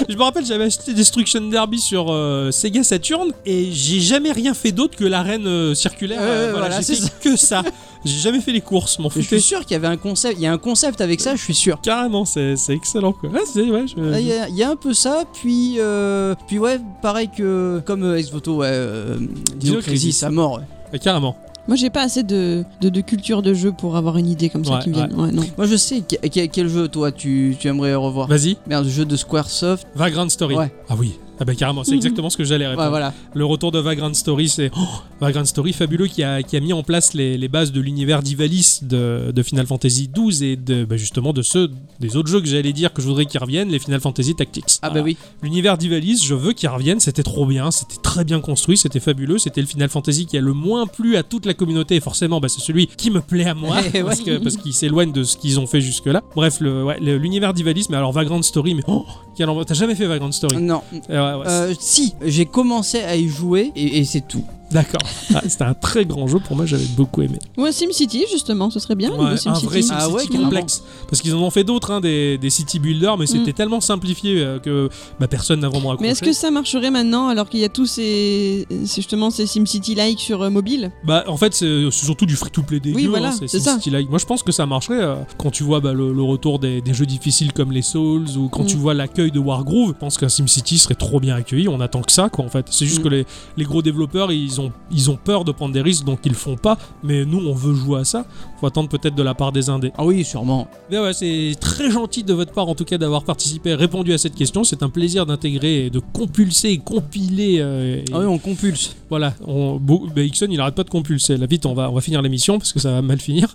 Speaker 1: Je me rappelle, j'avais acheté Destruction Derby sur euh, Sega Saturn et j'ai jamais rien fait d'autre que l'arène euh, circulaire.
Speaker 3: Ouais,
Speaker 1: euh,
Speaker 3: ouais,
Speaker 1: voilà,
Speaker 3: voilà,
Speaker 1: j'ai
Speaker 3: c'est
Speaker 1: fait que ça. J'ai jamais fait les courses, m'en
Speaker 3: Je suis
Speaker 1: foutais.
Speaker 3: sûr qu'il y avait un concept, il y a un concept avec ça, je suis sûr.
Speaker 1: Carrément, c'est c'est excellent quoi. Ouais, c'est- ouais, je-
Speaker 3: Ah, Il y, a- il y a un peu ça, puis euh, puis ouais, pareil que comme euh, Ex Voto, ouais, euh, Dino
Speaker 1: Dino Crisis.
Speaker 3: Crisis à mort.
Speaker 1: ouais, Ah, carrément.
Speaker 2: Moi, j'ai pas assez de, de, de culture de jeu pour avoir une idée comme ça
Speaker 1: Ouais,
Speaker 2: qui me vienne. Ouais, non.
Speaker 3: Moi je sais que- quel, quel jeu toi tu, tu aimerais revoir.
Speaker 1: Vas-y,
Speaker 3: Merde, jeu de Squaresoft.
Speaker 1: Vagrant Story.
Speaker 3: Ouais.
Speaker 1: Ah oui. Ah bah carrément,
Speaker 3: [LAUGHS]
Speaker 1: c'est
Speaker 2: Mhm.
Speaker 1: exactement ce que j'allais répondre.
Speaker 3: Ouais, voilà.
Speaker 1: Le retour de Vagrant Story, c'est oh, Vagrant Story fabuleux qui a, qui a mis en place les, les bases de l'univers d'Ivalice de, de Final Fantasy XII et de, bah, justement de ceux des autres jeux que j'allais dire que je voudrais qu'ils reviennent, les Final Fantasy Tactics.
Speaker 3: Ah
Speaker 1: Voilà.
Speaker 3: bah oui.
Speaker 1: L'univers d'Ivalice, je veux qu'il revienne, c'était trop bien, c'était très bien construit, c'était fabuleux, c'était le Final Fantasy qui a le moins plu à toute la communauté, et forcément, bah, c'est celui qui me plaît à moi,
Speaker 3: Eh [LAUGHS] ouais.
Speaker 1: parce que- parce qu'il s'éloigne de ce qu'ils ont fait jusque-là. Bref, le- ouais, le- l'univers d'Ivalice, mais alors Vagrant Story, mais oh, quel envoi- t'as jamais fait Vagrant Story
Speaker 3: Non.
Speaker 1: Euh, ouais, ouais,
Speaker 3: Euh, si, j'ai commencé à y jouer et, et c'est tout.
Speaker 1: c'est- D'accord, Ah, c'était un très grand jeu pour moi, j'avais beaucoup aimé.
Speaker 2: Ou un SimCity, justement, ce serait bien.
Speaker 1: Ouais,
Speaker 2: un
Speaker 1: un vrai
Speaker 2: SimCity.
Speaker 1: SimCity
Speaker 3: Ah ouais, carrément.
Speaker 1: complexe. Parce qu'ils en ont fait d'autres, hein, des, des city builders, mais c'était tellement simplifié euh, que bah, personne n'a vraiment accroché.
Speaker 2: Mm. Mais est-ce que ça marcherait maintenant alors qu'il y a tous ces, ces- justement ces SimCity-like sur euh, mobile
Speaker 1: Bah, en fait, c'est c'est surtout du free-to-play dégueu.
Speaker 2: Oui, voilà,
Speaker 1: hein, c'est
Speaker 2: c'est ça.
Speaker 1: SimCity Like. Moi, je pense que ça marcherait euh, quand tu vois bah, le, le retour des, des jeux difficiles comme les Souls ou quand
Speaker 2: Mm.
Speaker 1: tu vois l'accueil de Wargroove. Je pense qu'un SimCity serait trop bien accueilli. On attend que ça, quoi, en fait. C'est juste
Speaker 3: Mm.
Speaker 1: que les, les gros développeurs, ils ont, ils ont peur de prendre des risques, donc ils le font pas. Mais nous, on veut jouer à ça. Faut attendre peut-être de la part des indés.
Speaker 3: Ah oui, sûrement.
Speaker 1: Mais ouais, c'est très gentil de votre part en tout cas d'avoir participé, répondu à cette question. C'est un plaisir d'intégrer, et de compulser et compiler. euh, et-
Speaker 3: Ah oui, on compulse.
Speaker 1: Voilà, on, bon, bah, Ixon il arrête pas de compulser. Là vite, on va, on va finir l'émission parce que ça va mal
Speaker 3: [LAUGHS]
Speaker 1: finir.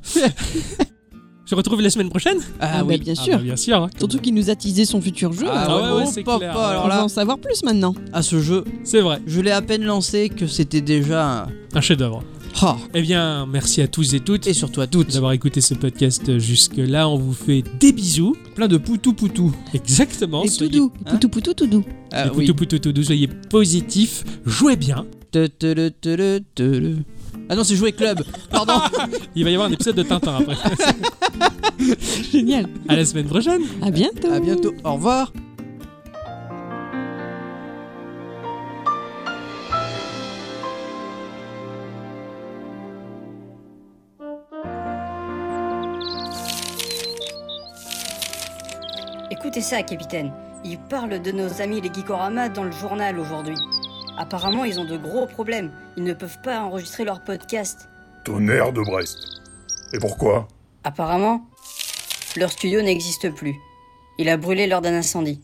Speaker 1: Je retrouve la semaine prochaine.
Speaker 3: Ah,
Speaker 2: bah,
Speaker 3: oui.
Speaker 2: bien
Speaker 1: Ah,
Speaker 2: sûr.
Speaker 1: bah, bien sûr. hein.
Speaker 2: Surtout qu'il nous a teasé son futur jeu.
Speaker 3: Ah,
Speaker 1: Ah
Speaker 3: ouais,
Speaker 1: ouais,
Speaker 3: bon,
Speaker 1: ouais, c'est
Speaker 3: papa,
Speaker 1: clair.
Speaker 2: on
Speaker 3: alors
Speaker 2: va
Speaker 3: là,
Speaker 2: en savoir plus maintenant.
Speaker 3: à ce jeu,
Speaker 1: C'est vrai,
Speaker 3: je l'ai à peine lancé que c'était déjà. un-
Speaker 1: un chef-d'œuvre.
Speaker 3: Ah,
Speaker 1: Eh bien, merci à tous et toutes
Speaker 3: et surtout à toutes.
Speaker 1: d'avoir écouté ce podcast jusque là. On vous fait des bisous.
Speaker 3: Plein de poutou poutou.
Speaker 1: Exactement.
Speaker 2: Et tout
Speaker 1: soyez,
Speaker 2: doux,
Speaker 3: hein.
Speaker 2: poutou poutou tout doux.
Speaker 3: Ah
Speaker 1: et
Speaker 3: oui.
Speaker 1: poutou, poutou, poutou, soyez positifs, jouez bien.
Speaker 3: Te, te, le, te, le, te, le. Ah non, c'est jouer club. Pardon.
Speaker 1: Il va y avoir un épisode de Tintin après.
Speaker 2: Génial.
Speaker 1: à la semaine prochaine.
Speaker 2: À bientôt.
Speaker 3: à bientôt. Au revoir.
Speaker 5: Écoutez ça, capitaine. Ils parlent de nos amis les Gikorama dans le journal aujourd'hui. Apparemment, ils ont de gros problèmes. Ils ne peuvent pas enregistrer leur podcast.
Speaker 6: Tonnerre de Brest. Et pourquoi
Speaker 5: Apparemment, leur studio n'existe plus. Il a brûlé lors d'un incendie.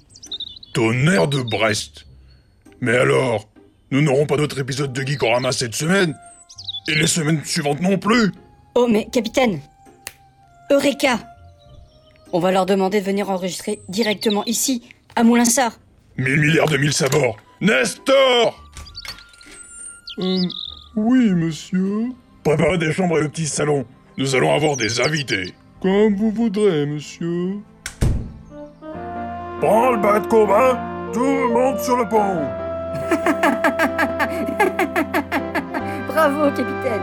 Speaker 6: Tonnerre de Brest Mais alors Nous n'aurons pas d'autre épisode de Geekorama cette semaine Et les semaines suivantes non plus
Speaker 5: Oh, mais capitaine Eureka On va leur demander de venir enregistrer directement ici, à Moulinsart.
Speaker 6: Mille milliards de mille sabords Nestor Euh, Oui, monsieur Préparez des chambres et le petit salon. Nous allons avoir des invités. Comme vous voudrez, monsieur. Prends le bas de combat Tout le monde sur le pont
Speaker 5: Bravo, capitaine